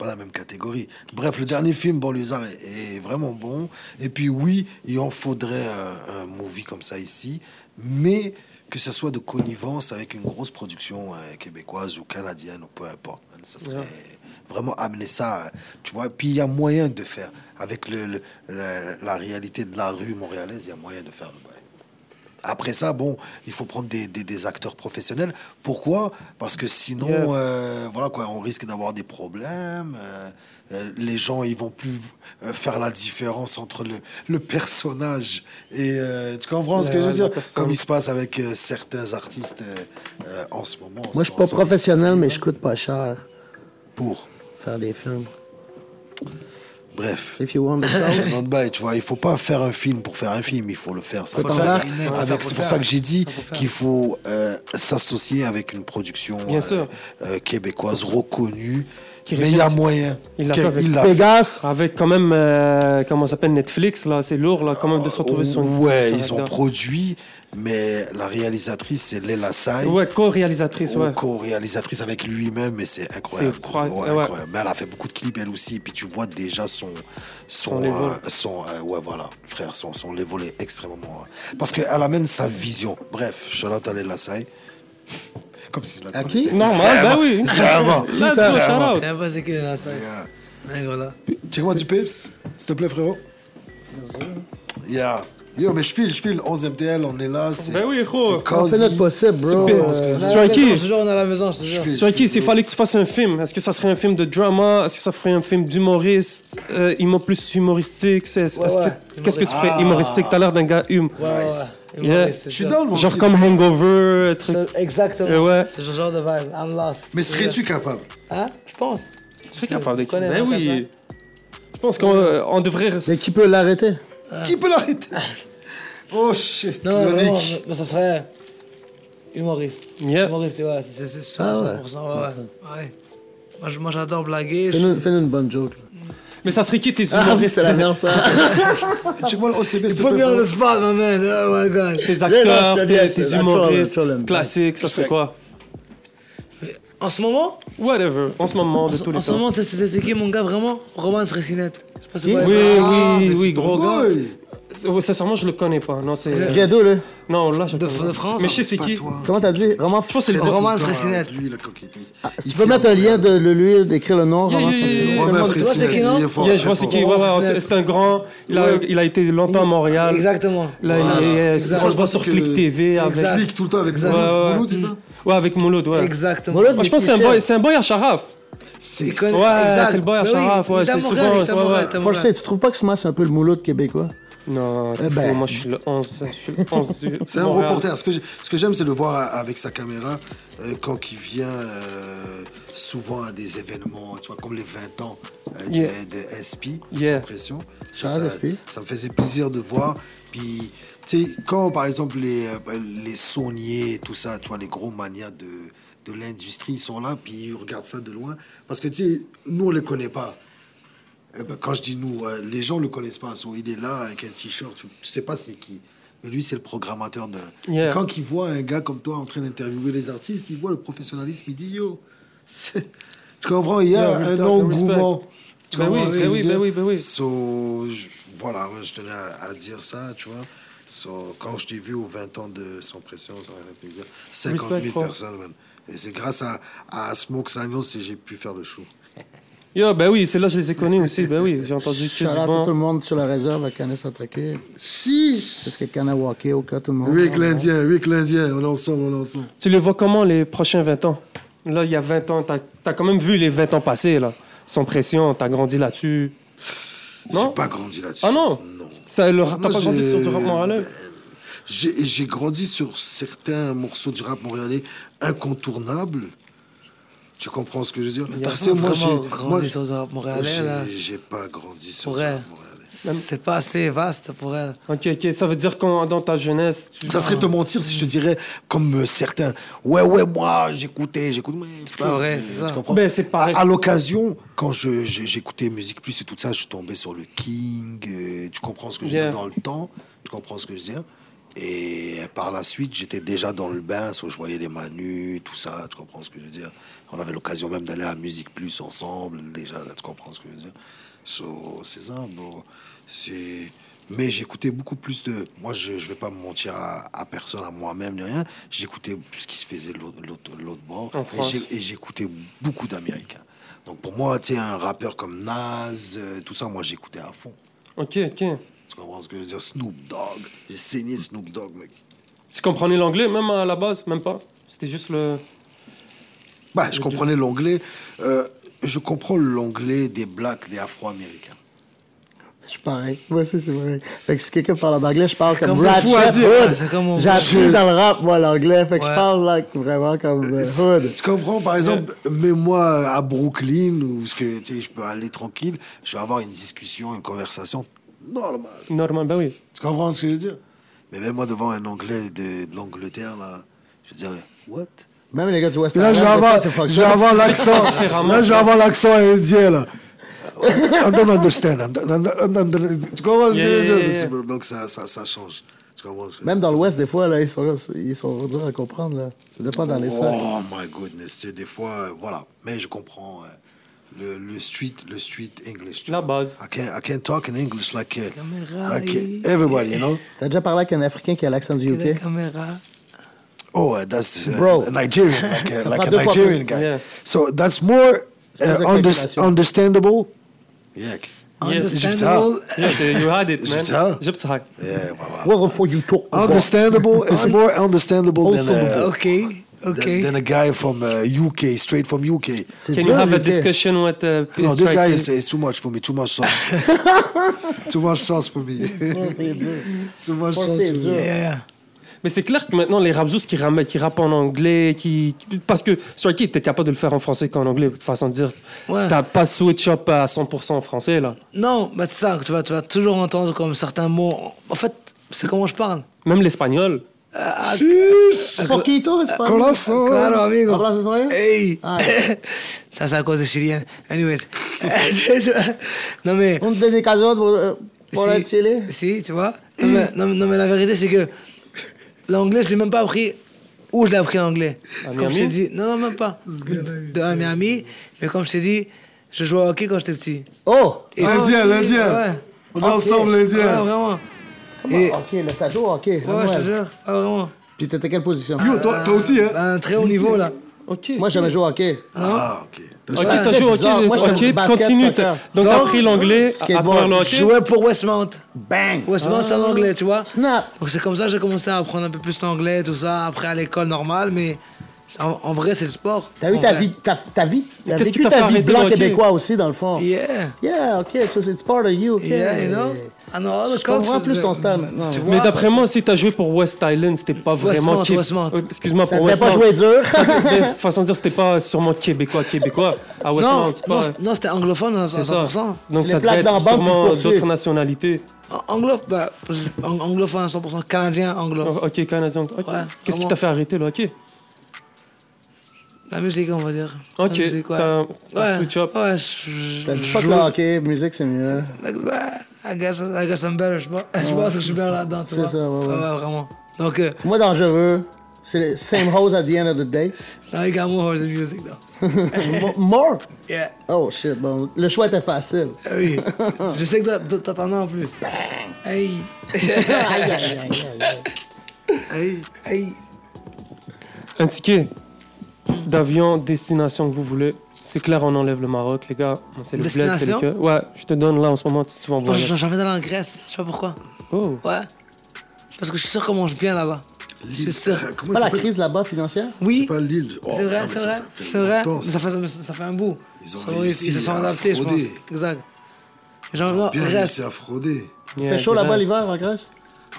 [SPEAKER 3] C'est pas la même catégorie. Bref, le dernier film, Banlieusard, est, est vraiment bon. Et puis, oui, il en faudrait un, un movie comme ça ici, mais que ce soit de connivence avec une grosse production euh, québécoise ou canadienne, ou peu importe. hein, Ça serait vraiment amener ça, euh, tu vois. Puis, il y a moyen de faire. Avec le, le- la, la réalité de la rue montréalaise, il y a moyen de faire le bail. Après ça, bon, il faut prendre des, des- des acteurs professionnels. Pourquoi Parce que sinon,
[SPEAKER 1] Yeah.
[SPEAKER 3] euh, voilà quoi, on risque d'avoir des problèmes. euh, euh, les gens, ils vont plus euh, faire la différence entre le, le personnage et euh, tu comprends ce que
[SPEAKER 1] Ouais,
[SPEAKER 3] je veux
[SPEAKER 1] la
[SPEAKER 3] dire
[SPEAKER 1] personne.
[SPEAKER 3] Comme il se passe avec euh, certains artistes euh, euh, en ce moment.
[SPEAKER 4] Moi, je suis pas
[SPEAKER 3] Sans- sans-
[SPEAKER 4] professionnel, mais je coûte pas cher
[SPEAKER 3] Pour.
[SPEAKER 4] faire des films.
[SPEAKER 3] Bref.
[SPEAKER 4] If you want the
[SPEAKER 3] C'est
[SPEAKER 4] show.
[SPEAKER 3] un autre bail, tu vois. Il faut pas faire un film pour faire un film, il faut le faire. Ça
[SPEAKER 4] Faut
[SPEAKER 3] va
[SPEAKER 4] le
[SPEAKER 3] faire.
[SPEAKER 2] faire.
[SPEAKER 3] Avec-
[SPEAKER 2] Faut le faire,
[SPEAKER 3] C'est
[SPEAKER 2] faut
[SPEAKER 3] pour
[SPEAKER 2] le
[SPEAKER 3] ça
[SPEAKER 2] faire.
[SPEAKER 3] que j'ai dit
[SPEAKER 2] Faut le faire.
[SPEAKER 3] qu'il faut euh, s'associer avec une production
[SPEAKER 1] Bien sûr.
[SPEAKER 3] euh, québécoise reconnue.
[SPEAKER 1] Qui
[SPEAKER 3] mais il y a
[SPEAKER 1] référence.
[SPEAKER 3] moyen.
[SPEAKER 1] Il l'a fait
[SPEAKER 3] Quel-
[SPEAKER 1] avec
[SPEAKER 3] il l'a fait.
[SPEAKER 4] Vegas,
[SPEAKER 1] Avec quand même, euh, comment ça s'appelle, Netflix, là, c'est lourd, là, quand même, de se retrouver sur Netflix.
[SPEAKER 3] Ouais,
[SPEAKER 1] sur
[SPEAKER 3] ils ont
[SPEAKER 1] Netflix.
[SPEAKER 3] produit, mais la réalisatrice, c'est Léla Saï.
[SPEAKER 1] Ouais, co-réalisatrice, ouais.
[SPEAKER 3] Une co-réalisatrice avec lui-même et c'est incroyable.
[SPEAKER 1] C'est incroyable,
[SPEAKER 3] Ouais,
[SPEAKER 1] ouais.
[SPEAKER 3] incroyable. Mais elle a fait beaucoup de clips elle aussi. Et puis tu vois déjà son. Son.
[SPEAKER 1] Son level.
[SPEAKER 3] euh, son, euh, ouais, voilà, frère, son, son level est extrêmement. euh, parce qu'elle amène sa vision. Bref, Charlotte Alain Lassalle. Comme si je la
[SPEAKER 4] À qui
[SPEAKER 3] connaissais.
[SPEAKER 1] Normal,
[SPEAKER 3] Servant,
[SPEAKER 1] ben oui.
[SPEAKER 3] servant,
[SPEAKER 1] Là, tu
[SPEAKER 3] servant.
[SPEAKER 1] shout out.
[SPEAKER 2] C'est pas c'est qui là, ça.
[SPEAKER 3] Et, euh,
[SPEAKER 2] Un gros là.
[SPEAKER 3] Check-moi du Pips, s'il te plaît, frérot. Yeah. Yo, mais je file, je file. 11 MTL, on est là. c'est-
[SPEAKER 1] Ben oui, gros.
[SPEAKER 3] c'est
[SPEAKER 4] on fait
[SPEAKER 3] quasi-
[SPEAKER 4] notre possible, bro.
[SPEAKER 1] Super.
[SPEAKER 4] Euh,
[SPEAKER 1] Strikey.
[SPEAKER 2] Toujours, on est à la maison, je te
[SPEAKER 3] Je
[SPEAKER 2] jure.
[SPEAKER 3] file, je
[SPEAKER 1] Sur qui
[SPEAKER 3] file.
[SPEAKER 1] s'il fallait que tu fasses un film, est-ce que ça serait un film de drama Est-ce que ça ferait un film d'humoriste euh, humo- Plus humoristique c'est- est-ce
[SPEAKER 2] Ouais,
[SPEAKER 1] que-
[SPEAKER 2] ouais,
[SPEAKER 1] Qu'est-ce que tu ferais
[SPEAKER 3] Ah.
[SPEAKER 1] humoristique T'as l'air d'un gars hum.
[SPEAKER 2] Ouais, ouais, ouais.
[SPEAKER 3] Nice.
[SPEAKER 2] Et
[SPEAKER 1] Yeah.
[SPEAKER 2] ouais, c'est
[SPEAKER 3] Je suis
[SPEAKER 2] ça.
[SPEAKER 3] dans le monde.
[SPEAKER 1] Genre comme Hangover, un truc.
[SPEAKER 2] C'est- Exactement.
[SPEAKER 1] Euh, ouais.
[SPEAKER 2] C'est ce genre de vibe. I'm lost.
[SPEAKER 3] Mais serais-tu capable
[SPEAKER 2] Hein Je pense.
[SPEAKER 1] Tu serais capable de
[SPEAKER 2] Je connais
[SPEAKER 1] Ben
[SPEAKER 2] un
[SPEAKER 1] oui.
[SPEAKER 2] truc
[SPEAKER 1] Je pense qu'on euh, on devrait.
[SPEAKER 4] Mais qui peut l'arrêter?
[SPEAKER 3] Qui peut l'arrêter Oh shit,
[SPEAKER 2] Non, mais vraiment,
[SPEAKER 3] Yannick.
[SPEAKER 2] mais ça serait. Humoriste.
[SPEAKER 1] Yeah.
[SPEAKER 2] Humoriste, ouais. C'est c'est sûr,
[SPEAKER 4] Ah ouais.
[SPEAKER 2] 100%. Ouais, ouais. ouais. Moi, je- Moi, j'adore blaguer. je-
[SPEAKER 4] Fais-nous fais-nous une bonne joke. là.
[SPEAKER 1] Mais ça serait qui tes
[SPEAKER 4] Ah, oui,
[SPEAKER 1] humoristes
[SPEAKER 4] c'est la merde, ça.
[SPEAKER 3] Check-moi le OCB, s'il te
[SPEAKER 2] Put me on the
[SPEAKER 3] plaît.
[SPEAKER 2] spot, my man. Oh my god.
[SPEAKER 1] Tes
[SPEAKER 4] non,
[SPEAKER 1] acteurs,
[SPEAKER 4] je te dis,
[SPEAKER 1] tes,
[SPEAKER 4] c'est
[SPEAKER 1] tes
[SPEAKER 4] la
[SPEAKER 1] humoristes
[SPEAKER 4] troll, la troll, la-
[SPEAKER 1] classiques, ça serait quoi
[SPEAKER 2] En ce moment,
[SPEAKER 1] Whatever, en ce moment, de tous
[SPEAKER 2] en
[SPEAKER 1] les
[SPEAKER 2] ce
[SPEAKER 1] temps.
[SPEAKER 2] moment, tu sais, c'était c'est qui mon gars vraiment Roman Fressinette. Je sais pas si vous
[SPEAKER 4] Oui.
[SPEAKER 1] Oui,
[SPEAKER 2] voyez.
[SPEAKER 3] Ah,
[SPEAKER 1] oui,
[SPEAKER 3] mais c'est
[SPEAKER 1] oui,
[SPEAKER 3] ton
[SPEAKER 1] gros gars.
[SPEAKER 3] boy.
[SPEAKER 1] Oh, Sincèrement, je le connais pas. Non, c'est. euh,
[SPEAKER 4] Jadot, là.
[SPEAKER 1] Non, là, je le
[SPEAKER 2] De-
[SPEAKER 1] connais
[SPEAKER 2] de
[SPEAKER 1] pas.
[SPEAKER 2] France,
[SPEAKER 1] Mais je sais c'est
[SPEAKER 3] Pas
[SPEAKER 1] qui. Je
[SPEAKER 3] toi.
[SPEAKER 4] Comment t'as dit? Roman
[SPEAKER 1] pense que c'est le
[SPEAKER 2] Roman
[SPEAKER 3] Tout le temps,
[SPEAKER 2] Fressinette.
[SPEAKER 3] Lui, la hein. coquetterie.
[SPEAKER 1] Ah,
[SPEAKER 4] Tu peux mettre un lien de le- lui, d'écrire le nom.
[SPEAKER 1] Yeah,
[SPEAKER 4] Roman
[SPEAKER 1] yeah, yeah,
[SPEAKER 4] Fresnel.
[SPEAKER 1] yeah.
[SPEAKER 3] Romain
[SPEAKER 4] Tellement-
[SPEAKER 2] c'est qui,
[SPEAKER 3] Fressinette,
[SPEAKER 2] non
[SPEAKER 3] il est fort.
[SPEAKER 1] Yeah, je
[SPEAKER 3] très
[SPEAKER 1] vois c'est
[SPEAKER 3] fort.
[SPEAKER 1] qui. Ouais, ouais, c'est un grand. Il a,
[SPEAKER 3] Ouais.
[SPEAKER 1] il a été longtemps à Montréal.
[SPEAKER 2] Exactement.
[SPEAKER 1] Là,
[SPEAKER 2] Voilà.
[SPEAKER 1] il est, euh,
[SPEAKER 2] Exact.
[SPEAKER 1] on se voit sur
[SPEAKER 3] Que-
[SPEAKER 1] Click TV avec.
[SPEAKER 2] Exact.
[SPEAKER 3] Clique tout le temps avec
[SPEAKER 1] Ouais, ouais.
[SPEAKER 3] Mouloud, Mouloud, c'est ça
[SPEAKER 1] Ouais, avec Mouloud, ouais.
[SPEAKER 2] Exactement.
[SPEAKER 4] Voilà,
[SPEAKER 1] Moi, je pense que c'est un boy, c'est un boy à Charaf.
[SPEAKER 3] C'est
[SPEAKER 2] connaît-
[SPEAKER 1] Ouais,
[SPEAKER 2] Exact.
[SPEAKER 1] c'est le boy à
[SPEAKER 2] Ben oui,
[SPEAKER 1] Charaf, ouais,
[SPEAKER 2] il est à
[SPEAKER 1] c'est
[SPEAKER 2] Montréal,
[SPEAKER 1] souvent,
[SPEAKER 2] il est à
[SPEAKER 1] ouais, ouais.
[SPEAKER 2] Montréal, il est à Montréal.
[SPEAKER 4] Franchement, tu trouves pas que Smash c'est un peu le moulot de Québécois?
[SPEAKER 1] Non,
[SPEAKER 4] Eh ben.
[SPEAKER 1] faut- moi, je suis le 11. Je suis le 11 du
[SPEAKER 3] C'est un
[SPEAKER 1] Montréal.
[SPEAKER 3] reporter. Ce que j'ai- ce que j'aime, c'est de le voir a- avec sa caméra euh, quand il vient euh, souvent à des événements, tu vois, comme les 20 ans euh, de-
[SPEAKER 1] Yeah.
[SPEAKER 3] de, SP,
[SPEAKER 1] Yeah.
[SPEAKER 3] sans pression. Ça,
[SPEAKER 4] Shout out
[SPEAKER 3] ça-
[SPEAKER 4] SP.
[SPEAKER 3] ça me faisait plaisir de voir. Puis, tu sais, quand par exemple les, euh, les sauniers, tout ça, tu vois, les gros manias de, de l'industrie, ils sont là, puis ils regardent ça de loin. Parce que, tu sais, nous, on les connaît pas. Eh ben, quand je dis nous, euh, les gens ne le connaissent pas. So, il est là avec un t-shirt, tu ne sais pas c'est qui. Mais lui, c'est le programmateur de.
[SPEAKER 1] Yeah.
[SPEAKER 3] Quand il voit un gars comme toi en train d'interviewer les artistes, il voit le professionnalisme, il dit Yo, c'est- tu comprends, il y a
[SPEAKER 1] Yeah, real
[SPEAKER 3] un
[SPEAKER 1] talk,
[SPEAKER 3] engouement.
[SPEAKER 1] respect.
[SPEAKER 3] Tu
[SPEAKER 1] Ben
[SPEAKER 3] comprends
[SPEAKER 1] oui,
[SPEAKER 3] ce que
[SPEAKER 1] ben
[SPEAKER 3] je veux
[SPEAKER 1] oui,
[SPEAKER 3] dire?
[SPEAKER 1] ben oui, ben oui.
[SPEAKER 3] So, je- voilà, ouais, je tenais à, à dire ça, tu vois. So, quand je t'ai vu aux 20 ans de son pression, ça m'a fait plaisir. 50 000
[SPEAKER 1] Respect, frère.
[SPEAKER 3] personnes, man. Et c'est grâce à, à Smoke Sagnos que j'ai pu faire le show.
[SPEAKER 1] Yo, ben oui, c'est là que je les ai connus aussi. Ben oui, j'ai entendu que
[SPEAKER 4] Shout
[SPEAKER 1] du
[SPEAKER 4] out à tout le
[SPEAKER 1] bon.
[SPEAKER 4] monde sur la réserve à Canis Atraqué.
[SPEAKER 3] Six!
[SPEAKER 4] Parce que Kanawake, au cas tout le monde.
[SPEAKER 3] Rick l'Indien, Rick l'Indien, on est ensemble, on est ensemble.
[SPEAKER 1] Tu les vois comment les prochains 20 ans Là, il y a 20 ans, t'as as quand même vu les 20 ans passer, là. Sans pression, t'as grandi là-dessus. Non
[SPEAKER 3] J'ai pas grandi là-dessus.
[SPEAKER 1] Ah non
[SPEAKER 3] Non.
[SPEAKER 1] Ça, le- T'as
[SPEAKER 3] Moi,
[SPEAKER 1] pas grandi
[SPEAKER 3] j'ai-
[SPEAKER 1] sur du rap montréalais
[SPEAKER 3] J'ai j'ai grandi sur certains morceaux du rap montréalais incontournables. Tu comprends ce que je veux dire
[SPEAKER 2] Il y a
[SPEAKER 3] Parce que
[SPEAKER 2] vraiment
[SPEAKER 3] moi, j'ai-
[SPEAKER 2] grandi
[SPEAKER 3] moi,
[SPEAKER 2] sur le rap montréalais, là.
[SPEAKER 3] j'ai- j'ai pas grandi sur
[SPEAKER 2] Pour
[SPEAKER 3] du
[SPEAKER 2] elle.
[SPEAKER 3] rap montréalais.
[SPEAKER 2] C'est pas assez vaste pour elle.
[SPEAKER 1] Ok, ok, ça veut dire qu'en dans ta jeunesse, tu...
[SPEAKER 3] Ça serait te mentir si je te dirais, comme euh, certains, ouais, ouais, moi, j'écoutais, j'écoute. mais frère,
[SPEAKER 2] vrai,
[SPEAKER 3] mais
[SPEAKER 2] c'est ça.
[SPEAKER 3] tu comprends
[SPEAKER 1] Ben, c'est pareil.
[SPEAKER 3] À, à l'occasion, quand je- je- j'écoutais Musique Plus et tout ça, je suis tombé sur le King, euh, tu comprends ce que je veux
[SPEAKER 1] Yeah.
[SPEAKER 3] dire, dans le temps, tu comprends ce que je veux dire. Et par la suite, j'étais déjà dans le bain, so, je voyais les Manu, tout ça, tu comprends ce que je veux dire. On avait l'occasion même d'aller à Musique Plus ensemble, déjà, là, tu comprends ce que je veux dire. So, c'est ça, bon. C'est... Mais j'écoutais beaucoup plus de. Moi, je ne vais pas me mentir à, à personne, à moi-même, ni rien. J'écoutais ce qui se faisait de l'autre- de l'autre de l'autre bord.
[SPEAKER 1] En
[SPEAKER 3] Et
[SPEAKER 1] France.
[SPEAKER 3] j'ai- et j'écoutais beaucoup d'Américains. Donc pour moi, tu sais, un rappeur comme Nas, euh, tout ça, moi j'écoutais à fond.
[SPEAKER 1] Ok, ok.
[SPEAKER 3] Tu comprends ce que je veux dire Snoop Dogg. J'ai saigné Snoop Dogg, mec.
[SPEAKER 1] Tu comprenais l'anglais, même à la base, même pas C'était juste le...
[SPEAKER 3] Bah, je comprenais l'anglais. Euh, je comprends l'anglais des Blacks, des Afro-Américains.
[SPEAKER 4] Je suis pareil. Moi aussi, c'est vrai. Fait que si quelqu'un parle en anglais, je parle comme
[SPEAKER 2] comme- c'est
[SPEAKER 4] Ratchet
[SPEAKER 2] fou à dire.
[SPEAKER 4] Hood.
[SPEAKER 2] C'est comme on-
[SPEAKER 4] J'ai appris
[SPEAKER 3] Je-
[SPEAKER 4] dans le rap, moi, l'anglais. Fait que je
[SPEAKER 2] Ouais.
[SPEAKER 4] parle like, vraiment comme euh, Hood.
[SPEAKER 3] Tu comprends, par exemple, mets-moi à Brooklyn, où ce que, tu sais, je peux aller tranquille, je vais avoir une discussion, une conversation normale.
[SPEAKER 1] Normal, ben oui.
[SPEAKER 3] Tu comprends ce que je veux dire Mais même moi devant un Anglais de, de l'Angleterre, là, je dirais, what
[SPEAKER 4] Même les gars du West
[SPEAKER 3] Puis là, je vais
[SPEAKER 4] Island,
[SPEAKER 3] avoir,
[SPEAKER 4] des fois, c'est
[SPEAKER 3] je vais
[SPEAKER 4] fucked up.
[SPEAKER 3] avoir l'accent. là, je vais avoir l'accent indien, là. I don't understand. I'm- I'm- I'm- I'm- tu comprends ce que
[SPEAKER 1] Yeah,
[SPEAKER 3] je veux
[SPEAKER 1] yeah,
[SPEAKER 3] dire
[SPEAKER 1] yeah, yeah.
[SPEAKER 3] Donc, ça, ça, ça change. Tu comprends ce que
[SPEAKER 4] Même dans
[SPEAKER 3] je veux dire
[SPEAKER 4] l'Ouest, des fois, là, ils sont, ils sont durs à comprendre. Là. Ça dépend dans les salles.
[SPEAKER 3] Oh my goodness. C'est des fois, euh, voilà. Mais je comprends euh, le, le street, le street English. tu
[SPEAKER 1] La
[SPEAKER 3] vois.
[SPEAKER 1] base.
[SPEAKER 3] I can't, I can't talk in English like, uh,
[SPEAKER 2] Caméra,
[SPEAKER 3] like
[SPEAKER 2] oui.
[SPEAKER 3] uh, everybody, you know.
[SPEAKER 4] T'as déjà parlé avec un Africain qui a l'accent du
[SPEAKER 2] La
[SPEAKER 4] UK?
[SPEAKER 2] caméra.
[SPEAKER 3] Oh, uh, that's uh,
[SPEAKER 4] Bro.
[SPEAKER 3] Nigerian, like a, like a
[SPEAKER 4] prend deux fois
[SPEAKER 3] Nigerian
[SPEAKER 4] plus.
[SPEAKER 3] guy.
[SPEAKER 1] Yeah.
[SPEAKER 3] So that's more
[SPEAKER 4] pas
[SPEAKER 3] uh,
[SPEAKER 4] de
[SPEAKER 3] under-
[SPEAKER 4] calculation.
[SPEAKER 3] understandable. Yeah.
[SPEAKER 1] Yes.
[SPEAKER 2] Understandable.
[SPEAKER 1] Yes, you had it,
[SPEAKER 3] Gypsy
[SPEAKER 1] man.
[SPEAKER 3] High.
[SPEAKER 1] Gypsy High.
[SPEAKER 3] Yeah, wow, wow.
[SPEAKER 4] What the fuck you talk about?
[SPEAKER 3] Understandable is more understandable than a,
[SPEAKER 2] Ok, ok.
[SPEAKER 3] than, than a guy from uh, UK, straight from UK.
[SPEAKER 4] C'est
[SPEAKER 1] Can
[SPEAKER 4] dur,
[SPEAKER 1] you have a
[SPEAKER 4] UK.
[SPEAKER 1] discussion with uh,
[SPEAKER 3] No, this
[SPEAKER 1] Strike
[SPEAKER 3] guy
[SPEAKER 1] King?
[SPEAKER 3] is, is too much for me. Too much sauce. too much sauce for me.
[SPEAKER 4] C'est dur.
[SPEAKER 3] too much
[SPEAKER 4] Forcé,
[SPEAKER 3] sauce for me.
[SPEAKER 4] dur.
[SPEAKER 2] Yeah.
[SPEAKER 1] Mais c'est clair que maintenant, les rapzous qui, ram- qui rappent en anglais, qui... qui- parce que Strike King était capable de le faire en français qu'en anglais, façon de dire.
[SPEAKER 2] Ouais.
[SPEAKER 1] T'as pas switch up à 100% en français, là.
[SPEAKER 2] Non, mais c'est ça, que tu vas, tu vas toujours entendre comme certains mots. En fait, c'est comment je parle. Euh,
[SPEAKER 1] Même l'espagnol.
[SPEAKER 4] Poquito espagnol.
[SPEAKER 3] Colosso.
[SPEAKER 2] Claro, amigo.
[SPEAKER 4] Hablas espagnol?
[SPEAKER 2] Hey.
[SPEAKER 4] Ah.
[SPEAKER 2] ça, c'est à cause des Chiliens. Anyways. non, mais.
[SPEAKER 4] Un dedicación pour, euh, pour le Chili.
[SPEAKER 2] Si, tu vois. Non mais, non, mais- non, mais la vérité, c'est que l'anglais, je l'ai même pas appris où je l'ai appris l'anglais.
[SPEAKER 1] À
[SPEAKER 2] Comme je t'ai
[SPEAKER 1] Miami
[SPEAKER 2] dit. Non, non, même pas. De à Miami, mais comme je t'ai dit, je jouais au hockey quand j'étais petit.
[SPEAKER 4] Oh!
[SPEAKER 2] Et- Ah,
[SPEAKER 3] L'Indien, l'Indien.
[SPEAKER 2] Ouais.
[SPEAKER 3] On est ensemble,
[SPEAKER 2] Ouais,
[SPEAKER 3] l'Indien.
[SPEAKER 2] vraiment. Et, eh.
[SPEAKER 4] Et... Ah, Ok, le tatou, ok.
[SPEAKER 2] ouais, je te
[SPEAKER 4] Manuel.
[SPEAKER 2] jure. Ouais, vraiment.
[SPEAKER 4] Puis t'étais quelle position?
[SPEAKER 3] Yo, toi, toi aussi, hein?
[SPEAKER 2] À un Ben, très haut niveau, là.
[SPEAKER 1] Ok.
[SPEAKER 4] Moi, jamais joué au hockey.
[SPEAKER 3] Ah, ok. T'as
[SPEAKER 1] Ok,
[SPEAKER 3] joué-
[SPEAKER 1] ça joue, ok,
[SPEAKER 4] Bizarre. Moi, je fais du
[SPEAKER 1] ok,
[SPEAKER 4] basket,
[SPEAKER 1] continue.
[SPEAKER 4] soccer.
[SPEAKER 1] Donc, t'as
[SPEAKER 2] Donc,
[SPEAKER 1] appris l'anglais à- à
[SPEAKER 4] skateboard.
[SPEAKER 1] travers le
[SPEAKER 2] Je
[SPEAKER 1] hockey.
[SPEAKER 2] jouais pour Westmount.
[SPEAKER 4] Bang!
[SPEAKER 2] Westmount, c'est en anglais, tu vois.
[SPEAKER 4] Ah. Snap!
[SPEAKER 2] Donc c'est comme ça que j'ai commencé à apprendre un peu plus l'anglais, tout ça, après à l'école normale, mais c'est- en, en vrai, c'est le sport.
[SPEAKER 4] T'as eu
[SPEAKER 2] En
[SPEAKER 4] ta
[SPEAKER 2] vrai.
[SPEAKER 4] vie, ta, ta vie, t'as
[SPEAKER 1] Qu'est-ce
[SPEAKER 4] vécu
[SPEAKER 1] qui t'a
[SPEAKER 4] ta
[SPEAKER 1] fait
[SPEAKER 4] vie de
[SPEAKER 1] arrêter
[SPEAKER 4] blanc
[SPEAKER 1] le hockey?
[SPEAKER 4] québécois aussi, dans le fond.
[SPEAKER 2] Yeah.
[SPEAKER 4] Yeah, ok, so it's part of you, ok.
[SPEAKER 2] Yeah, you know. Ah non,
[SPEAKER 4] Je comprends plus ton style maintenant.
[SPEAKER 2] Tu vois,
[SPEAKER 1] Mais d'après moi, si t'as joué pour West Island, c'était pas vraiment.
[SPEAKER 2] Westmount,
[SPEAKER 1] Qué-
[SPEAKER 2] Westmount.
[SPEAKER 1] Euh, Excuse-moi
[SPEAKER 4] Ça
[SPEAKER 1] pour
[SPEAKER 4] devait pas
[SPEAKER 1] Westmount.
[SPEAKER 4] jouer dur.
[SPEAKER 1] Ça devait- façon de dire, c'était pas sûrement québécois, québécois. À Westmount,
[SPEAKER 2] non,
[SPEAKER 1] c'est
[SPEAKER 2] non,
[SPEAKER 1] pas-
[SPEAKER 2] c'est- non, c'était anglophone à
[SPEAKER 1] c'est ça.
[SPEAKER 2] 100%.
[SPEAKER 1] Donc
[SPEAKER 4] C'est
[SPEAKER 1] ça
[SPEAKER 4] les plaques
[SPEAKER 1] devait
[SPEAKER 4] dans la
[SPEAKER 1] être
[SPEAKER 4] banque pour
[SPEAKER 1] sûrement
[SPEAKER 4] poursuivre.
[SPEAKER 1] d'autres nationalités.
[SPEAKER 2] Anglophone, bah, ang- anglophone à 100%, canadien, anglo.
[SPEAKER 1] Oh, Ok, Canadien. ok.
[SPEAKER 2] Ouais,
[SPEAKER 1] Qu'est-ce qui
[SPEAKER 2] vraiment.
[SPEAKER 1] t'a fait arrêter, là Ok.
[SPEAKER 2] La musique, on va dire.
[SPEAKER 1] Ok,
[SPEAKER 2] La musique, ouais.
[SPEAKER 1] t'as t'as
[SPEAKER 2] Ouais,
[SPEAKER 1] switch up.
[SPEAKER 2] Ouais, je-
[SPEAKER 4] T'as
[SPEAKER 2] je-
[SPEAKER 4] dit
[SPEAKER 2] je
[SPEAKER 4] fuck
[SPEAKER 2] joue-
[SPEAKER 4] le hockey, musique c'est mieux.
[SPEAKER 2] Like, bah, I guess, I guess I'm better. Je pense, je pense que je suis bien là-dedans. tu
[SPEAKER 4] C'est
[SPEAKER 2] vois.
[SPEAKER 4] ça, ouais, ouais.
[SPEAKER 2] vraiment. Donc, euh,
[SPEAKER 4] Moi dangereux, c'est le same hose at the end of the day.
[SPEAKER 2] now you got more horse than music, though.
[SPEAKER 4] Mo- More?
[SPEAKER 2] Yeah.
[SPEAKER 4] Oh shit, bon, le choix était facile.
[SPEAKER 2] Ah Oui. je sais que t'as- t'as- t'attendais en plus. Hey.
[SPEAKER 4] Aïe, aïe, aïe, aïe, aïe.
[SPEAKER 2] Hey. Hey.
[SPEAKER 1] Un ticket d'avion, destination que vous voulez. C'est clair, on enlève le Maroc, les gars. C'est le bled, c'est le
[SPEAKER 2] Destination?
[SPEAKER 1] cœur. Ouais, je te donne là en ce moment, tu, tu vas en
[SPEAKER 2] Moi,
[SPEAKER 4] Oh,
[SPEAKER 1] voyage.
[SPEAKER 2] j'ai j'ai envie d'aller en Grèce. Je sais pas pourquoi.
[SPEAKER 1] Oh.
[SPEAKER 2] Ouais. Parce que je suis sûr qu'on mange bien là-bas. Je suis sûr.
[SPEAKER 3] Comment
[SPEAKER 4] Pas
[SPEAKER 3] ça
[SPEAKER 4] la
[SPEAKER 3] s'appelle
[SPEAKER 4] crise là-bas financière?
[SPEAKER 3] C'est
[SPEAKER 2] Oui.
[SPEAKER 3] pas l'île. Oh,
[SPEAKER 2] C'est
[SPEAKER 3] non,
[SPEAKER 2] vrai,
[SPEAKER 3] mais
[SPEAKER 2] c'est
[SPEAKER 3] ça,
[SPEAKER 2] vrai.
[SPEAKER 3] ça fait
[SPEAKER 2] C'est vrai.
[SPEAKER 3] longtemps,
[SPEAKER 2] Mais
[SPEAKER 3] ça.
[SPEAKER 2] ça fait, mais ça ça fait un bout.
[SPEAKER 3] Ils ont
[SPEAKER 2] Ça, oui,
[SPEAKER 3] réussi
[SPEAKER 2] ils se sont
[SPEAKER 3] à
[SPEAKER 2] adaptés, je pense.
[SPEAKER 3] frauder.
[SPEAKER 2] Exact. Les gens,
[SPEAKER 3] Ils ont
[SPEAKER 2] non,
[SPEAKER 3] bien
[SPEAKER 2] Grèce.
[SPEAKER 3] réussi à frauder.
[SPEAKER 1] Yeah,
[SPEAKER 4] Fait chaud là-bas
[SPEAKER 1] Grèce.
[SPEAKER 4] l'hiver en Grèce?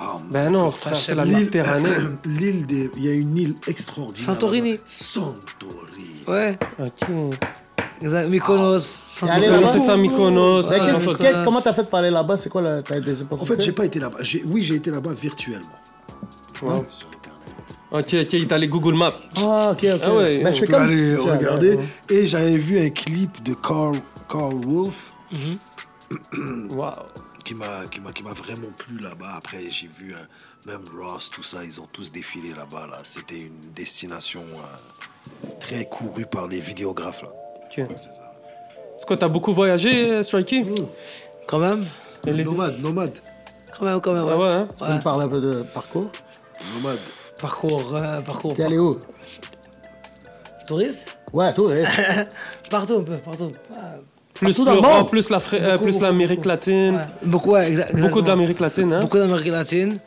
[SPEAKER 3] Ah, mon
[SPEAKER 1] Ben
[SPEAKER 3] Dieu.
[SPEAKER 1] non, frère, c'est la
[SPEAKER 2] L'île-
[SPEAKER 1] Méditerranée.
[SPEAKER 3] L'île des. Il y a une île extraordinaire.
[SPEAKER 2] Santorini.
[SPEAKER 3] là-bas. Santorini.
[SPEAKER 2] Ouais.
[SPEAKER 1] Ok.
[SPEAKER 2] Exact. Mykonos.
[SPEAKER 4] allez,
[SPEAKER 2] Santorini.
[SPEAKER 4] là-bas.
[SPEAKER 1] C'est ça, Mykonos.
[SPEAKER 4] Ben, qu'est-ce-
[SPEAKER 1] Santorini.
[SPEAKER 4] qu'est- comment t'as fait de parler là-bas? C'est quoi la, t'as
[SPEAKER 2] Oh,
[SPEAKER 3] En
[SPEAKER 4] des
[SPEAKER 3] fait, j'ai
[SPEAKER 4] opportunités?
[SPEAKER 3] pas été là-bas. J'ai- Oui, j'ai été là-bas virtuellement.
[SPEAKER 1] Wow.
[SPEAKER 3] Sur Internet.
[SPEAKER 1] Ok, ok, il t'a les Google Maps.
[SPEAKER 4] Ah, ok, ok.
[SPEAKER 1] Ah ouais,
[SPEAKER 4] ben,
[SPEAKER 1] on
[SPEAKER 4] c'est
[SPEAKER 3] peux
[SPEAKER 4] comme
[SPEAKER 3] aller
[SPEAKER 4] si-
[SPEAKER 3] regarder. Et j'avais vu un clip de Carl, Carl Wolf
[SPEAKER 1] Wow.
[SPEAKER 3] qui m'a qui m'a qui m'a vraiment plu là-bas. Après, j'ai vu hein, même Ross, tout ça, ils ont tous défilé là-bas. Là, c'était une destination euh, très courue par les vidéographes là.
[SPEAKER 1] Ok.
[SPEAKER 3] C'est ça.
[SPEAKER 1] C'est quoi, t'as beaucoup voyagé, euh, Strikey
[SPEAKER 4] Mmh.
[SPEAKER 2] Quand même.
[SPEAKER 1] Et les-
[SPEAKER 3] Nomade, nomade,
[SPEAKER 2] Quand même, quand même.
[SPEAKER 1] Ah ouais, hein
[SPEAKER 4] Tu peux nous parler un peu de parcours?
[SPEAKER 3] nomade.
[SPEAKER 2] Parcours, euh, parcours.
[SPEAKER 4] T'es allé où?
[SPEAKER 2] Touriste
[SPEAKER 4] Ouais, eh. touriste.
[SPEAKER 2] Partout un peu, partout. Ah,
[SPEAKER 4] Euh,
[SPEAKER 1] Plus
[SPEAKER 4] Partout dans le
[SPEAKER 1] l'Europe,
[SPEAKER 4] monde.
[SPEAKER 1] plus l'Afri- euh,
[SPEAKER 2] Beaucoup,
[SPEAKER 1] plus
[SPEAKER 2] beaucoup,
[SPEAKER 1] l'Amérique
[SPEAKER 2] beaucoup.
[SPEAKER 1] latine.
[SPEAKER 2] ouais. Beaucoup, ouais, exact-
[SPEAKER 1] Beaucoup
[SPEAKER 4] Mmh.
[SPEAKER 2] exactement.
[SPEAKER 1] d'Amérique latine, hein
[SPEAKER 2] Beaucoup d'Amérique latine.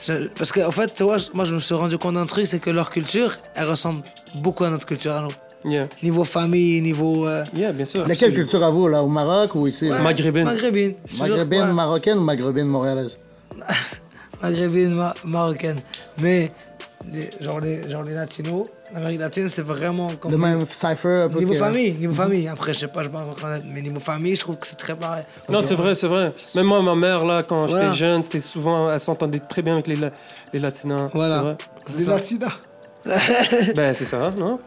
[SPEAKER 2] Je- Parce qu'en fait, tu vois, je- moi je me suis rendu compte d'un truc, c'est que leur culture, elle ressemble beaucoup à notre culture à nous.
[SPEAKER 1] Yeah.
[SPEAKER 2] Niveau famille, niveau. euh,
[SPEAKER 1] Yeah, bien sûr.
[SPEAKER 4] De quelle culture à vous, là? Au Maroc ou ici? là?
[SPEAKER 1] Maghrébine.
[SPEAKER 2] Maghrébine. Je te jure,
[SPEAKER 4] Maghrébine,
[SPEAKER 2] ouais.
[SPEAKER 4] marocaine ou maghrébine montréalaise?
[SPEAKER 2] maghrébine, ma- marocaine. Mais, les- genre, les, genre les latinos, l'Amérique latine, c'est vraiment comme.
[SPEAKER 4] Le même hein. cipher un peu
[SPEAKER 2] Niveau
[SPEAKER 4] que-
[SPEAKER 2] famille, niveau famille. Après, je sais pas, je peux pas reconnaître, mais niveau famille, je trouve que c'est très pareil.
[SPEAKER 1] Non, c'est vrai, c'est vrai. Même moi, ma mère, là, quand
[SPEAKER 2] Voilà.
[SPEAKER 1] j'étais jeune, c'était souvent, elle s'entendait très bien avec les, la- les latinos.
[SPEAKER 2] Voilà.
[SPEAKER 3] Les latinas.
[SPEAKER 1] c'est vrai. ben, c'est ça, non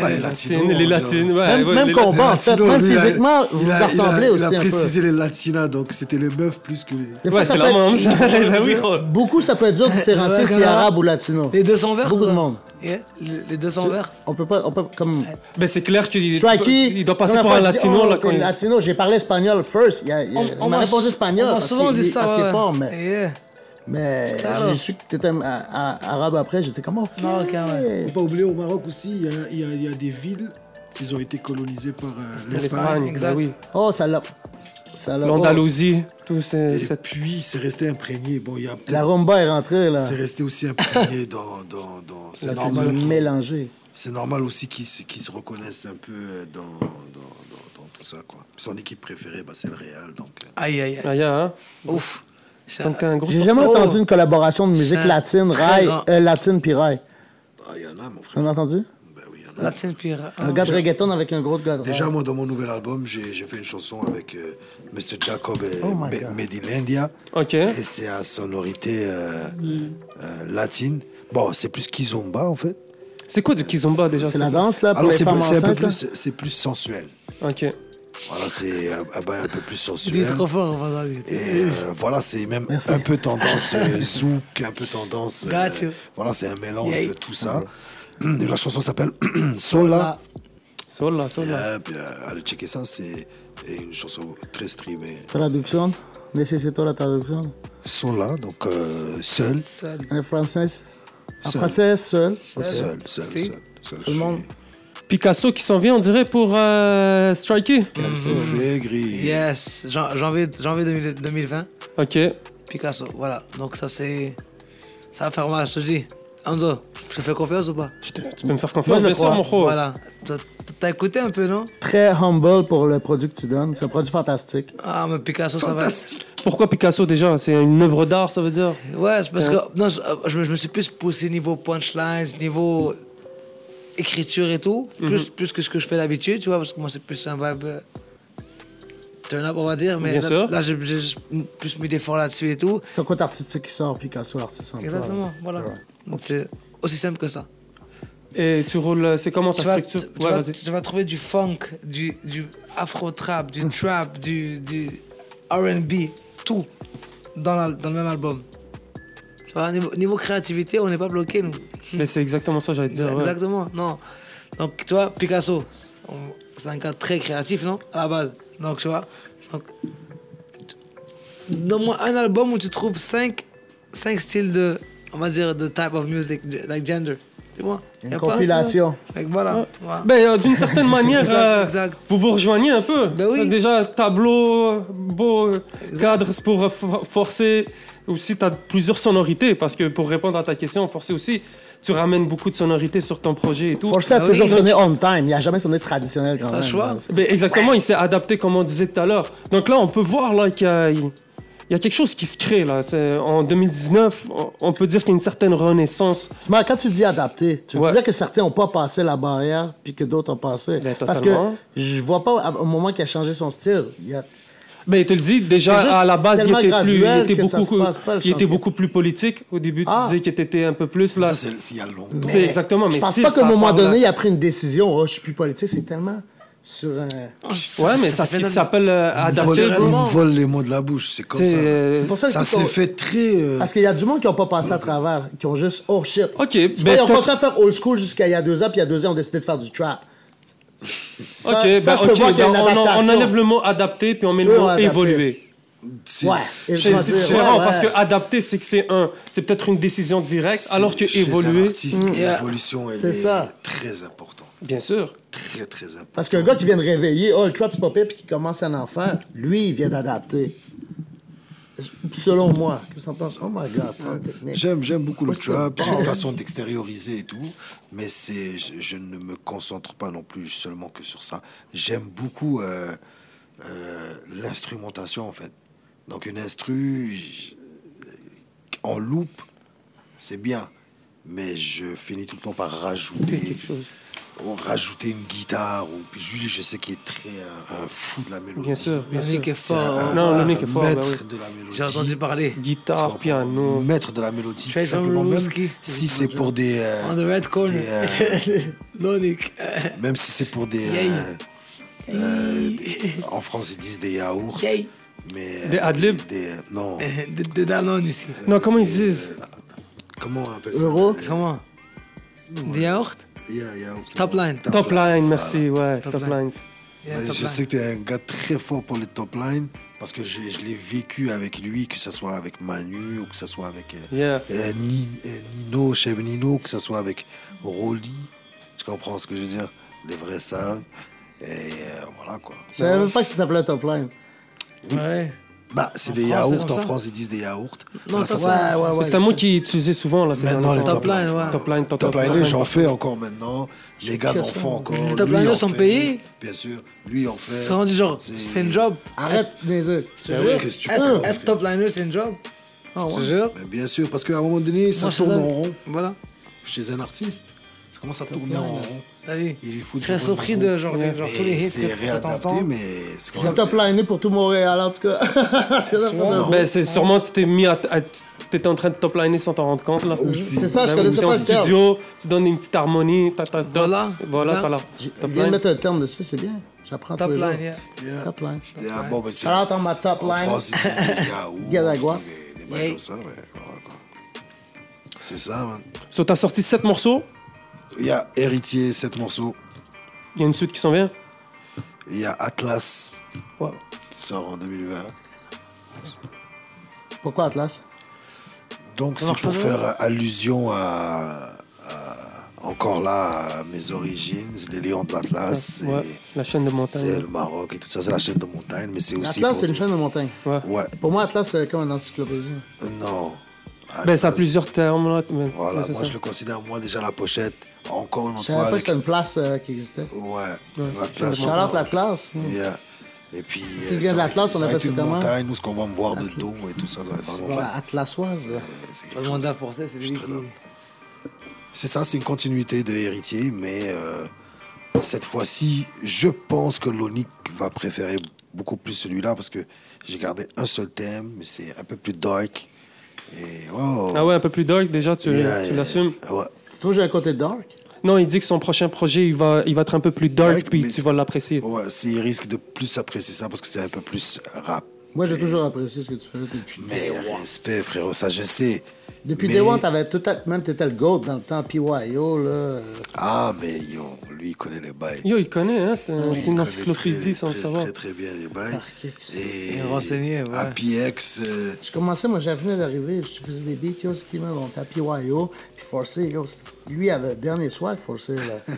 [SPEAKER 3] Pas les
[SPEAKER 1] Les
[SPEAKER 3] latinos,
[SPEAKER 1] Latines,
[SPEAKER 3] on
[SPEAKER 1] les
[SPEAKER 3] dirait.
[SPEAKER 1] latines, ouais.
[SPEAKER 4] Même-
[SPEAKER 1] ouais,
[SPEAKER 4] même
[SPEAKER 1] les
[SPEAKER 4] qu'on
[SPEAKER 1] Latines.
[SPEAKER 4] va- en fait,
[SPEAKER 3] Latino,
[SPEAKER 4] même
[SPEAKER 3] lui, il a-
[SPEAKER 4] physiquement,
[SPEAKER 3] il a-
[SPEAKER 4] vous vous
[SPEAKER 3] il a-
[SPEAKER 4] ressemblez aussi
[SPEAKER 3] Il
[SPEAKER 4] un peu.
[SPEAKER 3] a précisé les latinas, donc c'était les meufs plus que les.
[SPEAKER 4] Des fois,
[SPEAKER 1] Ouais,
[SPEAKER 4] ça
[SPEAKER 1] c'est
[SPEAKER 4] peut
[SPEAKER 1] la même.
[SPEAKER 4] être-
[SPEAKER 1] Ben oui, gros.
[SPEAKER 4] Beaucoup, ça peut être dur de différencier
[SPEAKER 2] Ouais,
[SPEAKER 4] si
[SPEAKER 2] quand même.
[SPEAKER 4] arabe ou latino.
[SPEAKER 2] Les deux sont verts.
[SPEAKER 4] Beaucoup de
[SPEAKER 2] toi.
[SPEAKER 4] monde.
[SPEAKER 2] Yeah, Les les deux sont verts.
[SPEAKER 4] On peut pas, on peut comme.
[SPEAKER 1] Ben, c'est clair qu'il
[SPEAKER 4] Strikey.
[SPEAKER 1] il doit passer
[SPEAKER 4] la
[SPEAKER 1] pour
[SPEAKER 4] première
[SPEAKER 1] un
[SPEAKER 4] fois, il dit,
[SPEAKER 1] latino,
[SPEAKER 4] oh,
[SPEAKER 1] là,
[SPEAKER 4] t'es
[SPEAKER 1] quand il-
[SPEAKER 4] Latino, j'ai parlé espagnol first. Il, y a- il y a- il m'a répondu espagnol.
[SPEAKER 2] On m'a
[SPEAKER 4] parce
[SPEAKER 2] souvent
[SPEAKER 4] qu'il-
[SPEAKER 2] dit ça.
[SPEAKER 4] Parce qu'il est
[SPEAKER 2] ouais.
[SPEAKER 4] fort, mais,
[SPEAKER 2] Yeah.
[SPEAKER 4] mais
[SPEAKER 2] Alors.
[SPEAKER 4] j'ai su que t'étais un- un- un arabe après. J'étais comme. Oh,
[SPEAKER 2] Marocain, ouais.
[SPEAKER 4] ok.
[SPEAKER 3] Faut pas oublier au Maroc aussi, il y a- il y, a- il y a des villes qui ont été colonisées par euh, l'Espagne.
[SPEAKER 1] L'Espagne,
[SPEAKER 2] Exact.
[SPEAKER 1] ben oui.
[SPEAKER 4] Oh, ça l'a. Ça l'a.
[SPEAKER 1] L'Andalousie, tout ces-
[SPEAKER 3] Et
[SPEAKER 1] cette...
[SPEAKER 3] puis, c'est resté imprégné. Bon, il y a
[SPEAKER 4] oh, la rumba est rentrée, là.
[SPEAKER 3] C'est resté aussi imprégné dans. dans, dans c'est
[SPEAKER 1] Là, c'est
[SPEAKER 3] normal.
[SPEAKER 1] du-
[SPEAKER 4] Mélangée.
[SPEAKER 3] C'est normal aussi qu'ils se, qu'ils se reconnaissent un peu euh, dans, dans, dans, dans tout ça. Quoi. Son équipe préférée, bah, c'est le Real. Donc, euh,
[SPEAKER 2] Aïe, aïe, aïe.
[SPEAKER 1] Ah, yeah, hein
[SPEAKER 2] Ouf. Ça-
[SPEAKER 1] Donc, euh, t'es un gros
[SPEAKER 4] Ah, J'ai jamais
[SPEAKER 2] Oh.
[SPEAKER 4] entendu une collaboration de musique
[SPEAKER 2] C'est
[SPEAKER 4] latine,
[SPEAKER 2] très
[SPEAKER 4] rail,
[SPEAKER 2] grand.
[SPEAKER 4] euh, latine puis rail.
[SPEAKER 3] ah, il y en a, mon frère.
[SPEAKER 4] T'en as entendu?
[SPEAKER 3] Ben oui, il y en a.
[SPEAKER 2] Latine pire.
[SPEAKER 4] Un gars de reggaeton avec un gros gars de
[SPEAKER 3] Déjà,
[SPEAKER 4] rail.
[SPEAKER 3] moi, dans mon nouvel album, j'ai j'ai fait une chanson avec euh, Mr. Jacob et
[SPEAKER 4] Oh my
[SPEAKER 3] Me-
[SPEAKER 4] God.
[SPEAKER 3] Medilandia.
[SPEAKER 1] Ok.
[SPEAKER 3] Et c'est à sonorité euh, euh, latine. Bon, c'est plus kizomba, en fait.
[SPEAKER 1] C'est quoi du kizomba déjà
[SPEAKER 4] C'est la danse, là, pour
[SPEAKER 3] Alors,
[SPEAKER 4] les
[SPEAKER 3] c'est
[SPEAKER 4] femmes
[SPEAKER 3] c'est un peu
[SPEAKER 4] enceintes, là?
[SPEAKER 3] plus, c'est plus sensuel.
[SPEAKER 1] Ok.
[SPEAKER 3] Voilà, c'est un, un bail un peu plus
[SPEAKER 2] Il est
[SPEAKER 3] sensuel.
[SPEAKER 2] trop fort, vas dit.
[SPEAKER 3] Et euh, voilà, c'est même
[SPEAKER 4] Merci.
[SPEAKER 3] un peu tendance euh, zouk, un peu tendance. euh,
[SPEAKER 2] Got you.
[SPEAKER 3] voilà, c'est un mélange
[SPEAKER 2] Yeah.
[SPEAKER 3] de tout ça. Et la chanson s'appelle Sola.
[SPEAKER 1] Sola, sola.
[SPEAKER 3] Euh, puis, euh, allez checker ça, c'est une chanson très streamée.
[SPEAKER 4] Traduction. Nécessito la traduction.
[SPEAKER 3] Sola, donc euh, seul,
[SPEAKER 2] Seul.
[SPEAKER 4] En français. En
[SPEAKER 3] Seul.
[SPEAKER 4] français, seul.
[SPEAKER 3] seul, seul,
[SPEAKER 2] Si.
[SPEAKER 3] seul, seul.
[SPEAKER 4] le monde.
[SPEAKER 1] Picasso qui s'en vient, on dirait, pour euh, Strikey.
[SPEAKER 3] C'est fait gris.
[SPEAKER 2] Yes. Jan- Janvier janvier 2000 2020.
[SPEAKER 1] Ok.
[SPEAKER 2] Picasso. Voilà. Donc, ça, c'est. Ça va faire mal, je te dis. Anzo, je te fais confiance ou pas
[SPEAKER 1] Je te- Tu peux me faire
[SPEAKER 4] Moi,
[SPEAKER 1] confiance,
[SPEAKER 4] je le
[SPEAKER 1] bien sûr,
[SPEAKER 4] crois.
[SPEAKER 1] mon gros.
[SPEAKER 2] Voilà. Toi, T'as écouté un peu, non
[SPEAKER 4] Très humble pour le produit que tu donnes. C'est un produit fantastique.
[SPEAKER 2] Ah, mais Picasso, ça va.
[SPEAKER 3] Fantastique.
[SPEAKER 1] Pourquoi Picasso déjà C'est une œuvre d'art, ça veut dire
[SPEAKER 2] Ouais, c'est parce que
[SPEAKER 1] Hein?
[SPEAKER 2] non, je, je me- je me suis plus poussé niveau punchlines, niveau écriture et tout,
[SPEAKER 1] Mhm.
[SPEAKER 2] plus, plus que ce que je fais d'habitude, tu vois, parce que moi c'est plus un vibe euh, turn-up, on va dire, mais
[SPEAKER 1] Bien
[SPEAKER 2] là,
[SPEAKER 1] sûr.
[SPEAKER 2] là, j'ai j'ai juste plus mis d'efforts là-dessus et tout.
[SPEAKER 4] C'est un côté artistique qui sort, Picasso, l'artiste en toi.
[SPEAKER 2] Exactement, voilà.
[SPEAKER 4] Ouais.
[SPEAKER 2] Donc, C'est aussi simple que ça.
[SPEAKER 1] Et tu roules, euh, c'est comment ta
[SPEAKER 2] Tu vas,
[SPEAKER 1] structure
[SPEAKER 2] tu- tu
[SPEAKER 1] Ouais,
[SPEAKER 2] vas-
[SPEAKER 1] vas-y.
[SPEAKER 2] tu vas trouver du funk, du, du afro-trap,
[SPEAKER 1] Mhm.
[SPEAKER 2] du trap, du, du RB, tout dans, la- dans le même album. Tu vois, niveau, niveau créativité, on n'est pas bloqué, nous.
[SPEAKER 1] Mais c'est exactement ça, j'allais te dire. ouais.
[SPEAKER 2] Exactement, non. Donc, tu vois, Picasso, on- c'est un cas très créatif, non À la base. Donc, tu vois. Donc, donne-moi un album où tu trouves cinq, cinq styles de, on va dire, de type of music, de- like gender. Tu vois
[SPEAKER 4] Une
[SPEAKER 2] Y a pas un
[SPEAKER 4] compilation.
[SPEAKER 2] seul. Fait que voilà. voilà.
[SPEAKER 1] Ben, euh, d'une certaine manière,
[SPEAKER 2] Exact,
[SPEAKER 1] euh,
[SPEAKER 2] exact.
[SPEAKER 1] vous vous rejoignez un peu.
[SPEAKER 2] Ben oui.
[SPEAKER 1] Déjà, tableau, euh, beau euh, cadre c'est pour euh, for- forcer. Aussi, tu as plusieurs sonorités, parce que pour répondre à ta question, forcer aussi, tu ramènes beaucoup de sonorités sur ton projet et tout.
[SPEAKER 4] Pour ça,
[SPEAKER 2] Ah
[SPEAKER 4] a
[SPEAKER 2] oui,
[SPEAKER 4] toujours
[SPEAKER 2] donc-
[SPEAKER 4] sonné on time. Il n'y a jamais sonné traditionnel quand
[SPEAKER 2] Pas
[SPEAKER 4] même.
[SPEAKER 2] le choix.
[SPEAKER 4] là. C'est-
[SPEAKER 1] Ben, exactement, il s'est adapté comme on disait tout à l'heure. Donc là, on peut voir là qu'il y a, il y a quelque chose qui se crée là. C'est- en 2019, on, on peut dire qu'il y a une certaine renaissance.
[SPEAKER 4] C'est marrant, quand tu dis adapté, tu veux
[SPEAKER 1] Ouais.
[SPEAKER 4] dire que certains n'ont pas passé la barrière puis que d'autres ont passé.
[SPEAKER 1] Ben,
[SPEAKER 4] Parce que
[SPEAKER 1] totalement.
[SPEAKER 4] je vois pas au moment qu'il a changé son style. Il y a-
[SPEAKER 1] Ben, il te le dit déjà
[SPEAKER 4] C'est juste
[SPEAKER 1] à la base, il
[SPEAKER 4] tellement
[SPEAKER 1] était plus, il
[SPEAKER 4] graduel
[SPEAKER 1] était
[SPEAKER 4] que ça
[SPEAKER 1] beaucoup,
[SPEAKER 4] se passe pas, le
[SPEAKER 1] il était
[SPEAKER 4] changement.
[SPEAKER 1] beaucoup plus politique. Au début, tu
[SPEAKER 4] Ah.
[SPEAKER 1] disais qu'il était un peu plus là.
[SPEAKER 3] Ça, c'est c'est il y a longtemps.
[SPEAKER 1] C'est exactement. Mais
[SPEAKER 4] Je pense
[SPEAKER 1] still,
[SPEAKER 4] pas qu'à
[SPEAKER 1] ça
[SPEAKER 4] un moment
[SPEAKER 1] parle à-
[SPEAKER 4] donné, il a pris une décision. Oh, je suis plus politique. C'est tellement sur
[SPEAKER 1] Ouais,
[SPEAKER 4] un.
[SPEAKER 1] mais ça,
[SPEAKER 2] fait
[SPEAKER 1] ce qui
[SPEAKER 2] tellement-
[SPEAKER 1] s'appelle euh,
[SPEAKER 3] Il me vole-
[SPEAKER 1] adapter.
[SPEAKER 3] il me vole les mots de la bouche, c'est hein, comme
[SPEAKER 1] C'est,
[SPEAKER 3] ça.
[SPEAKER 1] euh,
[SPEAKER 4] C'est pour ça, Ah,
[SPEAKER 3] Ça
[SPEAKER 4] qu'ils
[SPEAKER 3] s'est
[SPEAKER 4] sont-
[SPEAKER 3] fait très. euh,
[SPEAKER 4] Parce qu'il y a du monde qui n'ont pas passé à travers, qui ont juste oh shit.
[SPEAKER 1] Ok,
[SPEAKER 4] Tu
[SPEAKER 1] ben,
[SPEAKER 4] vois, ils ont
[SPEAKER 1] peut-être-
[SPEAKER 4] pensé à faire old school jusqu'à il y a deux ans, puis il y a deux ans, ils ont décidé de faire du trap. Ça,
[SPEAKER 1] Ok,
[SPEAKER 4] ça,
[SPEAKER 1] ben,
[SPEAKER 4] je peux
[SPEAKER 1] ok,
[SPEAKER 4] voir qu'il y a
[SPEAKER 1] ben,
[SPEAKER 4] une
[SPEAKER 1] on, en- on
[SPEAKER 4] adaptation.
[SPEAKER 1] enlève le mot adapter puis on met
[SPEAKER 4] Oui,
[SPEAKER 1] le
[SPEAKER 4] on
[SPEAKER 1] mot
[SPEAKER 4] a adapté.
[SPEAKER 1] évoluer.
[SPEAKER 3] c'est-
[SPEAKER 4] Ouais, et je
[SPEAKER 1] C'est
[SPEAKER 4] vais
[SPEAKER 1] c'est
[SPEAKER 4] dire,
[SPEAKER 1] différent
[SPEAKER 4] ouais,
[SPEAKER 1] parce
[SPEAKER 4] ouais.
[SPEAKER 1] que adapter, c'est que c'est un, c'est peut-être une décision directe,
[SPEAKER 3] c'est-
[SPEAKER 1] alors que
[SPEAKER 3] chez un
[SPEAKER 1] évoluer,
[SPEAKER 3] artiste, L'évolution, elle
[SPEAKER 4] C'est
[SPEAKER 3] est,
[SPEAKER 4] ça.
[SPEAKER 3] très importante.
[SPEAKER 1] bien sûr.
[SPEAKER 3] Très, très importante.
[SPEAKER 4] Parce qu'un gars qui vient de réveiller, oh, le trap c'est pas pire, puis qui commence à en faire, lui, il vient d'adapter. Selon moi. Qu'est-ce que t'en penses? Oh my god, prends la
[SPEAKER 1] Euh,
[SPEAKER 4] technique.
[SPEAKER 3] hein. J'aime, j'aime beaucoup le
[SPEAKER 4] Moi, je
[SPEAKER 3] trap,
[SPEAKER 4] te
[SPEAKER 3] c'est une
[SPEAKER 4] parle.
[SPEAKER 1] hein.
[SPEAKER 3] façon d'extérioriser et tout, mais c'est, je, je ne me concentre pas non plus seulement que sur ça. J'aime beaucoup euh, euh, l'instrumentation en fait. Donc une instru j- en loop, c'est bien, mais je finis tout le temps par rajouter
[SPEAKER 1] quelque chose.
[SPEAKER 3] ou rajouter une guitare ou puis Julie, je sais qu'il est très euh, un fou de la mélodie.
[SPEAKER 1] Bien sûr, bien sûr.
[SPEAKER 2] Nick est
[SPEAKER 3] C'est
[SPEAKER 2] fort,
[SPEAKER 3] un-
[SPEAKER 2] hein.
[SPEAKER 1] Non,
[SPEAKER 3] un
[SPEAKER 1] le mec est fort, bah
[SPEAKER 3] maître
[SPEAKER 1] oui.
[SPEAKER 3] de la mélodie.
[SPEAKER 2] J'ai entendu parler.
[SPEAKER 1] Guitare, piano.
[SPEAKER 3] Maître de la mélodie.
[SPEAKER 2] Trace
[SPEAKER 3] simplement, même
[SPEAKER 2] Obrowski.
[SPEAKER 3] si c'est pour des. euh,
[SPEAKER 2] On the red corner.
[SPEAKER 3] des, euh,
[SPEAKER 2] non, Nick.
[SPEAKER 3] même si c'est pour des.
[SPEAKER 2] Yay.
[SPEAKER 3] euh, euh, des- en France, ils disent des yaourts.
[SPEAKER 2] Yay. Eh,
[SPEAKER 3] Mais, euh,
[SPEAKER 1] Des ad-lib.
[SPEAKER 3] des- Non.
[SPEAKER 2] De, de Danone ici.
[SPEAKER 1] Non, comment ils disent
[SPEAKER 3] Comment on appelle ça
[SPEAKER 4] Euro.
[SPEAKER 2] Comment Des yaourts
[SPEAKER 3] Yeah, yaourt.
[SPEAKER 2] Top line.
[SPEAKER 3] Top
[SPEAKER 1] Top line, merci, ouais,
[SPEAKER 2] Top
[SPEAKER 1] top
[SPEAKER 2] line.
[SPEAKER 1] line.
[SPEAKER 2] Yeah,
[SPEAKER 3] Mais
[SPEAKER 2] top
[SPEAKER 3] je
[SPEAKER 2] line.
[SPEAKER 3] sais que tu es un gars très fort pour les top line parce que je, je l'ai vécu avec lui, que ce soit avec Manu ou que ce soit avec euh,
[SPEAKER 1] Yeah.
[SPEAKER 3] euh, Ni- euh, Nino, Cheb Nino, que ce soit avec Rolly. Tu comprends ce que je veux dire Les vrais savent. Et euh, voilà quoi.
[SPEAKER 4] Je savais même pas que ça s'appelait Top Line.
[SPEAKER 2] Ouais.
[SPEAKER 3] Bah, c'est
[SPEAKER 2] En
[SPEAKER 3] des
[SPEAKER 2] France, c'est
[SPEAKER 3] yaourts.
[SPEAKER 2] comme
[SPEAKER 3] En
[SPEAKER 2] ça.
[SPEAKER 3] France, ils disent des yaourts.
[SPEAKER 2] Non,
[SPEAKER 3] Voilà,
[SPEAKER 2] top
[SPEAKER 3] ça,
[SPEAKER 2] line.
[SPEAKER 4] Ouais, Ah ouais, ouais.
[SPEAKER 1] C'est un mot qui est utilisé souvent là. ces
[SPEAKER 3] Maintenant,
[SPEAKER 1] derniers
[SPEAKER 3] les
[SPEAKER 1] temps.
[SPEAKER 2] Top
[SPEAKER 3] top
[SPEAKER 2] line,
[SPEAKER 3] line.
[SPEAKER 2] ouais.
[SPEAKER 1] Top line, top,
[SPEAKER 3] Top
[SPEAKER 1] top
[SPEAKER 3] line,
[SPEAKER 1] line.
[SPEAKER 3] j'en fais encore maintenant. Les gars en font encore.
[SPEAKER 2] Les top
[SPEAKER 3] Lui,
[SPEAKER 2] liners
[SPEAKER 3] en
[SPEAKER 2] sont
[SPEAKER 3] fait.
[SPEAKER 2] payés
[SPEAKER 3] Bien sûr. Lui en fait. Eh
[SPEAKER 2] C'est rendu genre, c'est une job. Eh,
[SPEAKER 4] Arrête, les yeux.
[SPEAKER 1] Ben
[SPEAKER 3] oui, qu'est-ce que tu
[SPEAKER 2] Être-
[SPEAKER 3] fais,
[SPEAKER 2] Être top liner, c'est une job.
[SPEAKER 4] Ah ouais.
[SPEAKER 2] Je te jure.
[SPEAKER 3] Mais Bien sûr, parce qu'à un moment donné, ça
[SPEAKER 2] eh, Moi, je te
[SPEAKER 3] tourne en
[SPEAKER 2] donne.
[SPEAKER 3] rond
[SPEAKER 2] Voilà.
[SPEAKER 3] chez un artiste. Ça commence à tourner en rond.
[SPEAKER 2] Vas-y.
[SPEAKER 3] Il lui faut
[SPEAKER 2] Je
[SPEAKER 3] du
[SPEAKER 2] serais
[SPEAKER 3] bon
[SPEAKER 2] surpris
[SPEAKER 3] niveau.
[SPEAKER 2] de genre, les- genre tous
[SPEAKER 3] Mais
[SPEAKER 2] les hits
[SPEAKER 3] C'est
[SPEAKER 2] que- que
[SPEAKER 3] réadapté,
[SPEAKER 2] t'entends.
[SPEAKER 3] mais c'est quand
[SPEAKER 4] J'ai top liné pour tout Montréal, en tout cas.
[SPEAKER 1] Ben, c'est sûrement tu t'es mis à, à- tu t'étais en train de top liner sans t'en rendre compte là.
[SPEAKER 4] C'est ça,
[SPEAKER 1] Ben
[SPEAKER 4] je
[SPEAKER 1] oui,
[SPEAKER 4] connaissais
[SPEAKER 1] dans
[SPEAKER 4] pas
[SPEAKER 1] le
[SPEAKER 4] le terme.
[SPEAKER 1] studio, tu donnes une petite harmonie, ta, ta, ta.
[SPEAKER 2] Voilà,
[SPEAKER 1] voilà,
[SPEAKER 2] ça.
[SPEAKER 1] voilà.
[SPEAKER 4] Je
[SPEAKER 1] Top
[SPEAKER 4] viens de
[SPEAKER 1] line.
[SPEAKER 4] mettre un terme dessus, c'est bien. J'apprends
[SPEAKER 2] Top
[SPEAKER 4] tous les jours.
[SPEAKER 2] line, yeah.
[SPEAKER 3] Yeah.
[SPEAKER 4] Top line.
[SPEAKER 3] Yeah, bon, mais c'est-
[SPEAKER 4] Alors, dans ma top
[SPEAKER 3] En
[SPEAKER 4] line.
[SPEAKER 3] France, ils disent des yaourts,
[SPEAKER 4] Gazagua.
[SPEAKER 3] Des, des bails comme ça, mais voilà quoi. C'est ça, man.
[SPEAKER 1] So, t'as sorti 7 morceaux,
[SPEAKER 3] Il y a Héritier, 7 morceaux.
[SPEAKER 1] il y a une suite qui s'en vient.
[SPEAKER 3] Il y a Atlas,
[SPEAKER 1] Ouais.
[SPEAKER 3] qui sort en 2020.
[SPEAKER 4] Pourquoi Atlas
[SPEAKER 3] Donc, c'est pour faire allusion à, à- Encore là, à mes origines, les Lions de l'Atlas.
[SPEAKER 1] Ouais,
[SPEAKER 3] et
[SPEAKER 1] la chaîne de
[SPEAKER 3] C'est
[SPEAKER 1] montagne.
[SPEAKER 3] le Maroc et tout ça, c'est la chaîne de montagne, mais c'est aussi.
[SPEAKER 4] Atlas,
[SPEAKER 3] pour
[SPEAKER 4] c'est une
[SPEAKER 3] dire-
[SPEAKER 4] chaîne de montagne.
[SPEAKER 1] Ouais.
[SPEAKER 3] Ouais.
[SPEAKER 4] Pour moi, Atlas, c'est comme une encyclopédie.
[SPEAKER 3] Non.
[SPEAKER 1] Ben, ça a plusieurs termes, là. mais-
[SPEAKER 3] Voilà,
[SPEAKER 1] mais c'est
[SPEAKER 3] moi
[SPEAKER 1] ça.
[SPEAKER 3] je le considère, moi déjà la pochette, encore une
[SPEAKER 4] Je
[SPEAKER 3] autre fois.
[SPEAKER 4] savais pas que
[SPEAKER 3] Avec...
[SPEAKER 4] c'était une place euh, qui existait.
[SPEAKER 3] Ouais, la place.
[SPEAKER 4] Charlotte la place. mm.
[SPEAKER 3] Yeah. Et puis, euh,
[SPEAKER 4] vient
[SPEAKER 3] ça
[SPEAKER 4] de
[SPEAKER 3] va
[SPEAKER 4] l'Atlas,
[SPEAKER 3] être-
[SPEAKER 4] on
[SPEAKER 3] ça va
[SPEAKER 4] appelle
[SPEAKER 3] être
[SPEAKER 4] ça
[SPEAKER 3] une
[SPEAKER 4] comment?
[SPEAKER 3] montagne où ce qu'on va me voir de dos et tout ça, ça va être vraiment
[SPEAKER 4] Ouais,
[SPEAKER 3] bad.
[SPEAKER 4] Atlasoise.
[SPEAKER 3] C'est
[SPEAKER 2] Pas
[SPEAKER 3] quelque
[SPEAKER 2] le
[SPEAKER 3] chose.
[SPEAKER 2] mandat forcé, c'est lui qui.
[SPEAKER 3] down. C'est ça, c'est une continuité de Héritier, mais euh, cette fois-ci, je pense que Lonic va préférer beaucoup plus celui-là parce que j'ai gardé un seul thème, mais c'est un peu plus dark. Et wow.
[SPEAKER 1] Ah ouais, un peu plus dark, déjà, tu,
[SPEAKER 3] Yeah,
[SPEAKER 1] tu
[SPEAKER 3] yeah.
[SPEAKER 1] l'assumes.
[SPEAKER 3] Ouais.
[SPEAKER 4] Tu trouves que j'ai un côté dark?
[SPEAKER 1] Non, il dit que son prochain projet, il va, il va être un peu plus dark,
[SPEAKER 3] Dark,
[SPEAKER 1] puis
[SPEAKER 3] mais
[SPEAKER 1] tu vas
[SPEAKER 3] c'est-
[SPEAKER 1] l'apprécier.
[SPEAKER 3] Ouais, c'est- il risque de plus apprécier ça parce que c'est un peu plus rap.
[SPEAKER 4] Moi, j'ai toujours apprécié ce que tu faisais depuis
[SPEAKER 3] Mais
[SPEAKER 4] Day One.
[SPEAKER 3] respect, frérot, ça je sais.
[SPEAKER 4] Depuis
[SPEAKER 3] Mais-
[SPEAKER 4] Day One, t'avais tout à... Même t'étais le GOAT dans le temps, PYO, là. euh,
[SPEAKER 3] Ah, mais yo, lui, il connaît les bails.
[SPEAKER 1] Yo, il connaît, hein, c'est un-
[SPEAKER 3] Il
[SPEAKER 1] c'est
[SPEAKER 3] connaît
[SPEAKER 1] une hein, encyclopédie
[SPEAKER 3] très,
[SPEAKER 1] sans le
[SPEAKER 3] très,
[SPEAKER 1] savoir.
[SPEAKER 3] Très, très bien les bails.
[SPEAKER 4] Archix.
[SPEAKER 3] Et
[SPEAKER 2] est renseigné, ouais.
[SPEAKER 3] Happy X, euh,
[SPEAKER 4] Je commençais, moi, j'avais venais d'arriver, je faisais des beats, yo, c'était même mon temps, PYO, puis Forcé, yo. c'était- Lui avait le dernier swag, Forcé, là.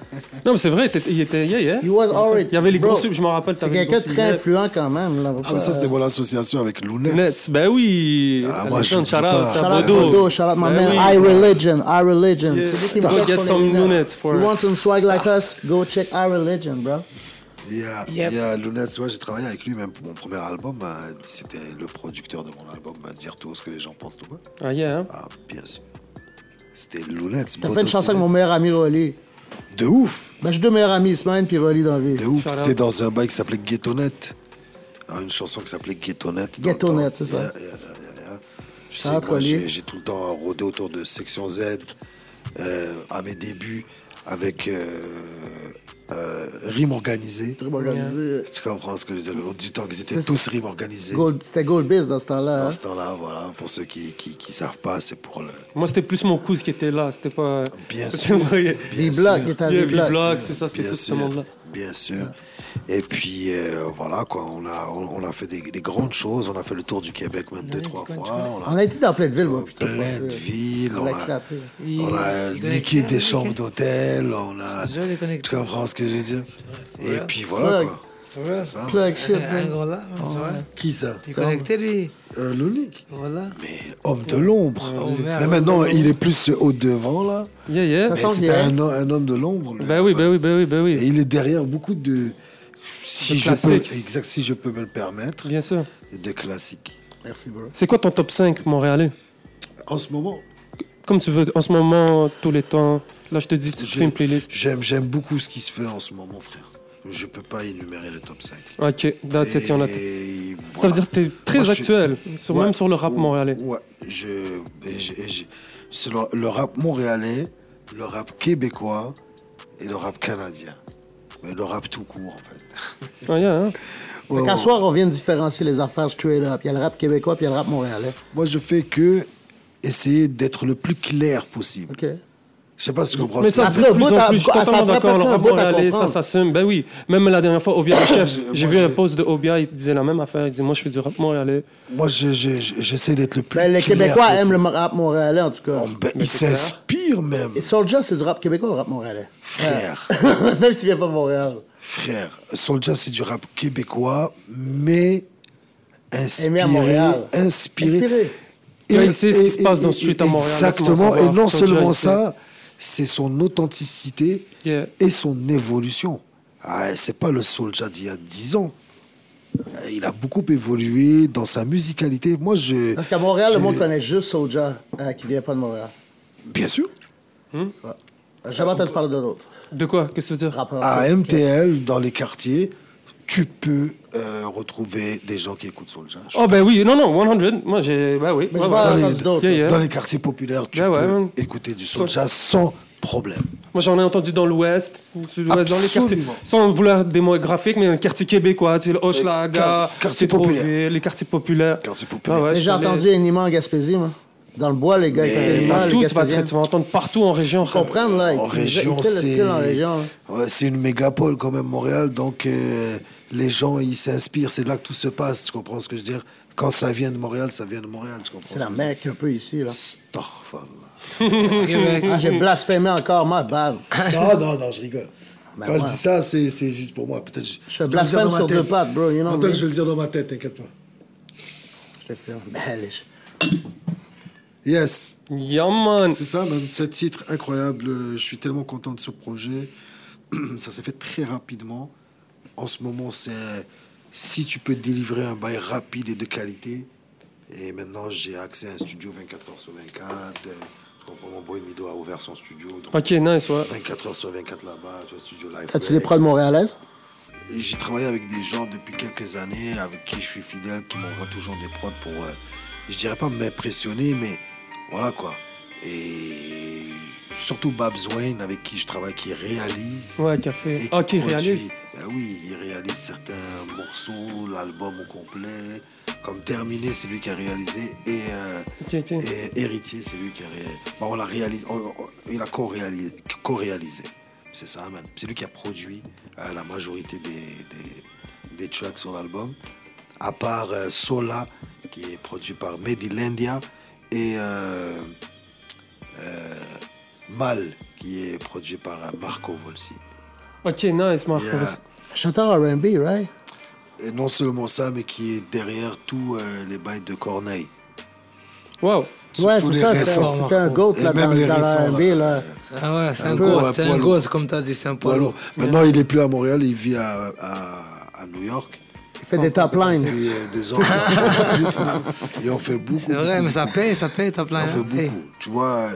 [SPEAKER 1] Non, mais c'est vrai, t'étais- il était. yeah, yeah.
[SPEAKER 4] He was already-
[SPEAKER 1] Il y avait les
[SPEAKER 4] Bro,
[SPEAKER 1] gros sub, je m'en rappelle,
[SPEAKER 4] C'est
[SPEAKER 1] t'avais les
[SPEAKER 4] quelqu'un de
[SPEAKER 1] grosses
[SPEAKER 4] très
[SPEAKER 1] lunettes.
[SPEAKER 4] influent quand même, là. euh,
[SPEAKER 3] Ah, mais ça, c'était mon association avec Lounets.
[SPEAKER 1] Nets, ben oui.
[SPEAKER 3] Ah, moi,
[SPEAKER 1] Alexandre,
[SPEAKER 3] je l'oublie
[SPEAKER 1] shout-out
[SPEAKER 3] pas.
[SPEAKER 1] à
[SPEAKER 4] Shout out
[SPEAKER 1] Bodo.
[SPEAKER 4] Bodo, shout out my
[SPEAKER 1] Ben
[SPEAKER 4] man,
[SPEAKER 1] oui.
[SPEAKER 4] I Religion, I Religion.
[SPEAKER 1] Yes.
[SPEAKER 4] C'est lui qui me
[SPEAKER 1] Go
[SPEAKER 4] prête
[SPEAKER 1] get
[SPEAKER 4] son
[SPEAKER 1] some
[SPEAKER 4] lunettes.
[SPEAKER 1] lunettes for-
[SPEAKER 4] You want some swag like us? Go check I Religion, bro.
[SPEAKER 3] Il y a,
[SPEAKER 2] Yep.
[SPEAKER 3] il y a Lounets, ouais, j'ai travaillé avec lui même pour mon premier album. euh, C'était le producteur de mon album, euh, dire tout haut ce que les gens pensent, tout bas.
[SPEAKER 1] Ah, yeah. hein.
[SPEAKER 3] Ah, bien sûr. C'était Lounets.
[SPEAKER 4] T'as
[SPEAKER 3] Bodo
[SPEAKER 4] fait une chanson avec
[SPEAKER 3] Siles.
[SPEAKER 4] mon meilleur ami Rolly.
[SPEAKER 3] De ouf,
[SPEAKER 4] Ben, j'ai deux meilleurs amis, Ismaël puis Rolly dans la vie.
[SPEAKER 3] de ouf.
[SPEAKER 1] Shout out.
[SPEAKER 3] C'était dans un bail qui s'appelait Ghettonette. Ah, une chanson qui s'appelait Ghettonette. dans le
[SPEAKER 4] Ghettonette,
[SPEAKER 3] temps.
[SPEAKER 4] c'est ça.
[SPEAKER 3] Yeah, yeah, yeah, yeah, yeah. Je
[SPEAKER 4] Shout
[SPEAKER 3] sais,
[SPEAKER 4] out,
[SPEAKER 3] moi,
[SPEAKER 4] Oli.
[SPEAKER 3] j'ai j'ai tout le temps rodé autour de Section Z euh, à mes débuts avec euh, euh, Rime Organisé.
[SPEAKER 4] Très bon organisé.
[SPEAKER 3] Tu comprends ce que je veux dire Du temps qu'ils étaient
[SPEAKER 4] C'est-
[SPEAKER 3] tous rimes organisés.
[SPEAKER 4] Gold- C'était Gold Biz dans ce temps-là.
[SPEAKER 3] Dans
[SPEAKER 4] hein.
[SPEAKER 3] ce temps-là, voilà, pour ceux qui ne qui, qui savent pas, c'est pour le.
[SPEAKER 1] Moi, c'était plus mon cousin qui était là. C'était pas.
[SPEAKER 3] Bien
[SPEAKER 1] C'est
[SPEAKER 3] sûr.
[SPEAKER 1] vrai.
[SPEAKER 3] Bien
[SPEAKER 4] V-Block,
[SPEAKER 3] sûr.
[SPEAKER 4] il était à
[SPEAKER 1] Yeah,
[SPEAKER 4] V-Block.
[SPEAKER 1] V-Block, Ah, c'est ça, c'était
[SPEAKER 3] Bien
[SPEAKER 1] tout ce
[SPEAKER 3] sûr,
[SPEAKER 1] monde-là.
[SPEAKER 3] Bien sûr. Et puis euh, voilà quoi, on a, on, on a fait des, des grandes choses, on a fait le tour du Québec même deux, trois fois, on
[SPEAKER 4] On
[SPEAKER 3] a
[SPEAKER 4] a été dans plein de villes, moi, plutôt.
[SPEAKER 3] plein de villes,
[SPEAKER 4] On
[SPEAKER 3] on
[SPEAKER 4] l'a euh,
[SPEAKER 3] a,
[SPEAKER 4] éclaté.
[SPEAKER 2] Il-
[SPEAKER 3] on a
[SPEAKER 2] il connaît
[SPEAKER 3] niqué
[SPEAKER 2] bien,
[SPEAKER 3] des
[SPEAKER 2] il
[SPEAKER 3] chambres
[SPEAKER 2] connaît-
[SPEAKER 3] d'hôtel, on a...
[SPEAKER 2] Je les connais.
[SPEAKER 3] Tu comprends ce que je veux dire Et puis voilà
[SPEAKER 4] Ouais.
[SPEAKER 3] quoi, c'est ça.
[SPEAKER 4] Plug shit,
[SPEAKER 2] Un
[SPEAKER 4] man.
[SPEAKER 2] gros là, tu vois.
[SPEAKER 3] Qui ça
[SPEAKER 2] Il est connecté, lui.
[SPEAKER 3] euh, Lonique.
[SPEAKER 2] Voilà.
[SPEAKER 3] Mais homme de l'ombre.
[SPEAKER 2] Oh, merde.
[SPEAKER 3] Mais maintenant, il est plus au devant là.
[SPEAKER 1] Yeah, yeah.
[SPEAKER 4] Ça
[SPEAKER 3] Mais
[SPEAKER 4] sent
[SPEAKER 3] c'était
[SPEAKER 4] bien.
[SPEAKER 3] un, ho- un homme de l'ombre. lui.
[SPEAKER 1] Ben oui, ben oui, ben oui, ben
[SPEAKER 3] Et
[SPEAKER 1] oui.
[SPEAKER 3] il est derrière beaucoup de. Si
[SPEAKER 1] De
[SPEAKER 3] je, peux,
[SPEAKER 1] classiques.
[SPEAKER 3] exact, si je peux me le permettre,
[SPEAKER 1] Bien sûr.
[SPEAKER 3] de classiques.
[SPEAKER 4] Merci, bro.
[SPEAKER 1] C'est quoi ton top 5 montréalais
[SPEAKER 3] En ce moment,
[SPEAKER 1] Comme tu veux, en ce moment, tous les temps. Là, je te dis, tu
[SPEAKER 3] je-
[SPEAKER 1] fais une playlist.
[SPEAKER 3] j'aime j'aime beaucoup ce qui se fait en ce moment, frère. Je peux pas énumérer le top 5.
[SPEAKER 1] Ok, that's it, y en a.
[SPEAKER 3] Et
[SPEAKER 1] Ça veut
[SPEAKER 3] voilà.
[SPEAKER 1] dire que t'es très
[SPEAKER 3] Moi, je suis-
[SPEAKER 1] actuel, sur-
[SPEAKER 3] Ouais.
[SPEAKER 1] même sur le rap
[SPEAKER 3] Ouais,
[SPEAKER 1] montréalais.
[SPEAKER 3] Ouais, je, et j'ai- et j'ai- c'est le, le rap montréalais, le rap québécois et le rap canadien. Mais le rap tout court, en fait.
[SPEAKER 1] Ah, yeah, hein.
[SPEAKER 3] Ouais,
[SPEAKER 4] Fait qu'à
[SPEAKER 3] ouais.
[SPEAKER 4] soir, on vient de différencier les affaires straight up. Il y a le rap québécois, puis il y a le rap montréalais.
[SPEAKER 3] Moi, je fais que essayer d'être le plus clair possible.
[SPEAKER 4] OK?
[SPEAKER 3] Je sais pas si tu comprends.
[SPEAKER 1] Mais
[SPEAKER 3] ce que
[SPEAKER 1] ça,
[SPEAKER 3] je
[SPEAKER 1] c'est de
[SPEAKER 3] veux
[SPEAKER 4] Après,
[SPEAKER 1] plus
[SPEAKER 4] moi,
[SPEAKER 1] en
[SPEAKER 4] t'as-
[SPEAKER 1] plus. Je suis
[SPEAKER 4] après,
[SPEAKER 1] totalement
[SPEAKER 4] après,
[SPEAKER 1] d'accord. Le
[SPEAKER 4] après,
[SPEAKER 1] rap
[SPEAKER 4] moi, t'as
[SPEAKER 1] montréalais, ça
[SPEAKER 4] comprendre.
[SPEAKER 1] s'assume. Ben oui. Même la dernière fois, Obia le chef, j'ai
[SPEAKER 3] moi,
[SPEAKER 1] vu un
[SPEAKER 3] j'ai-
[SPEAKER 1] post de Obia, il disait la même affaire. Il disait Moi, je fais du rap montréalais.
[SPEAKER 3] dire. Moi, je- je- je- j'essaie d'être le plus
[SPEAKER 4] Ben, les
[SPEAKER 3] clair
[SPEAKER 4] Québécois
[SPEAKER 3] possible.
[SPEAKER 4] aiment le rap montréalais, en tout cas.
[SPEAKER 3] Oh, ben, ils s'inspirent même.
[SPEAKER 4] Et Soulja, c'est du rap québécois, le rap montréalais.
[SPEAKER 3] Frère,
[SPEAKER 4] Même s'il vient pas de Montréal.
[SPEAKER 3] frère, Soulja c'est du rap québécois, mais
[SPEAKER 4] Aimé
[SPEAKER 3] inspiré,
[SPEAKER 4] à Montréal.
[SPEAKER 3] inspiré.
[SPEAKER 4] Inspiré.
[SPEAKER 1] Car il sait ce qui se passe dans le street à Montréal, laisse-moi
[SPEAKER 3] Exactement, et
[SPEAKER 1] savoir.
[SPEAKER 3] non
[SPEAKER 1] Soulja,
[SPEAKER 3] seulement
[SPEAKER 1] il sait.
[SPEAKER 3] ça, c'est son authenticité
[SPEAKER 1] Yeah.
[SPEAKER 3] et son évolution. Ah, c'est pas le Soulja d'il y a 10 ans. Ah, Il a beaucoup évolué dans sa musicalité. Moi, je.
[SPEAKER 4] Parce qu'à Montréal, le monde connaît juste Soulja, euh, qui vient pas de Montréal.
[SPEAKER 3] Bien sûr.
[SPEAKER 4] Ouais. J'ai jamais entendu parler de l'autre.
[SPEAKER 1] De quoi Qu'est-ce que tu veux dire
[SPEAKER 4] Rappeur.
[SPEAKER 3] À MTL, dans les quartiers, tu peux euh, retrouver des gens qui écoutent Soulja.
[SPEAKER 1] Oh,
[SPEAKER 4] bah,
[SPEAKER 1] ben oui. Non, non, 100. Moi, j'ai. Ben oui. Ouais, ouais.
[SPEAKER 4] Mais j'ai pas
[SPEAKER 1] Ouais.
[SPEAKER 4] entendu d'autres.
[SPEAKER 1] Yeah, yeah.
[SPEAKER 3] Dans les quartiers populaires, tu
[SPEAKER 1] Ouais, ouais,
[SPEAKER 3] peux
[SPEAKER 1] ouais.
[SPEAKER 3] écouter du Soulja sans problème.
[SPEAKER 1] Moi, j'en ai entendu dans l'Ouest, sud-ouest, dans les quartiers.
[SPEAKER 3] Absolument.
[SPEAKER 1] Sans vouloir des mots graphiques, mais dans les quartiers québécois, tu sais, le Hochelaga,
[SPEAKER 3] Quar- quartier
[SPEAKER 1] Tétroville,
[SPEAKER 3] populaire.
[SPEAKER 1] les quartiers populaires.
[SPEAKER 3] Quartier populaire.
[SPEAKER 1] Ah ouais,
[SPEAKER 4] Mais
[SPEAKER 1] je suis
[SPEAKER 4] j'ai
[SPEAKER 1] allé-
[SPEAKER 4] entendu Anima en Gaspésie, moi. Dans le bois, les gars, ils connaissent mal, les
[SPEAKER 1] Partout, tu vas,
[SPEAKER 4] Gaspésiens.
[SPEAKER 1] tu vas entendre partout en région.
[SPEAKER 4] Ils comprennent, là. ils-
[SPEAKER 3] en
[SPEAKER 4] ils-
[SPEAKER 3] région,
[SPEAKER 4] ils savent le
[SPEAKER 3] c'est
[SPEAKER 4] style en région. hein. là.
[SPEAKER 3] Ouais, c'est une mégapole quand même, Montréal. Donc euh, les gens, ils s'inspirent. C'est là que tout se passe. Tu comprends ce que je veux dire Quand ça vient de Montréal, ça vient de Montréal. Tu comprends
[SPEAKER 4] C'est la mec un peu ici, là.
[SPEAKER 3] Starfall.
[SPEAKER 2] Québec.
[SPEAKER 4] Ah, j'ai blasphémé encore, ma bad.
[SPEAKER 3] Non, non, non, je rigole.
[SPEAKER 4] Ben
[SPEAKER 3] Quand je
[SPEAKER 4] ouais.
[SPEAKER 3] dis ça, c'est c'est juste pour moi. Peut-être je,
[SPEAKER 4] suis
[SPEAKER 3] vais le dire
[SPEAKER 4] blasphème
[SPEAKER 3] dans ma
[SPEAKER 4] sur
[SPEAKER 3] tête.
[SPEAKER 4] deux pattes, bro, you know
[SPEAKER 3] Antoine,
[SPEAKER 4] me.
[SPEAKER 3] je vais le dire dans ma tête, t'inquiète pas.
[SPEAKER 4] Je te filme. Ben, allez, je-
[SPEAKER 3] Yes.
[SPEAKER 1] Yeah, man.
[SPEAKER 3] C'est ça, man. Ce titre incroyable. Euh, Je suis tellement content de ce projet. ça s'est fait très rapidement. En ce moment, c'est si tu peux délivrer un bail rapide et de qualité. Et maintenant, j'ai accès à un studio 24 heures sur 24. euh, Je comprends, mon boy Mido a ouvert son studio. donc
[SPEAKER 1] Ok, nice, ouais.
[SPEAKER 3] 24 heures sur 24 là-bas, tu vois, studio live.
[SPEAKER 4] As-tu des prods montréalaises?
[SPEAKER 3] Et J'ai travaillé avec des gens depuis quelques années, avec qui je suis fidèle, qui m'envoient toujours des prods pour, euh, je dirais pas m'impressionner, mais voilà quoi. Et surtout Babs Wayne, avec qui je travaille, qui réalise.
[SPEAKER 1] Ouais,
[SPEAKER 3] et
[SPEAKER 1] café.
[SPEAKER 3] qui
[SPEAKER 1] Ok,
[SPEAKER 3] produit.
[SPEAKER 1] réalise.
[SPEAKER 3] Ben oui, il réalise certains morceaux, l'album au complet. Comme Terminé, c'est lui qui a réalisé. Et, euh,
[SPEAKER 1] Ok, ok.
[SPEAKER 3] et Héritier, c'est lui qui a réalisé. on l'a réalisé, on- on- il a co-réalisé. co-réalisé. C'est ça, man. C'est lui qui a produit euh, la majorité des, des, des tracks sur l'album. À part euh, Sola, qui est produit par Medilandia, et euh, euh, Mal, qui est produit par euh, Marco Volsi.
[SPEAKER 1] Ok, Ah, nice, Marco.
[SPEAKER 3] Yeah.
[SPEAKER 4] Chanteur R&B, right?
[SPEAKER 3] Et non seulement ça, mais qui est derrière tous euh, les bails de Corneille.
[SPEAKER 1] Wow.
[SPEAKER 4] Ouais,
[SPEAKER 3] Surtout
[SPEAKER 4] c'est
[SPEAKER 3] les
[SPEAKER 4] ça.
[SPEAKER 3] récents.
[SPEAKER 4] C'était c'était un goat
[SPEAKER 3] Et
[SPEAKER 4] là, dans,
[SPEAKER 3] même les récents,
[SPEAKER 4] dans
[SPEAKER 3] là.
[SPEAKER 4] R&B, là.
[SPEAKER 2] Ah ouais, c'est
[SPEAKER 3] Un
[SPEAKER 2] un
[SPEAKER 3] gros,
[SPEAKER 2] gosse,
[SPEAKER 3] un
[SPEAKER 2] c'est
[SPEAKER 3] poids
[SPEAKER 2] un
[SPEAKER 3] lourd.
[SPEAKER 2] gosse, comme t'as dit, c'est un poids
[SPEAKER 3] Voilà.
[SPEAKER 2] lourd.
[SPEAKER 3] Maintenant, il n'est plus à Montréal, il vit à, à, à New York.
[SPEAKER 4] Il fait des top lines.
[SPEAKER 3] Depuis euh, deux ans. il en fait beaucoup.
[SPEAKER 2] C'est vrai, mais ça paye, ça paye, t'as
[SPEAKER 3] Il
[SPEAKER 2] plein.
[SPEAKER 3] en fait
[SPEAKER 2] hein. Hey.
[SPEAKER 3] beaucoup. Tu vois, euh,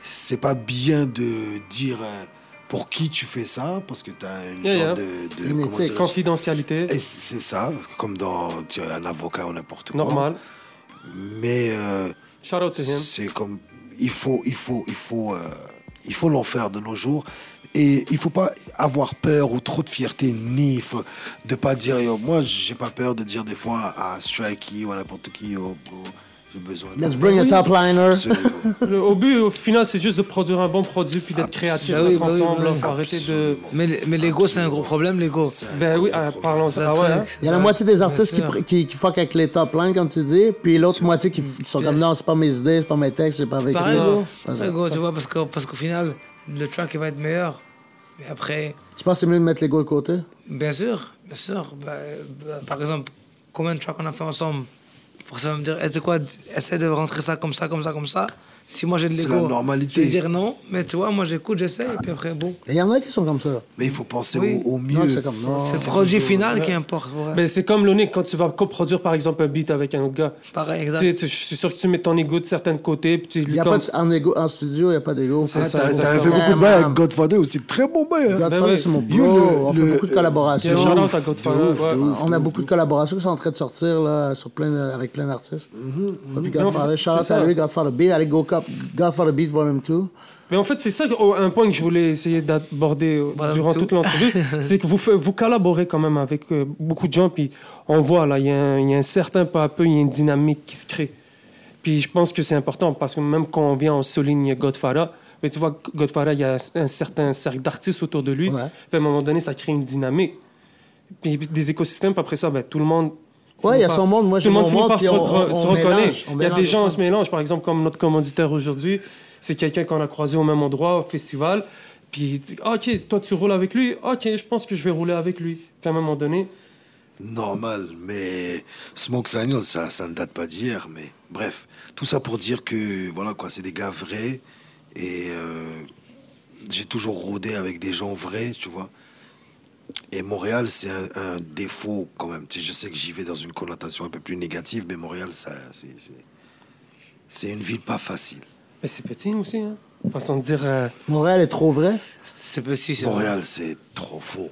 [SPEAKER 3] c'est pas bien de dire euh, pour qui tu fais ça, parce que tu as une
[SPEAKER 1] Yeah, yeah.
[SPEAKER 3] sorte de. de
[SPEAKER 4] Une
[SPEAKER 3] comment
[SPEAKER 4] éthique.
[SPEAKER 3] dirais-je
[SPEAKER 1] Confidentialité.
[SPEAKER 3] Et c'est ça, parce que comme dans tu as un avocat ou n'importe quoi.
[SPEAKER 1] Normal.
[SPEAKER 3] Mais. euh,
[SPEAKER 1] Shout out to him.
[SPEAKER 3] C'est comme il faut, il faut, il faut, euh, il faut l'en faire de nos jours. Et il faut pas avoir peur ou trop de fierté, ni il faut de pas dire. Yo, moi, j'ai pas peur de dire des fois à Strikey ou à n'importe qui, yo, bro, j'ai besoin. de-
[SPEAKER 4] Let's bring a top liner.
[SPEAKER 3] Absolument.
[SPEAKER 1] Le- au but, au final, c'est juste de produire un bon produit puis d'être créatif
[SPEAKER 2] Bah oui,
[SPEAKER 1] d'être
[SPEAKER 2] bah oui,
[SPEAKER 1] ensemble.
[SPEAKER 2] bah oui.
[SPEAKER 1] Faut arrêter de.
[SPEAKER 3] Absolument.
[SPEAKER 2] Mais, les- mais l'ego, c'est un gros problème, l'ego.
[SPEAKER 1] Ben oui, ah, parlons
[SPEAKER 2] C'est
[SPEAKER 1] ça.
[SPEAKER 2] un
[SPEAKER 1] Ah ouais. hein?
[SPEAKER 2] truc, c'est
[SPEAKER 4] Il y a la
[SPEAKER 2] vrai.
[SPEAKER 4] moitié des artistes qui,
[SPEAKER 2] Bien sûr.
[SPEAKER 4] pr- qui, qui fuck avec les top lines, comme tu dis, puis l'autre moitié qui, qui sont comme non, c'est pas mes idées, c'est pas mes textes, j'ai pas vécu.
[SPEAKER 1] Pareil,
[SPEAKER 4] ça.
[SPEAKER 1] gros.
[SPEAKER 4] Pas Ah, ça.
[SPEAKER 2] Ouais, gros, tu vois, parce que- parce qu'au final, le track, il va être meilleur. Mais après,
[SPEAKER 4] Tu penses que c'est mieux de mettre l'ego de côté?
[SPEAKER 2] bien sûr, bien sûr. bah, bah, par exemple, combien de tracks on a fait ensemble Pour ça, on va me dire, Eh, tu sais quoi, essaie de rentrer ça comme ça, comme ça, comme ça. Si moi j'ai de
[SPEAKER 3] C'est
[SPEAKER 2] l'ego,
[SPEAKER 3] la normalité.
[SPEAKER 2] je vais dire non, mais tu vois, moi j'écoute, j'essaie, et puis après, bon.
[SPEAKER 4] Il y en a qui sont comme ça.
[SPEAKER 3] Mais il faut penser
[SPEAKER 2] Oui.
[SPEAKER 3] au, au mieux.
[SPEAKER 4] Non, c'est comme non.
[SPEAKER 2] C'est le produit final qui importe. ouais.
[SPEAKER 1] Mais Ben, c'est comme Lonic, quand tu vas coproduire par exemple un beat avec un autre gars.
[SPEAKER 2] Pareil,
[SPEAKER 1] Tu
[SPEAKER 2] exact.
[SPEAKER 1] sais, tu- je suis sûr que tu mets ton ego de certains côtés. Puis tu,
[SPEAKER 4] Il y a
[SPEAKER 1] comme-
[SPEAKER 4] pas de- en, égo, en studio, il n'y a pas d'ego.
[SPEAKER 1] C'est
[SPEAKER 3] Ah,
[SPEAKER 1] ça,
[SPEAKER 3] t'as- T'as fait
[SPEAKER 1] exactement.
[SPEAKER 3] beaucoup de bails avec Godfather aussi, très bon bail. hein.
[SPEAKER 4] Godfather,
[SPEAKER 1] Ben oui.
[SPEAKER 4] c'est mon
[SPEAKER 3] Yo,
[SPEAKER 4] bro.
[SPEAKER 3] le-
[SPEAKER 4] on fait
[SPEAKER 3] le-
[SPEAKER 4] beaucoup de
[SPEAKER 1] Shout
[SPEAKER 4] collaborations.
[SPEAKER 1] out à
[SPEAKER 3] de
[SPEAKER 1] Godfather,
[SPEAKER 3] ouf, de
[SPEAKER 1] ouais.
[SPEAKER 3] ouf.
[SPEAKER 4] On a beaucoup de collaborations qui sont en train de sortir là, sur plein de- avec plein d'artistes. Puis Godfather,
[SPEAKER 1] Mm-hmm, c'est
[SPEAKER 4] Charles
[SPEAKER 1] ça.
[SPEAKER 4] à lui, Godfather Beat, allez Go Cop, Godfather Beat Volume 2.
[SPEAKER 1] Mais en fait, c'est ça que- oh, un point que je voulais essayer d'aborder euh,
[SPEAKER 2] Voilà,
[SPEAKER 1] durant
[SPEAKER 2] tout.
[SPEAKER 1] toute l'entrevue, c'est que vous, fa- vous collaborez quand même avec euh, beaucoup de gens, puis on voit là, il y, a un- il y a un certain pas à peu, il y a une dynamique qui se crée. Puis je pense que c'est important parce que même quand on vient, on souligne Godfather, mais tu vois, Godfather, il y a un certain cercle d'artistes autour de lui,
[SPEAKER 4] Ouais.
[SPEAKER 1] puis à un moment donné, ça crée une dynamique. Puis des écosystèmes, puis après ça, ben, tout le monde.
[SPEAKER 4] Ouais,
[SPEAKER 1] finit
[SPEAKER 4] il y a
[SPEAKER 1] par-
[SPEAKER 4] son monde, moi, j'ai
[SPEAKER 1] Tout le monde
[SPEAKER 4] mon
[SPEAKER 1] finit
[SPEAKER 4] monde,
[SPEAKER 1] par
[SPEAKER 4] puis
[SPEAKER 1] se,
[SPEAKER 4] on-
[SPEAKER 1] recro-
[SPEAKER 4] on-
[SPEAKER 1] se
[SPEAKER 4] on
[SPEAKER 1] reconnaître.
[SPEAKER 4] mélange, on
[SPEAKER 1] Il y a des
[SPEAKER 4] mélange
[SPEAKER 1] gens,
[SPEAKER 4] ensemble.
[SPEAKER 1] on se mélange. Par exemple, comme notre commanditaire aujourd'hui, c'est quelqu'un qu'on a croisé au même endroit, au festival. Puis, ah, OK, toi, tu roules avec lui. Ah, OK, je pense que je vais rouler avec lui. Puis à un moment donné,
[SPEAKER 3] normal, mais Smoke Signal, ça, ça ne date pas d'hier, mais bref, tout ça pour dire que voilà quoi, c'est des gars vrais et euh, j'ai toujours rôdé avec des gens vrais, tu vois. Et Montréal, c'est un, un défaut quand même. Tu sais, je sais que j'y vais dans une connotation un peu plus négative, mais Montréal, ça, c'est, c'est- c'est une ville pas facile.
[SPEAKER 1] ben, c'est petit aussi. Hein. Façon de dire. euh,
[SPEAKER 4] Montréal est trop vrai.
[SPEAKER 2] C'est possible, c'est vrai.
[SPEAKER 3] Montréal, c'est trop faux.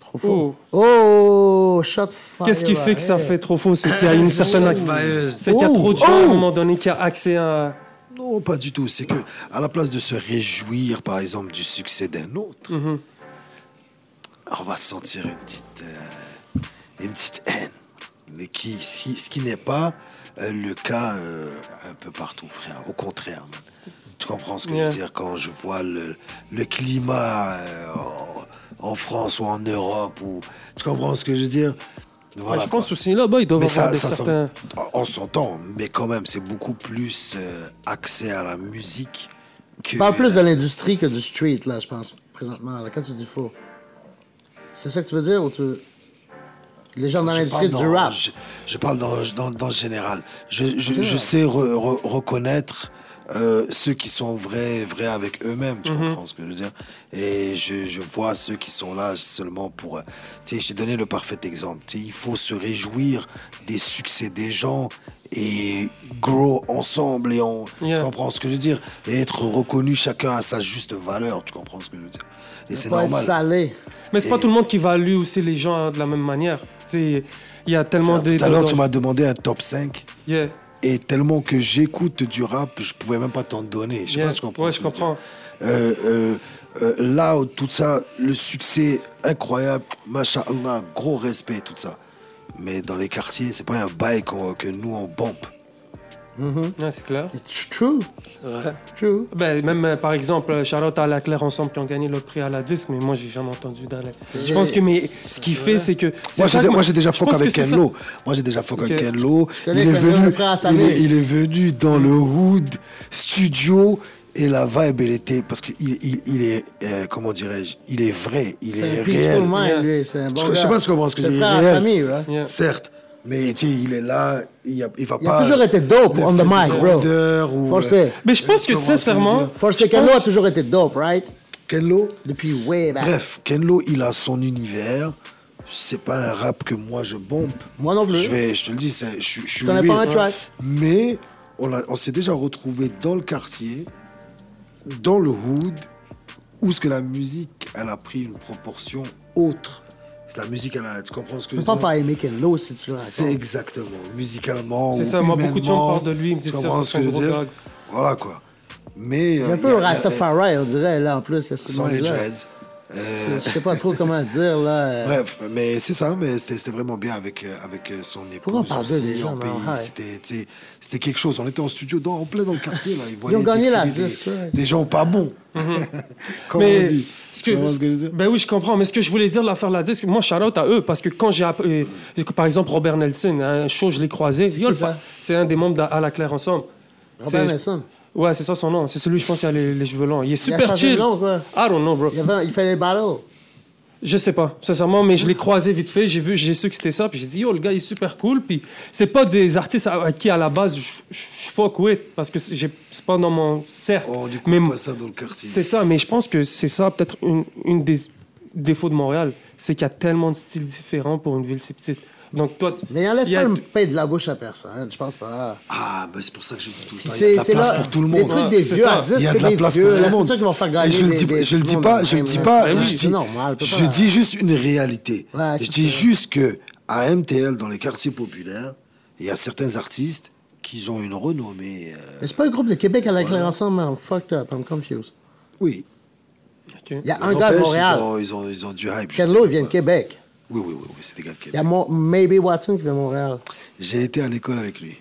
[SPEAKER 4] Trop fort. Oh, shot fire.
[SPEAKER 1] Qu'est-ce qui fait que ça
[SPEAKER 4] Hey.
[SPEAKER 1] fait trop faux C'est qu'il y a une certaine accès.
[SPEAKER 2] Bailleuse.
[SPEAKER 1] C'est qu'il y a
[SPEAKER 4] Oh,
[SPEAKER 1] trop de gens à un
[SPEAKER 4] oh.
[SPEAKER 1] moment donné qui a accès à.
[SPEAKER 3] Non, pas du tout. C'est que, à la place de se réjouir, par exemple, du succès d'un autre,
[SPEAKER 1] Mhm.
[SPEAKER 3] on va sentir une petite, euh, une petite haine. Mais qui, si- ce qui n'est pas euh, le cas euh, un peu partout, frère. Au contraire. man. Tu comprends ce que je
[SPEAKER 1] Yeah.
[SPEAKER 3] veux dire quand je vois le, le climat euh, en, en France ou en Europe ou tu comprends ce que je veux dire
[SPEAKER 1] Ben,
[SPEAKER 3] Voilà,
[SPEAKER 1] je
[SPEAKER 3] quoi.
[SPEAKER 1] pense aussi là-bas, ils doivent
[SPEAKER 3] Mais
[SPEAKER 1] avoir
[SPEAKER 3] ça,
[SPEAKER 1] des
[SPEAKER 3] ça
[SPEAKER 1] certains.
[SPEAKER 3] s'en- on s'entend, mais quand même, c'est beaucoup plus euh, accès à la musique que.
[SPEAKER 4] Tu parles plus de l'industrie que du street, là, je pense, présentement, là, quand tu dis faux. C'est ça que tu veux dire ou tu. Les gens dans
[SPEAKER 3] Je
[SPEAKER 4] l'industrie
[SPEAKER 3] parle
[SPEAKER 4] du
[SPEAKER 3] dans-
[SPEAKER 4] rap.
[SPEAKER 3] Je, je parle dans, dans, dans le général. Je, je, je sais re- re- reconnaître euh, ceux qui sont vrais, vrais avec eux-mêmes. Tu
[SPEAKER 4] Mhm.
[SPEAKER 3] comprends ce que je veux dire Et je, je vois ceux qui sont là seulement pour. euh, Tu sais, je t'ai donné le parfait exemple. Tu sais, il faut se réjouir des succès des gens et grow ensemble et on
[SPEAKER 1] Yeah.
[SPEAKER 3] tu comprends ce que je veux dire et être reconnu chacun à sa juste valeur tu comprends ce que je veux dire et c'est
[SPEAKER 4] Pas être
[SPEAKER 3] normal
[SPEAKER 4] salé.
[SPEAKER 1] Mais c'est pas
[SPEAKER 3] Et-
[SPEAKER 1] tout le monde qui value aussi les gens hein, de la même manière. Tu sais, il y a tellement de.
[SPEAKER 3] tout à l'heure
[SPEAKER 1] de-
[SPEAKER 3] tu m'as demandé un top 5
[SPEAKER 1] Yeah.
[SPEAKER 3] Et tellement que j'écoute du rap, je pouvais même pas t'en donner. Je sais
[SPEAKER 1] Yeah.
[SPEAKER 3] pas si tu comprends.
[SPEAKER 1] Ouais,
[SPEAKER 3] ce
[SPEAKER 1] je
[SPEAKER 3] que veux dire.
[SPEAKER 1] comprends.
[SPEAKER 3] Euh, euh, euh, là, où tout ça, le succès incroyable, machallah, gros respect, tout ça. Mais dans les quartiers, c'est pas un bail qu'on- que nous on pompe.
[SPEAKER 1] Ouais, c'est clair.
[SPEAKER 4] It's true.
[SPEAKER 2] Ouais.
[SPEAKER 4] True.
[SPEAKER 1] Ben, même euh, par exemple, euh, Charlotte à la Claire ensemble qui ont gagné le prix à la disque, mais moi j'ai jamais entendu d'aller. Je pense que mais ce qu'il fait, c'est que. c'est
[SPEAKER 3] Moi
[SPEAKER 1] ça
[SPEAKER 3] j'ai,
[SPEAKER 1] que
[SPEAKER 3] moi, j'ai déjà
[SPEAKER 1] je
[SPEAKER 3] fuck
[SPEAKER 1] pense
[SPEAKER 3] avec
[SPEAKER 1] que c'est
[SPEAKER 3] Ken
[SPEAKER 1] ça.
[SPEAKER 3] Lo. Moi j'ai déjà fuck
[SPEAKER 1] Ok.
[SPEAKER 3] avec Ken Lo.
[SPEAKER 4] Ken
[SPEAKER 3] Il est,
[SPEAKER 4] Lo, Ken Lo,
[SPEAKER 3] venu,
[SPEAKER 4] le frère à
[SPEAKER 3] il,
[SPEAKER 4] Samir.
[SPEAKER 3] est, il est venu dans le hood studio et la vibe elle était parce qu'il il, il est euh, comment dirais-je, il est vrai, il est,
[SPEAKER 4] C'est un
[SPEAKER 3] réel.
[SPEAKER 4] peaceful
[SPEAKER 1] Yeah.
[SPEAKER 4] mind, lui. C'est un bon
[SPEAKER 3] Je- je sais
[SPEAKER 4] gars.
[SPEAKER 3] pas ce qu'on pense que
[SPEAKER 4] C'est
[SPEAKER 3] j'ai
[SPEAKER 4] frère à
[SPEAKER 3] réel.
[SPEAKER 4] famille, right?
[SPEAKER 1] Yeah.
[SPEAKER 3] Certes, mais tu sais, il est là, il, y a- il va
[SPEAKER 4] Il
[SPEAKER 3] pas.
[SPEAKER 4] a toujours été dope on the mic, bro.
[SPEAKER 3] euh,
[SPEAKER 4] Forcé.
[SPEAKER 1] Mais je pense que sincèrement.
[SPEAKER 4] Forcé
[SPEAKER 1] je
[SPEAKER 4] Kenlo
[SPEAKER 1] pense-
[SPEAKER 4] a toujours été dope, right?
[SPEAKER 3] Kenlo.
[SPEAKER 4] Depuis way back.
[SPEAKER 3] Bref, Kenlo, il a son univers. C'est pas un rap que moi je bombe.
[SPEAKER 4] Moi non plus.
[SPEAKER 3] Je vais, je te le dis, c'est- je suis- je suis.
[SPEAKER 4] connais
[SPEAKER 3] weird.
[SPEAKER 4] pas un track.
[SPEAKER 3] Mais on, l'a- on s'est déjà retrouvé dans le quartier, dans le hood, où ce que la musique, elle a pris une proportion autre. La musique, elle a, tu comprends ce que je
[SPEAKER 4] Je
[SPEAKER 3] veux
[SPEAKER 4] peux pas
[SPEAKER 3] dire
[SPEAKER 4] pas aimer Kenlo si tu le racontes.
[SPEAKER 3] C'est exactement, musicalement.
[SPEAKER 1] C'est
[SPEAKER 3] ou
[SPEAKER 1] ça, moi, beaucoup de gens
[SPEAKER 3] humainement,
[SPEAKER 1] parlent de lui, ils me
[SPEAKER 3] tu
[SPEAKER 1] disent ça,
[SPEAKER 3] comprends
[SPEAKER 1] c'est
[SPEAKER 3] ce
[SPEAKER 1] un
[SPEAKER 3] que je
[SPEAKER 1] gros
[SPEAKER 3] veux dire
[SPEAKER 1] dog.
[SPEAKER 3] Voilà quoi. Mais.
[SPEAKER 4] Il y a un peu Rastafari, on dirait, là, en plus. c'est ce
[SPEAKER 3] Sans les
[SPEAKER 4] monde-là.
[SPEAKER 3] dreads. Euh,
[SPEAKER 4] Je sais pas trop comment dire, là. euh,
[SPEAKER 3] Bref, mais c'est ça, mais c'était c'était vraiment bien avec, euh, avec euh, son épouse.
[SPEAKER 4] Pourquoi on parle d'eux,
[SPEAKER 3] aussi,
[SPEAKER 4] les gens,
[SPEAKER 3] en
[SPEAKER 4] non,
[SPEAKER 3] pays.
[SPEAKER 4] ouais.
[SPEAKER 3] C'était, tu sais, C'était quelque chose. On était en studio dans, en plein dans le quartier. Là. Ils,
[SPEAKER 4] ont
[SPEAKER 3] voyaient
[SPEAKER 4] gagné la
[SPEAKER 3] défiler des-
[SPEAKER 4] disque, ouais.
[SPEAKER 3] Des, gens pas bons. Comme on
[SPEAKER 1] Mais
[SPEAKER 3] dit.
[SPEAKER 1] ce
[SPEAKER 3] Tu comprends ce que je veux
[SPEAKER 1] que,
[SPEAKER 3] dire
[SPEAKER 1] ben oui, je comprends. Mais ce que je voulais dire, l'affaire de la disque, moi, shout-out à eux, parce que quand j'ai appris, euh, par exemple, Robert Nelson, à un show, je l'ai croisé. Yo, le
[SPEAKER 4] ça?
[SPEAKER 1] pa- C'est un des membres d'À à la Claire ensemble.
[SPEAKER 4] Robert
[SPEAKER 1] C'est-
[SPEAKER 4] Nelson.
[SPEAKER 1] Ouais, c'est ça son nom. C'est celui, je pense, qui a les, les cheveux longs. Il est
[SPEAKER 4] Il a
[SPEAKER 1] super
[SPEAKER 4] changé de
[SPEAKER 1] chill.
[SPEAKER 4] nom, quoi.
[SPEAKER 1] I don't know, bro.
[SPEAKER 4] Il, y avait, il fait les battles.
[SPEAKER 1] Je sais pas, sincèrement, mais je l'ai croisé vite fait. J'ai vu, j'ai su que c'était ça, puis j'ai dit yo, le gars il est super cool. Puis c'est pas des artistes à, à qui à la base je, je- je fuck with parce que c'est j'ai- c'est pas dans mon cercle.
[SPEAKER 3] Oh, du coup,
[SPEAKER 1] mais
[SPEAKER 3] pas ça dans le quartier.
[SPEAKER 1] c'est ça, mais je pense que c'est ça peut-être une, une des défauts de Montréal, c'est qu'il y a tellement de styles différents pour une ville si petite. Donc toi, tu-
[SPEAKER 4] Mais il enlève
[SPEAKER 1] y a-
[SPEAKER 4] pas le pain de la bouche à personne, je pense pas.
[SPEAKER 3] Ah, mais c'est pour ça que je dis tout le temps. Il y a
[SPEAKER 4] C'est
[SPEAKER 3] de la
[SPEAKER 4] c'est
[SPEAKER 3] place
[SPEAKER 4] là,
[SPEAKER 3] pour tout le
[SPEAKER 4] Les
[SPEAKER 3] monde.
[SPEAKER 4] trucs
[SPEAKER 1] Ouais,
[SPEAKER 4] des
[SPEAKER 1] c'est
[SPEAKER 4] vieux
[SPEAKER 1] ça.
[SPEAKER 4] artistes,
[SPEAKER 3] Il y a
[SPEAKER 4] c'est
[SPEAKER 3] de la
[SPEAKER 4] des
[SPEAKER 3] place
[SPEAKER 4] vieux,
[SPEAKER 3] pour tout
[SPEAKER 4] là,
[SPEAKER 3] le
[SPEAKER 4] c'est
[SPEAKER 3] monde.
[SPEAKER 4] ça qui vont faire gagner.
[SPEAKER 3] Et je le
[SPEAKER 4] des-
[SPEAKER 3] dis,
[SPEAKER 4] des-
[SPEAKER 3] je le
[SPEAKER 4] du
[SPEAKER 3] dis
[SPEAKER 4] monde
[SPEAKER 3] pas,
[SPEAKER 4] de
[SPEAKER 3] je le
[SPEAKER 4] même,
[SPEAKER 3] dis
[SPEAKER 4] là.
[SPEAKER 3] pas,
[SPEAKER 1] Ben oui,
[SPEAKER 3] je,
[SPEAKER 4] c'est
[SPEAKER 3] dis,
[SPEAKER 4] normal, tu peux
[SPEAKER 3] je
[SPEAKER 4] pas-
[SPEAKER 3] dis juste une réalité.
[SPEAKER 4] Ouais,
[SPEAKER 3] je
[SPEAKER 4] c'est
[SPEAKER 3] dis
[SPEAKER 4] ça.
[SPEAKER 3] juste que à MTL dans les quartiers populaires, il y a certains artistes qui ont une renommée. euh,
[SPEAKER 4] Mais c'est pas le groupe de Québec à la claire ensemble, man. I'm fucked up, I'm confused.
[SPEAKER 3] oui.
[SPEAKER 1] Ok.
[SPEAKER 4] Il y a
[SPEAKER 3] Mais
[SPEAKER 4] un gars de
[SPEAKER 3] n'empêche,
[SPEAKER 4] Montréal.
[SPEAKER 3] Ils ont, ils ont, ils ont du hype. je sais
[SPEAKER 4] Kenlo, il
[SPEAKER 3] pas.
[SPEAKER 4] vient de Québec.
[SPEAKER 3] Oui, oui, oui, oui, c'est des gars de
[SPEAKER 4] Il y a
[SPEAKER 3] Québec.
[SPEAKER 4] Mo- Maybe Watson qui vient de Montréal.
[SPEAKER 3] J'ai été à l'école avec lui.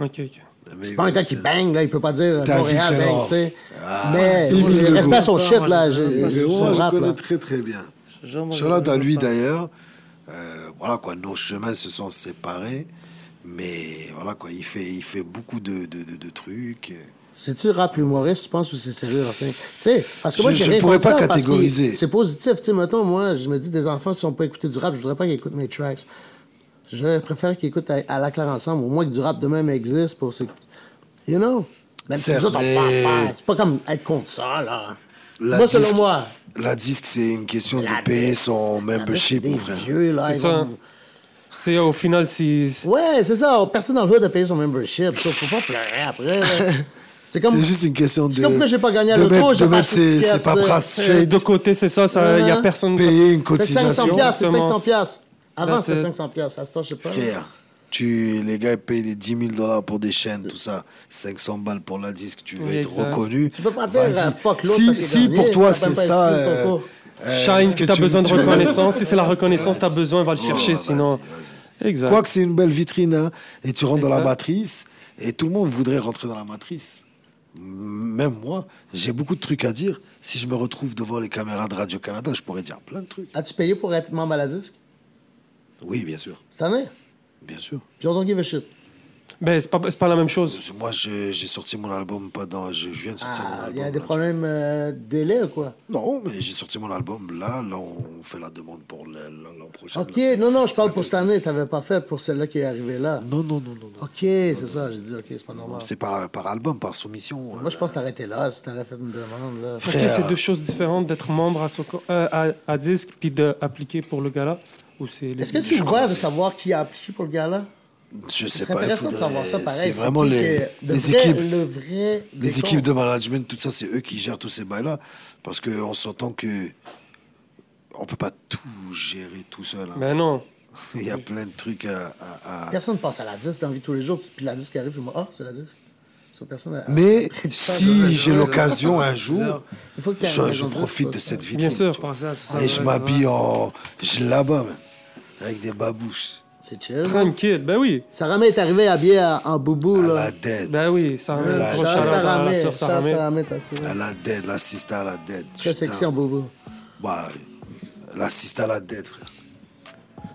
[SPEAKER 1] ok, ok.
[SPEAKER 3] Mais-
[SPEAKER 4] C'est pas un gars qui bang, là, il peut pas dire euh,
[SPEAKER 3] T'as
[SPEAKER 4] Montréal,
[SPEAKER 3] vu, c'est
[SPEAKER 4] bang,
[SPEAKER 3] rare.
[SPEAKER 4] tu sais.
[SPEAKER 3] Ah,
[SPEAKER 4] Mais
[SPEAKER 3] Émile
[SPEAKER 4] j'ai respect
[SPEAKER 3] Legault.
[SPEAKER 4] à son shit,
[SPEAKER 2] Moi,
[SPEAKER 4] là.
[SPEAKER 2] je-
[SPEAKER 4] j'ai-
[SPEAKER 2] moi,
[SPEAKER 3] Mais
[SPEAKER 4] j'ai
[SPEAKER 3] ouais,
[SPEAKER 4] son
[SPEAKER 3] je
[SPEAKER 4] rap, là.
[SPEAKER 3] connais très très bien.
[SPEAKER 2] Genre, moi,
[SPEAKER 3] Charlotte
[SPEAKER 2] je-
[SPEAKER 3] à
[SPEAKER 2] je
[SPEAKER 3] lui
[SPEAKER 2] parle.
[SPEAKER 3] d'ailleurs. Euh, voilà quoi, nos chemins se sont séparés. Mais voilà quoi, il fait, il fait beaucoup de, de, de, de trucs.
[SPEAKER 4] C'est-tu rap humoriste, tu penses, ou c'est sérieux, enfin? Tu sais, parce que moi,
[SPEAKER 3] Je-
[SPEAKER 4] j'ai
[SPEAKER 3] je
[SPEAKER 4] rien
[SPEAKER 3] pourrais
[SPEAKER 4] contre
[SPEAKER 3] pas
[SPEAKER 4] ça, parce que
[SPEAKER 3] catégoriser.
[SPEAKER 4] C'est positif, tu sais, mettons, moi, je me dis, des enfants, qui sont pas écoutés du rap, je voudrais pas qu'ils écoutent mes tracks. Je préfère qu'ils écoutent à, à la claire ensemble, au moins que du rap de même existe pour s'écouter. You know? Même si
[SPEAKER 3] Certes,
[SPEAKER 4] nous autres, on
[SPEAKER 3] mais-
[SPEAKER 4] parle pas, c'est pas comme être contre ça, là.
[SPEAKER 3] La
[SPEAKER 4] moi, selon
[SPEAKER 3] disque-
[SPEAKER 4] moi,
[SPEAKER 3] La disque, c'est une question
[SPEAKER 4] La
[SPEAKER 3] de payer
[SPEAKER 4] disque,
[SPEAKER 3] son membership,
[SPEAKER 4] des
[SPEAKER 3] mon frère.
[SPEAKER 4] vieux, là,
[SPEAKER 1] C'est
[SPEAKER 4] ils
[SPEAKER 1] ça.
[SPEAKER 4] vont-
[SPEAKER 1] C'est au final si
[SPEAKER 4] Ouais, c'est ça. Personne dans le hood a payé son membership. Ça, faut pas pleurer après. là. C'est comme.
[SPEAKER 3] C'est juste une question de.
[SPEAKER 4] C'est comme ça, j'ai pas gagné à
[SPEAKER 3] de
[SPEAKER 4] l'auto,
[SPEAKER 3] mettre-
[SPEAKER 4] j'ai
[SPEAKER 3] De
[SPEAKER 4] pas
[SPEAKER 3] mettre
[SPEAKER 4] acheté de
[SPEAKER 3] ses, ses
[SPEAKER 4] tickets,
[SPEAKER 3] paperasses
[SPEAKER 4] c'est-
[SPEAKER 1] les
[SPEAKER 3] straight,
[SPEAKER 1] deux côtés c'est ça, ça, il y a
[SPEAKER 4] Ouais.
[SPEAKER 1] personne.
[SPEAKER 3] payer une
[SPEAKER 4] Euh, C'est 500
[SPEAKER 3] cotisation.
[SPEAKER 4] piastres, c'est 500
[SPEAKER 1] Exactement.
[SPEAKER 4] piastres. Avant,
[SPEAKER 1] That's
[SPEAKER 4] c'était
[SPEAKER 1] it.
[SPEAKER 4] 500 piastres. À ce temps, je sais pas.
[SPEAKER 3] Frère, tu, les gars ils payent des 10 000 dollars pour des chaînes, tout ça. 500 balles pour la disque, tu veux
[SPEAKER 1] Oui,
[SPEAKER 3] être
[SPEAKER 1] exact.
[SPEAKER 3] reconnu.
[SPEAKER 4] Tu peux pas dire,
[SPEAKER 3] Vas-y.
[SPEAKER 4] euh, fuck l'autre
[SPEAKER 3] Si,
[SPEAKER 4] parce que
[SPEAKER 3] si
[SPEAKER 4] dernier,
[SPEAKER 3] pour toi
[SPEAKER 4] ça
[SPEAKER 3] c'est
[SPEAKER 4] peut pas
[SPEAKER 3] ça.
[SPEAKER 4] exclure ton
[SPEAKER 3] euh,
[SPEAKER 4] corps.
[SPEAKER 3] euh,
[SPEAKER 1] Shine,
[SPEAKER 3] est-ce
[SPEAKER 1] que
[SPEAKER 3] que
[SPEAKER 1] t'as
[SPEAKER 3] tu-
[SPEAKER 1] besoin de
[SPEAKER 3] tu veux-
[SPEAKER 1] reconnaissance. Si c'est la reconnaissance, t'as besoin, va le
[SPEAKER 3] Ouais,
[SPEAKER 1] chercher,
[SPEAKER 3] ouais,
[SPEAKER 1] sinon.
[SPEAKER 3] vas-y, vas-y.
[SPEAKER 1] Exact.
[SPEAKER 3] Quoi que c'est une belle vitrine, hein, et tu rentres dans la
[SPEAKER 1] Exact.
[SPEAKER 3] matrice, et tout le monde voudrait rentrer dans la matrice. M- Même moi, j'ai beaucoup de trucs à dire. Si je me retrouve devant les caméras de Radio-Canada, je pourrais dire plein de trucs.
[SPEAKER 4] As-tu payé pour être membre à la disque
[SPEAKER 3] Oui, bien sûr,
[SPEAKER 4] cette année?
[SPEAKER 3] bien sûr.
[SPEAKER 4] Puis on don't give a shit.
[SPEAKER 1] Ben, c'est pas, c'est pas la même chose.
[SPEAKER 3] Moi, je- j'ai sorti mon album pas dans. Je, je viens de sortir mon
[SPEAKER 4] Ah,
[SPEAKER 3] album.
[SPEAKER 4] Il y a des
[SPEAKER 3] là.
[SPEAKER 4] problèmes euh, de délai ou quoi?
[SPEAKER 3] Non, mais j'ai sorti mon album là. Là, on fait la demande pour le- l'an l'an prochain.
[SPEAKER 4] OK,
[SPEAKER 3] là, c'est-
[SPEAKER 4] non, non, je
[SPEAKER 3] c'est
[SPEAKER 4] parle
[SPEAKER 3] un
[SPEAKER 4] pour
[SPEAKER 3] peu-
[SPEAKER 4] cette année. T'avais pas fait pour celle-là qui est arrivée là.
[SPEAKER 3] Non, non, non, non. non.
[SPEAKER 4] OK, c'est ça. J'ai dit, OK, c'est pas
[SPEAKER 3] Non,
[SPEAKER 4] normal.
[SPEAKER 3] C'est par, par album, par soumission.
[SPEAKER 4] Ah.
[SPEAKER 3] euh,
[SPEAKER 4] Moi, je pense t'arrêter là si t'aurais fait une demande. Là.
[SPEAKER 1] Parce que c'est deux choses différentes d'être membre à, Soco- euh, à, à disque puis d'appliquer pour le gala. Ou c'est les
[SPEAKER 4] Est-ce que c'est ouvert de savoir qui a appliqué pour le gala?
[SPEAKER 3] Je sais
[SPEAKER 4] C'est
[SPEAKER 3] pas. il
[SPEAKER 4] intéressant de
[SPEAKER 3] faudrait-
[SPEAKER 4] savoir ça pareil.
[SPEAKER 3] C'est vraiment
[SPEAKER 4] surtout
[SPEAKER 3] les,
[SPEAKER 4] que de
[SPEAKER 3] les
[SPEAKER 4] vrai-
[SPEAKER 3] équipes.
[SPEAKER 4] Le vrai
[SPEAKER 3] Les
[SPEAKER 4] décompte.
[SPEAKER 3] équipes de management, tout ça, c'est eux qui gèrent tous ces bails-là. Parce qu'on s'entend que on peut pas tout gérer tout seul. hein.
[SPEAKER 1] Ben non.
[SPEAKER 3] Il y a plein de trucs à. à- à-
[SPEAKER 4] Ah. Personne passe à la 10 dans la vie tous les jours, puis la 10 qui arrive, puis moi, ah, c'est la 10. Ça, personne a-
[SPEAKER 3] Mais
[SPEAKER 4] Personne a-
[SPEAKER 3] si j'ai l'occasion un jour,
[SPEAKER 4] Il faut que t'aies
[SPEAKER 3] je, je
[SPEAKER 4] raison de
[SPEAKER 3] profite
[SPEAKER 4] ça,
[SPEAKER 3] de
[SPEAKER 4] ça.
[SPEAKER 3] cette vitrine.
[SPEAKER 1] Bien sûr.
[SPEAKER 2] Je pensais à tout ça.
[SPEAKER 3] Et je
[SPEAKER 2] ouais, ouais.
[SPEAKER 3] m'habille en. Je là-bas, man, avec des babouches.
[SPEAKER 4] C'est chill.
[SPEAKER 1] Tranquille. Ben oui.
[SPEAKER 4] Sarah May est arrivée habillée en- en boubou,
[SPEAKER 3] À
[SPEAKER 4] là.
[SPEAKER 3] la dead.
[SPEAKER 1] Ben oui. Ça ramène
[SPEAKER 3] la-
[SPEAKER 1] le
[SPEAKER 3] la-
[SPEAKER 1] à la
[SPEAKER 4] May,
[SPEAKER 1] sœur
[SPEAKER 4] Sarah
[SPEAKER 1] Saramé.
[SPEAKER 4] Sarah May, t'as su.
[SPEAKER 3] À la dead, la sister à la dead.
[SPEAKER 4] Très sexy en boubou.
[SPEAKER 3] Bah, la sister à la dead, frère.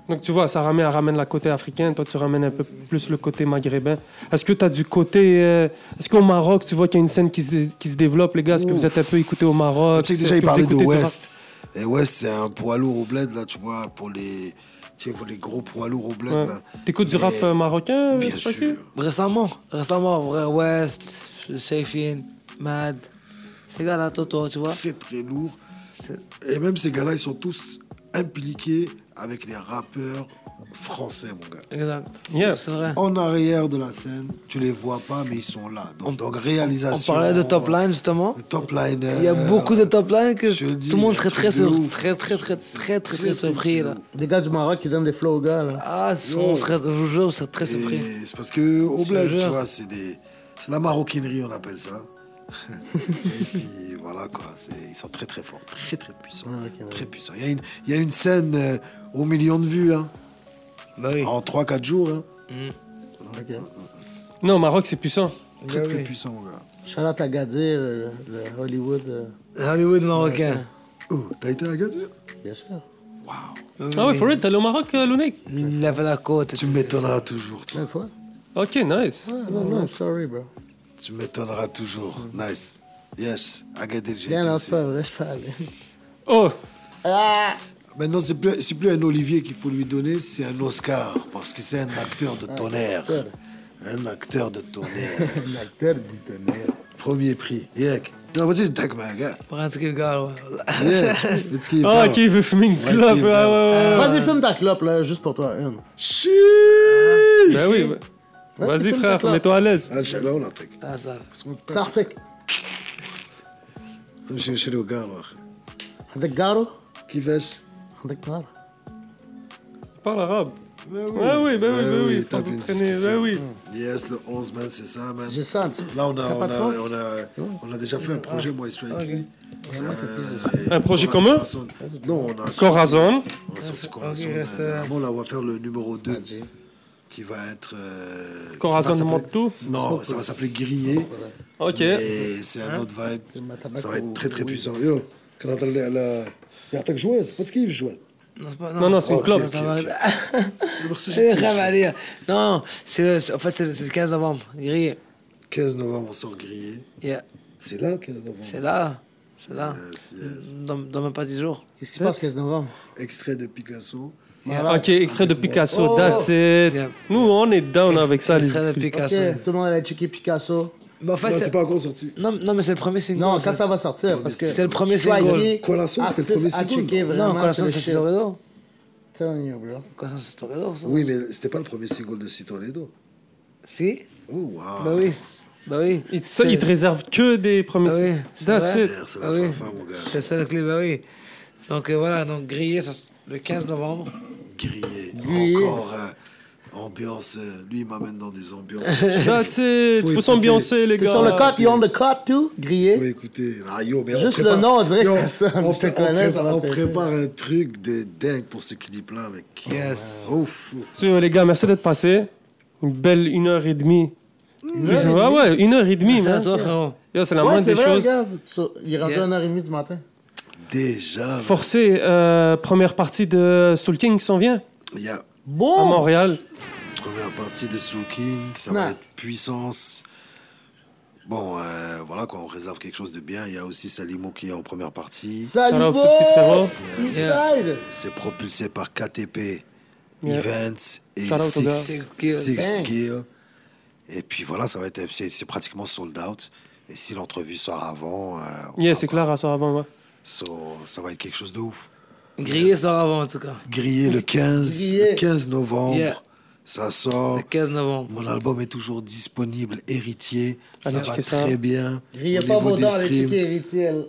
[SPEAKER 1] Donc tu vois, ça ramène, elle ramène la côté africain, toi tu ramènes un peu plus le côté maghrébin. Est-ce que tu as du côté... euh, Est-ce qu'au Maroc, tu vois qu'il y a une scène qui se, qui se développe, les gars Est-ce que vous êtes un peu écoutés au Maroc
[SPEAKER 3] Tu sais,
[SPEAKER 1] Est-ce
[SPEAKER 3] déjà,
[SPEAKER 1] Ah, que
[SPEAKER 3] il
[SPEAKER 1] vous
[SPEAKER 3] parlait de
[SPEAKER 1] écoutez du rap
[SPEAKER 3] West. Et West, c'est un poids lourd au bled, là, tu vois, pour les, tu sais, pour les gros poids lourds au bled,
[SPEAKER 1] Ouais.
[SPEAKER 3] là.
[SPEAKER 1] Euh, T'écoutes du
[SPEAKER 3] Mais-
[SPEAKER 1] rap euh, marocain
[SPEAKER 3] Bien
[SPEAKER 1] euh,
[SPEAKER 3] sûr.
[SPEAKER 1] Spaki
[SPEAKER 2] Récemment, récemment, vrai, West, Shafin, Mad, ces gars-là, Toto, tu vois.
[SPEAKER 3] Très, très lourd.
[SPEAKER 2] C'est-
[SPEAKER 3] Et même ces gars-là, ils sont tous impliqués avec les rappeurs français, mon gars.
[SPEAKER 2] Exact.
[SPEAKER 1] Yeah.
[SPEAKER 2] C'est vrai.
[SPEAKER 3] En arrière de la scène, tu les vois pas, mais ils sont là. Donc,
[SPEAKER 2] On-
[SPEAKER 3] donc,
[SPEAKER 2] On
[SPEAKER 3] réalisation.
[SPEAKER 2] parlait de top line, justement.
[SPEAKER 3] de Top line. euh,
[SPEAKER 2] Il y a beaucoup de top line que
[SPEAKER 3] je dis,
[SPEAKER 2] tout le monde
[SPEAKER 3] un
[SPEAKER 2] serait
[SPEAKER 3] truc
[SPEAKER 2] très,
[SPEAKER 3] de
[SPEAKER 2] sur-
[SPEAKER 3] ouf.
[SPEAKER 2] très, très, très, très, très, très,
[SPEAKER 3] Très, très
[SPEAKER 2] surpris,
[SPEAKER 3] de
[SPEAKER 2] là.
[SPEAKER 3] ouf.
[SPEAKER 4] Des gars du Maroc qui donnent des flows aux gars, là.
[SPEAKER 2] Ah, on serait, je vous jure, on serait très surpris.
[SPEAKER 3] Et C'est parce que au bled,
[SPEAKER 2] jure.
[SPEAKER 3] tu vois, c'est des, c'est la maroquinerie, on appelle ça. et puis voilà quoi, c'est, ils sont très très forts, très très puissants,
[SPEAKER 2] Ah,
[SPEAKER 4] Ouais, ok, ouais.
[SPEAKER 3] très puissants. Il y a une, il y a une scène euh, aux millions de vues hein,
[SPEAKER 2] Bah oui.
[SPEAKER 3] en 3-4 jours, hein.
[SPEAKER 4] Ok.
[SPEAKER 1] Non, au Maroc, c'est puissant.
[SPEAKER 3] très
[SPEAKER 2] Bah
[SPEAKER 3] très
[SPEAKER 2] oui.
[SPEAKER 3] puissant mon gars.
[SPEAKER 4] Charlotte Agadir, euh, le, Hollywood, euh,
[SPEAKER 2] Hollywood marocain.
[SPEAKER 3] Oh, t'as été à Gadir
[SPEAKER 4] bien sûr.
[SPEAKER 3] Waouh,
[SPEAKER 1] Ah ouais, for real, t'es allé au Maroc, euh, Lounik
[SPEAKER 2] Il avait la côte.
[SPEAKER 3] tu m'étonneras toujours, toi.
[SPEAKER 4] Plein de fois.
[SPEAKER 1] Ok, nice.
[SPEAKER 4] Ouais, non, non, sorry, bro.
[SPEAKER 3] tu m'étonneras toujours. Nice, yes, Agadir j'ai
[SPEAKER 4] Bien,
[SPEAKER 3] été
[SPEAKER 4] non,
[SPEAKER 3] aussi.
[SPEAKER 4] c'est pas vrai, je peux aller.
[SPEAKER 1] Oh,
[SPEAKER 3] Maintenant c'est plus, c'est plus un Olivier qu'il faut lui donner, c'est un Oscar parce que c'est un acteur de tonnerre, un acteur de tonnerre.
[SPEAKER 4] L'acteur du tonnerre.
[SPEAKER 3] Premier prix. Yek. Non, mais tu sais, je tac, ma Oh, gars.
[SPEAKER 2] Pratique, gars. ouais.
[SPEAKER 3] Yek. Let's keep
[SPEAKER 1] ah,
[SPEAKER 3] going.
[SPEAKER 1] ok, il veut fumer une
[SPEAKER 3] Ouais,
[SPEAKER 1] clope.
[SPEAKER 3] c'est
[SPEAKER 1] ouais, ouais, ouais.
[SPEAKER 4] Vas-y, filme ta clope, là, juste pour toi, une.
[SPEAKER 3] Sheesh.
[SPEAKER 1] Ben oui. ouais.
[SPEAKER 4] Ouais, c'est
[SPEAKER 1] Vas-y,
[SPEAKER 4] une
[SPEAKER 1] frère,
[SPEAKER 4] clope.
[SPEAKER 1] mets-toi à l'aise.
[SPEAKER 3] Ah, chaleur, là, tac.
[SPEAKER 2] Ah, ça.
[SPEAKER 4] Ça refait.
[SPEAKER 3] Je suis au gars, là.
[SPEAKER 4] Avec Garo,
[SPEAKER 3] Kivesh.
[SPEAKER 4] avec Mar.
[SPEAKER 1] Parle arabe.
[SPEAKER 3] Ben
[SPEAKER 1] Ouais, oui, ben oui, ben oui,
[SPEAKER 3] t'as
[SPEAKER 1] faut
[SPEAKER 3] vu une
[SPEAKER 1] s'entraîner,
[SPEAKER 3] discussion.
[SPEAKER 1] ben oui.
[SPEAKER 3] Yes, le 11, man, c'est ça, man.
[SPEAKER 4] J'ai ça, tu-
[SPEAKER 3] Là, on a,
[SPEAKER 4] t'as
[SPEAKER 3] on,
[SPEAKER 4] pas de
[SPEAKER 3] a,
[SPEAKER 4] fond
[SPEAKER 3] on, a, on a déjà fait un projet, moi et Straight Lee. Euh,
[SPEAKER 1] Un projet
[SPEAKER 3] on a-
[SPEAKER 1] commun
[SPEAKER 3] on a sorti- Non, on a sorti-
[SPEAKER 1] Corazon.
[SPEAKER 3] On a sorti Corazon.
[SPEAKER 2] Ok, reste, euh,
[SPEAKER 3] Normalement, là, on va faire le numéro 2 qui va être. euh, qui va
[SPEAKER 1] Corazon de
[SPEAKER 3] s'appeler-
[SPEAKER 1] Montou.
[SPEAKER 3] Non, ça va s'appeler Grillé.
[SPEAKER 1] Ok.
[SPEAKER 3] Et c'est un autre
[SPEAKER 4] C'est
[SPEAKER 3] vibe.
[SPEAKER 4] ma tabac
[SPEAKER 3] Ça va être
[SPEAKER 4] ou-
[SPEAKER 3] très très puissant. Yo, quand on parle à la. يعطيك جوال ما تكيفش جوال
[SPEAKER 2] Non, c'est pas-
[SPEAKER 1] Non, non, c'est une
[SPEAKER 2] Oh,
[SPEAKER 1] clope.
[SPEAKER 2] ça va-
[SPEAKER 3] Ok, ok.
[SPEAKER 2] Eh, Ramalia. Non, c'est le- c'est- en fait, c'est le c'est le 15 novembre. Grillé.
[SPEAKER 3] 15 novembre on sort grillé
[SPEAKER 2] Yeah.
[SPEAKER 3] c'est là 15 novembre
[SPEAKER 2] C'est là. C'est là.
[SPEAKER 3] Yes, yes.
[SPEAKER 2] Dans, dans même pas 10 jours.
[SPEAKER 4] Qu'est-ce qui se passe le 15 novembre?
[SPEAKER 3] extrait de Picasso
[SPEAKER 1] Ok, extrait de Picasso,
[SPEAKER 4] Oh.
[SPEAKER 1] that's it.
[SPEAKER 2] Yeah.
[SPEAKER 1] Nous, on est down avec ça, les
[SPEAKER 2] Extrait de
[SPEAKER 1] excuses.
[SPEAKER 4] Ok,
[SPEAKER 2] Picasso.
[SPEAKER 4] tout le monde allait checker Picasso.
[SPEAKER 2] Mais Bah, en fait,
[SPEAKER 3] non
[SPEAKER 2] c'est-
[SPEAKER 3] c'est pas encore sorti
[SPEAKER 2] non, non, mais c'est le premier single.
[SPEAKER 4] Non,
[SPEAKER 2] en
[SPEAKER 4] quand
[SPEAKER 2] fait.
[SPEAKER 4] ça va sortir, parce que...
[SPEAKER 2] C'est le premier single.
[SPEAKER 3] Colasson, c'était le premier
[SPEAKER 4] artiste à
[SPEAKER 3] single.
[SPEAKER 4] checker,
[SPEAKER 2] Non,
[SPEAKER 4] vraiment,
[SPEAKER 2] quand
[SPEAKER 4] c'est le
[SPEAKER 2] c'est
[SPEAKER 4] shit.
[SPEAKER 2] Toledo.
[SPEAKER 4] Telling you, bro.
[SPEAKER 2] Quand c'est Toledo. ça.
[SPEAKER 3] oui mais c'était pas le premier single de Citoledo
[SPEAKER 2] Si
[SPEAKER 3] oh wow
[SPEAKER 2] Bah oui. Bah oui.
[SPEAKER 1] Il, ça, il te réserve que des premiers.
[SPEAKER 2] Ah oui,
[SPEAKER 1] singles.
[SPEAKER 2] c'est
[SPEAKER 1] That's
[SPEAKER 2] vrai.
[SPEAKER 1] it.
[SPEAKER 3] c'est
[SPEAKER 2] Ah
[SPEAKER 3] la
[SPEAKER 2] oui.
[SPEAKER 3] fin, mon gars
[SPEAKER 2] C'est le seul clé, bah oui. Donc euh, voilà, donc grillé ça, c'est le 15 novembre.
[SPEAKER 3] grillé
[SPEAKER 4] Grillé.
[SPEAKER 3] encore euh, ambiance euh, lui il m'amène dans des ambiances
[SPEAKER 1] That's it.
[SPEAKER 3] Faut
[SPEAKER 1] Faut
[SPEAKER 3] écouter.
[SPEAKER 1] s'ambiancer, les
[SPEAKER 4] T'es
[SPEAKER 1] gars.
[SPEAKER 4] sur le cut, ils ont le cut, tout, grillé.
[SPEAKER 3] Faut écouter. Ah, yo, mais on
[SPEAKER 4] Juste
[SPEAKER 3] prépare-
[SPEAKER 4] le nom, on dirait que
[SPEAKER 3] Yo,
[SPEAKER 4] ça sonne.
[SPEAKER 3] On,
[SPEAKER 4] Je te
[SPEAKER 3] on
[SPEAKER 4] connais, ça
[SPEAKER 3] prépare,
[SPEAKER 4] va
[SPEAKER 3] on
[SPEAKER 4] péter.
[SPEAKER 3] prépare un truc de dingue pour ce clip-là avec.
[SPEAKER 2] Yes.
[SPEAKER 3] Ouf, ouf.
[SPEAKER 1] So, les gars, merci d'être passés. Une belle une heure et demie.
[SPEAKER 4] heure et
[SPEAKER 1] ouais, ouais, une heure et demie.
[SPEAKER 2] C'est à
[SPEAKER 1] man.
[SPEAKER 2] toi, frérot.
[SPEAKER 1] Yo, c'est la
[SPEAKER 4] Ouais,
[SPEAKER 1] moindre
[SPEAKER 4] c'est
[SPEAKER 1] des
[SPEAKER 4] vrai,
[SPEAKER 1] choses.
[SPEAKER 4] regarde. sur- Il est rendu
[SPEAKER 2] Yeah.
[SPEAKER 4] à 1h30 du matin.
[SPEAKER 3] Déjà.
[SPEAKER 1] Forcé, euh, première partie de Soul King qui s'en vient
[SPEAKER 3] Il y a
[SPEAKER 2] Oh.
[SPEAKER 1] à
[SPEAKER 4] Bon!
[SPEAKER 1] Montréal.
[SPEAKER 3] première partie de Soul King. Ça
[SPEAKER 4] Ouais.
[SPEAKER 3] va être puissance. Bon, euh, voilà quoi, on réserve quelque chose de bien. Il y a aussi Salimo qui est en première partie.
[SPEAKER 4] Salut,
[SPEAKER 1] Shout out,
[SPEAKER 4] beau!
[SPEAKER 1] ce petit frérot.
[SPEAKER 4] Eastside!
[SPEAKER 3] C'est propulsé par KTP,
[SPEAKER 1] Yeah.
[SPEAKER 3] Events et
[SPEAKER 1] Shout out aux
[SPEAKER 3] Six,
[SPEAKER 1] gars.
[SPEAKER 2] Six Kills.
[SPEAKER 3] Six
[SPEAKER 4] Bang.
[SPEAKER 3] Kills. Et puis voilà, ça va être, c'est c'est pratiquement sold out. Et si l'entrevue sort avant, euh, on
[SPEAKER 1] Yeah,
[SPEAKER 3] va
[SPEAKER 1] c'est
[SPEAKER 3] voir.
[SPEAKER 1] clair, à sort avant, ouais.
[SPEAKER 3] So, ça va être quelque chose de ouf.
[SPEAKER 2] Grillé sort avant, en tout cas.
[SPEAKER 3] Grillé le 15, le
[SPEAKER 4] Grillé.
[SPEAKER 3] 15 novembre.
[SPEAKER 2] Yeah.
[SPEAKER 3] Ça sort.
[SPEAKER 2] Le 15 novembre.
[SPEAKER 3] Mon album est toujours disponible, héritier. Ça
[SPEAKER 1] Allez,
[SPEAKER 3] va
[SPEAKER 1] checker Ah, ça.
[SPEAKER 3] très bien.
[SPEAKER 4] Riez
[SPEAKER 3] Au
[SPEAKER 4] pas
[SPEAKER 3] niveau
[SPEAKER 4] vos
[SPEAKER 3] des
[SPEAKER 4] dents, les
[SPEAKER 3] streams.
[SPEAKER 4] tickets héritiels.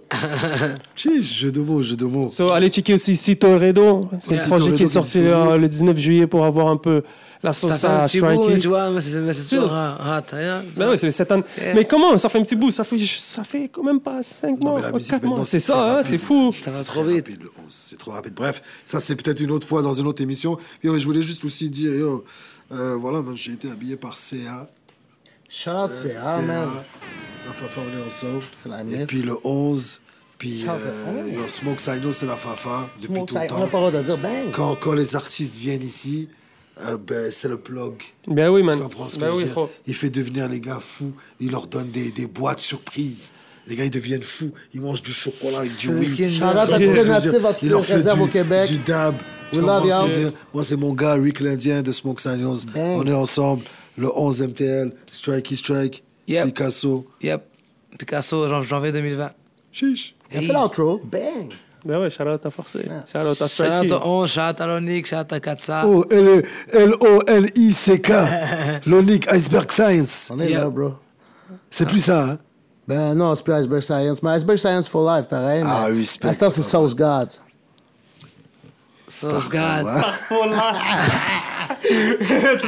[SPEAKER 3] Chiche, jeu de mots, jeu de mots.
[SPEAKER 1] So, allez checker aussi Cito Redo. C'est
[SPEAKER 3] Yeah.
[SPEAKER 1] le projet
[SPEAKER 3] Cito
[SPEAKER 1] qui
[SPEAKER 3] Redo
[SPEAKER 1] est
[SPEAKER 3] qui
[SPEAKER 1] sorti
[SPEAKER 3] est disponible.
[SPEAKER 1] euh, le 19 juillet pour avoir un peu la
[SPEAKER 2] Ça
[SPEAKER 1] sauce
[SPEAKER 2] fait un
[SPEAKER 1] à
[SPEAKER 2] petit bout, tu
[SPEAKER 1] Strikey.
[SPEAKER 2] vois, mais c'est mais c'est
[SPEAKER 1] Sûr.
[SPEAKER 2] toujours hot, hot, hein.
[SPEAKER 1] Ben oui, c'est les 7 ans.
[SPEAKER 2] Yeah.
[SPEAKER 1] Mais comment Ça fait un petit bout. Ça fait, ça fait quand même pas 5
[SPEAKER 3] Non,
[SPEAKER 1] mois,
[SPEAKER 3] mais la musique,
[SPEAKER 1] 4
[SPEAKER 3] maintenant,
[SPEAKER 1] mois. C'est
[SPEAKER 3] très
[SPEAKER 1] ça, hein,
[SPEAKER 3] rapide.
[SPEAKER 1] c'est fou.
[SPEAKER 2] Ça va
[SPEAKER 3] C'est
[SPEAKER 2] trop
[SPEAKER 3] très
[SPEAKER 2] vite.
[SPEAKER 3] rapide, le 11. C'est trop rapide. Bref, ça, c'est peut-être une autre fois dans une autre émission. Puis, ouais, je voulais juste aussi dire, yo, euh, voilà, man, j'ai été habillé par CA.
[SPEAKER 4] Shout out, c'est
[SPEAKER 3] CA,
[SPEAKER 4] ah, man.
[SPEAKER 3] La Fafa, on est ensemble.
[SPEAKER 4] La
[SPEAKER 3] Et
[SPEAKER 4] merde.
[SPEAKER 3] puis le 11, puis
[SPEAKER 4] Shout out
[SPEAKER 3] euh,
[SPEAKER 4] le
[SPEAKER 3] yo, Smoke Sino, c'est la Fafa depuis
[SPEAKER 4] Smoke
[SPEAKER 3] tout le
[SPEAKER 4] Side, On
[SPEAKER 3] temps.
[SPEAKER 4] n'a pas le droit de dire bang.
[SPEAKER 3] Quand, quand les artistes viennent ici, euh, ben, c'est le plug.
[SPEAKER 1] Ben oui,
[SPEAKER 3] Tu
[SPEAKER 1] man.
[SPEAKER 3] comprends ce que
[SPEAKER 1] Ben
[SPEAKER 3] je veux
[SPEAKER 1] oui,
[SPEAKER 3] dire
[SPEAKER 1] frérot.
[SPEAKER 3] Il fait devenir les gars fous. Il leur donne des, des boîtes surprises. Les gars, ils deviennent fous. Ils mangent du chocolat, ils du
[SPEAKER 2] C'est
[SPEAKER 3] weed.
[SPEAKER 2] qu'il y a une
[SPEAKER 3] Tu
[SPEAKER 4] Shout out
[SPEAKER 3] comprends ce
[SPEAKER 4] à
[SPEAKER 3] que je veux
[SPEAKER 4] Alternative
[SPEAKER 3] dire
[SPEAKER 4] à
[SPEAKER 3] Il
[SPEAKER 4] toutes
[SPEAKER 3] leur
[SPEAKER 4] les
[SPEAKER 3] fait
[SPEAKER 4] réserves au
[SPEAKER 3] du,
[SPEAKER 4] Québec.
[SPEAKER 3] du dab. Tu
[SPEAKER 4] We
[SPEAKER 3] comprends ce
[SPEAKER 4] love
[SPEAKER 3] que je
[SPEAKER 4] you.
[SPEAKER 3] veux dire Moi, c'est mon gars, Rick l'Indien de Smoke Signals.
[SPEAKER 4] Bang.
[SPEAKER 3] On est ensemble. Le 11 MTL, Strikey Strike,
[SPEAKER 2] Yep.
[SPEAKER 3] Picasso.
[SPEAKER 2] Yep. Picasso, jan- janvier 2020.
[SPEAKER 3] Chiche.
[SPEAKER 4] On
[SPEAKER 2] Hey.
[SPEAKER 4] fait l'outro. Bang.
[SPEAKER 1] Ben ouais, Charlotte a forcé. Charlotte a
[SPEAKER 2] Shout out
[SPEAKER 1] strikey.
[SPEAKER 2] à 11, shout out à Lonic, shout out à 400.
[SPEAKER 3] Oh, L- L-O-L-I-C-K. Lonic Iceberg Science.
[SPEAKER 4] On est
[SPEAKER 2] Yeah.
[SPEAKER 4] là, bro.
[SPEAKER 3] C'est plus ça, hein?
[SPEAKER 4] Ben non, c'est plus Iceberg Science. Mais Iceberg Science for life, pareil.
[SPEAKER 3] Ah,
[SPEAKER 4] mais
[SPEAKER 3] respect.
[SPEAKER 4] À ce temps, c'est Sauce Gods.
[SPEAKER 2] Sauce God.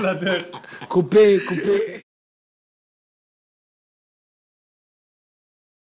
[SPEAKER 3] Ouais.
[SPEAKER 2] Coupé, coupé.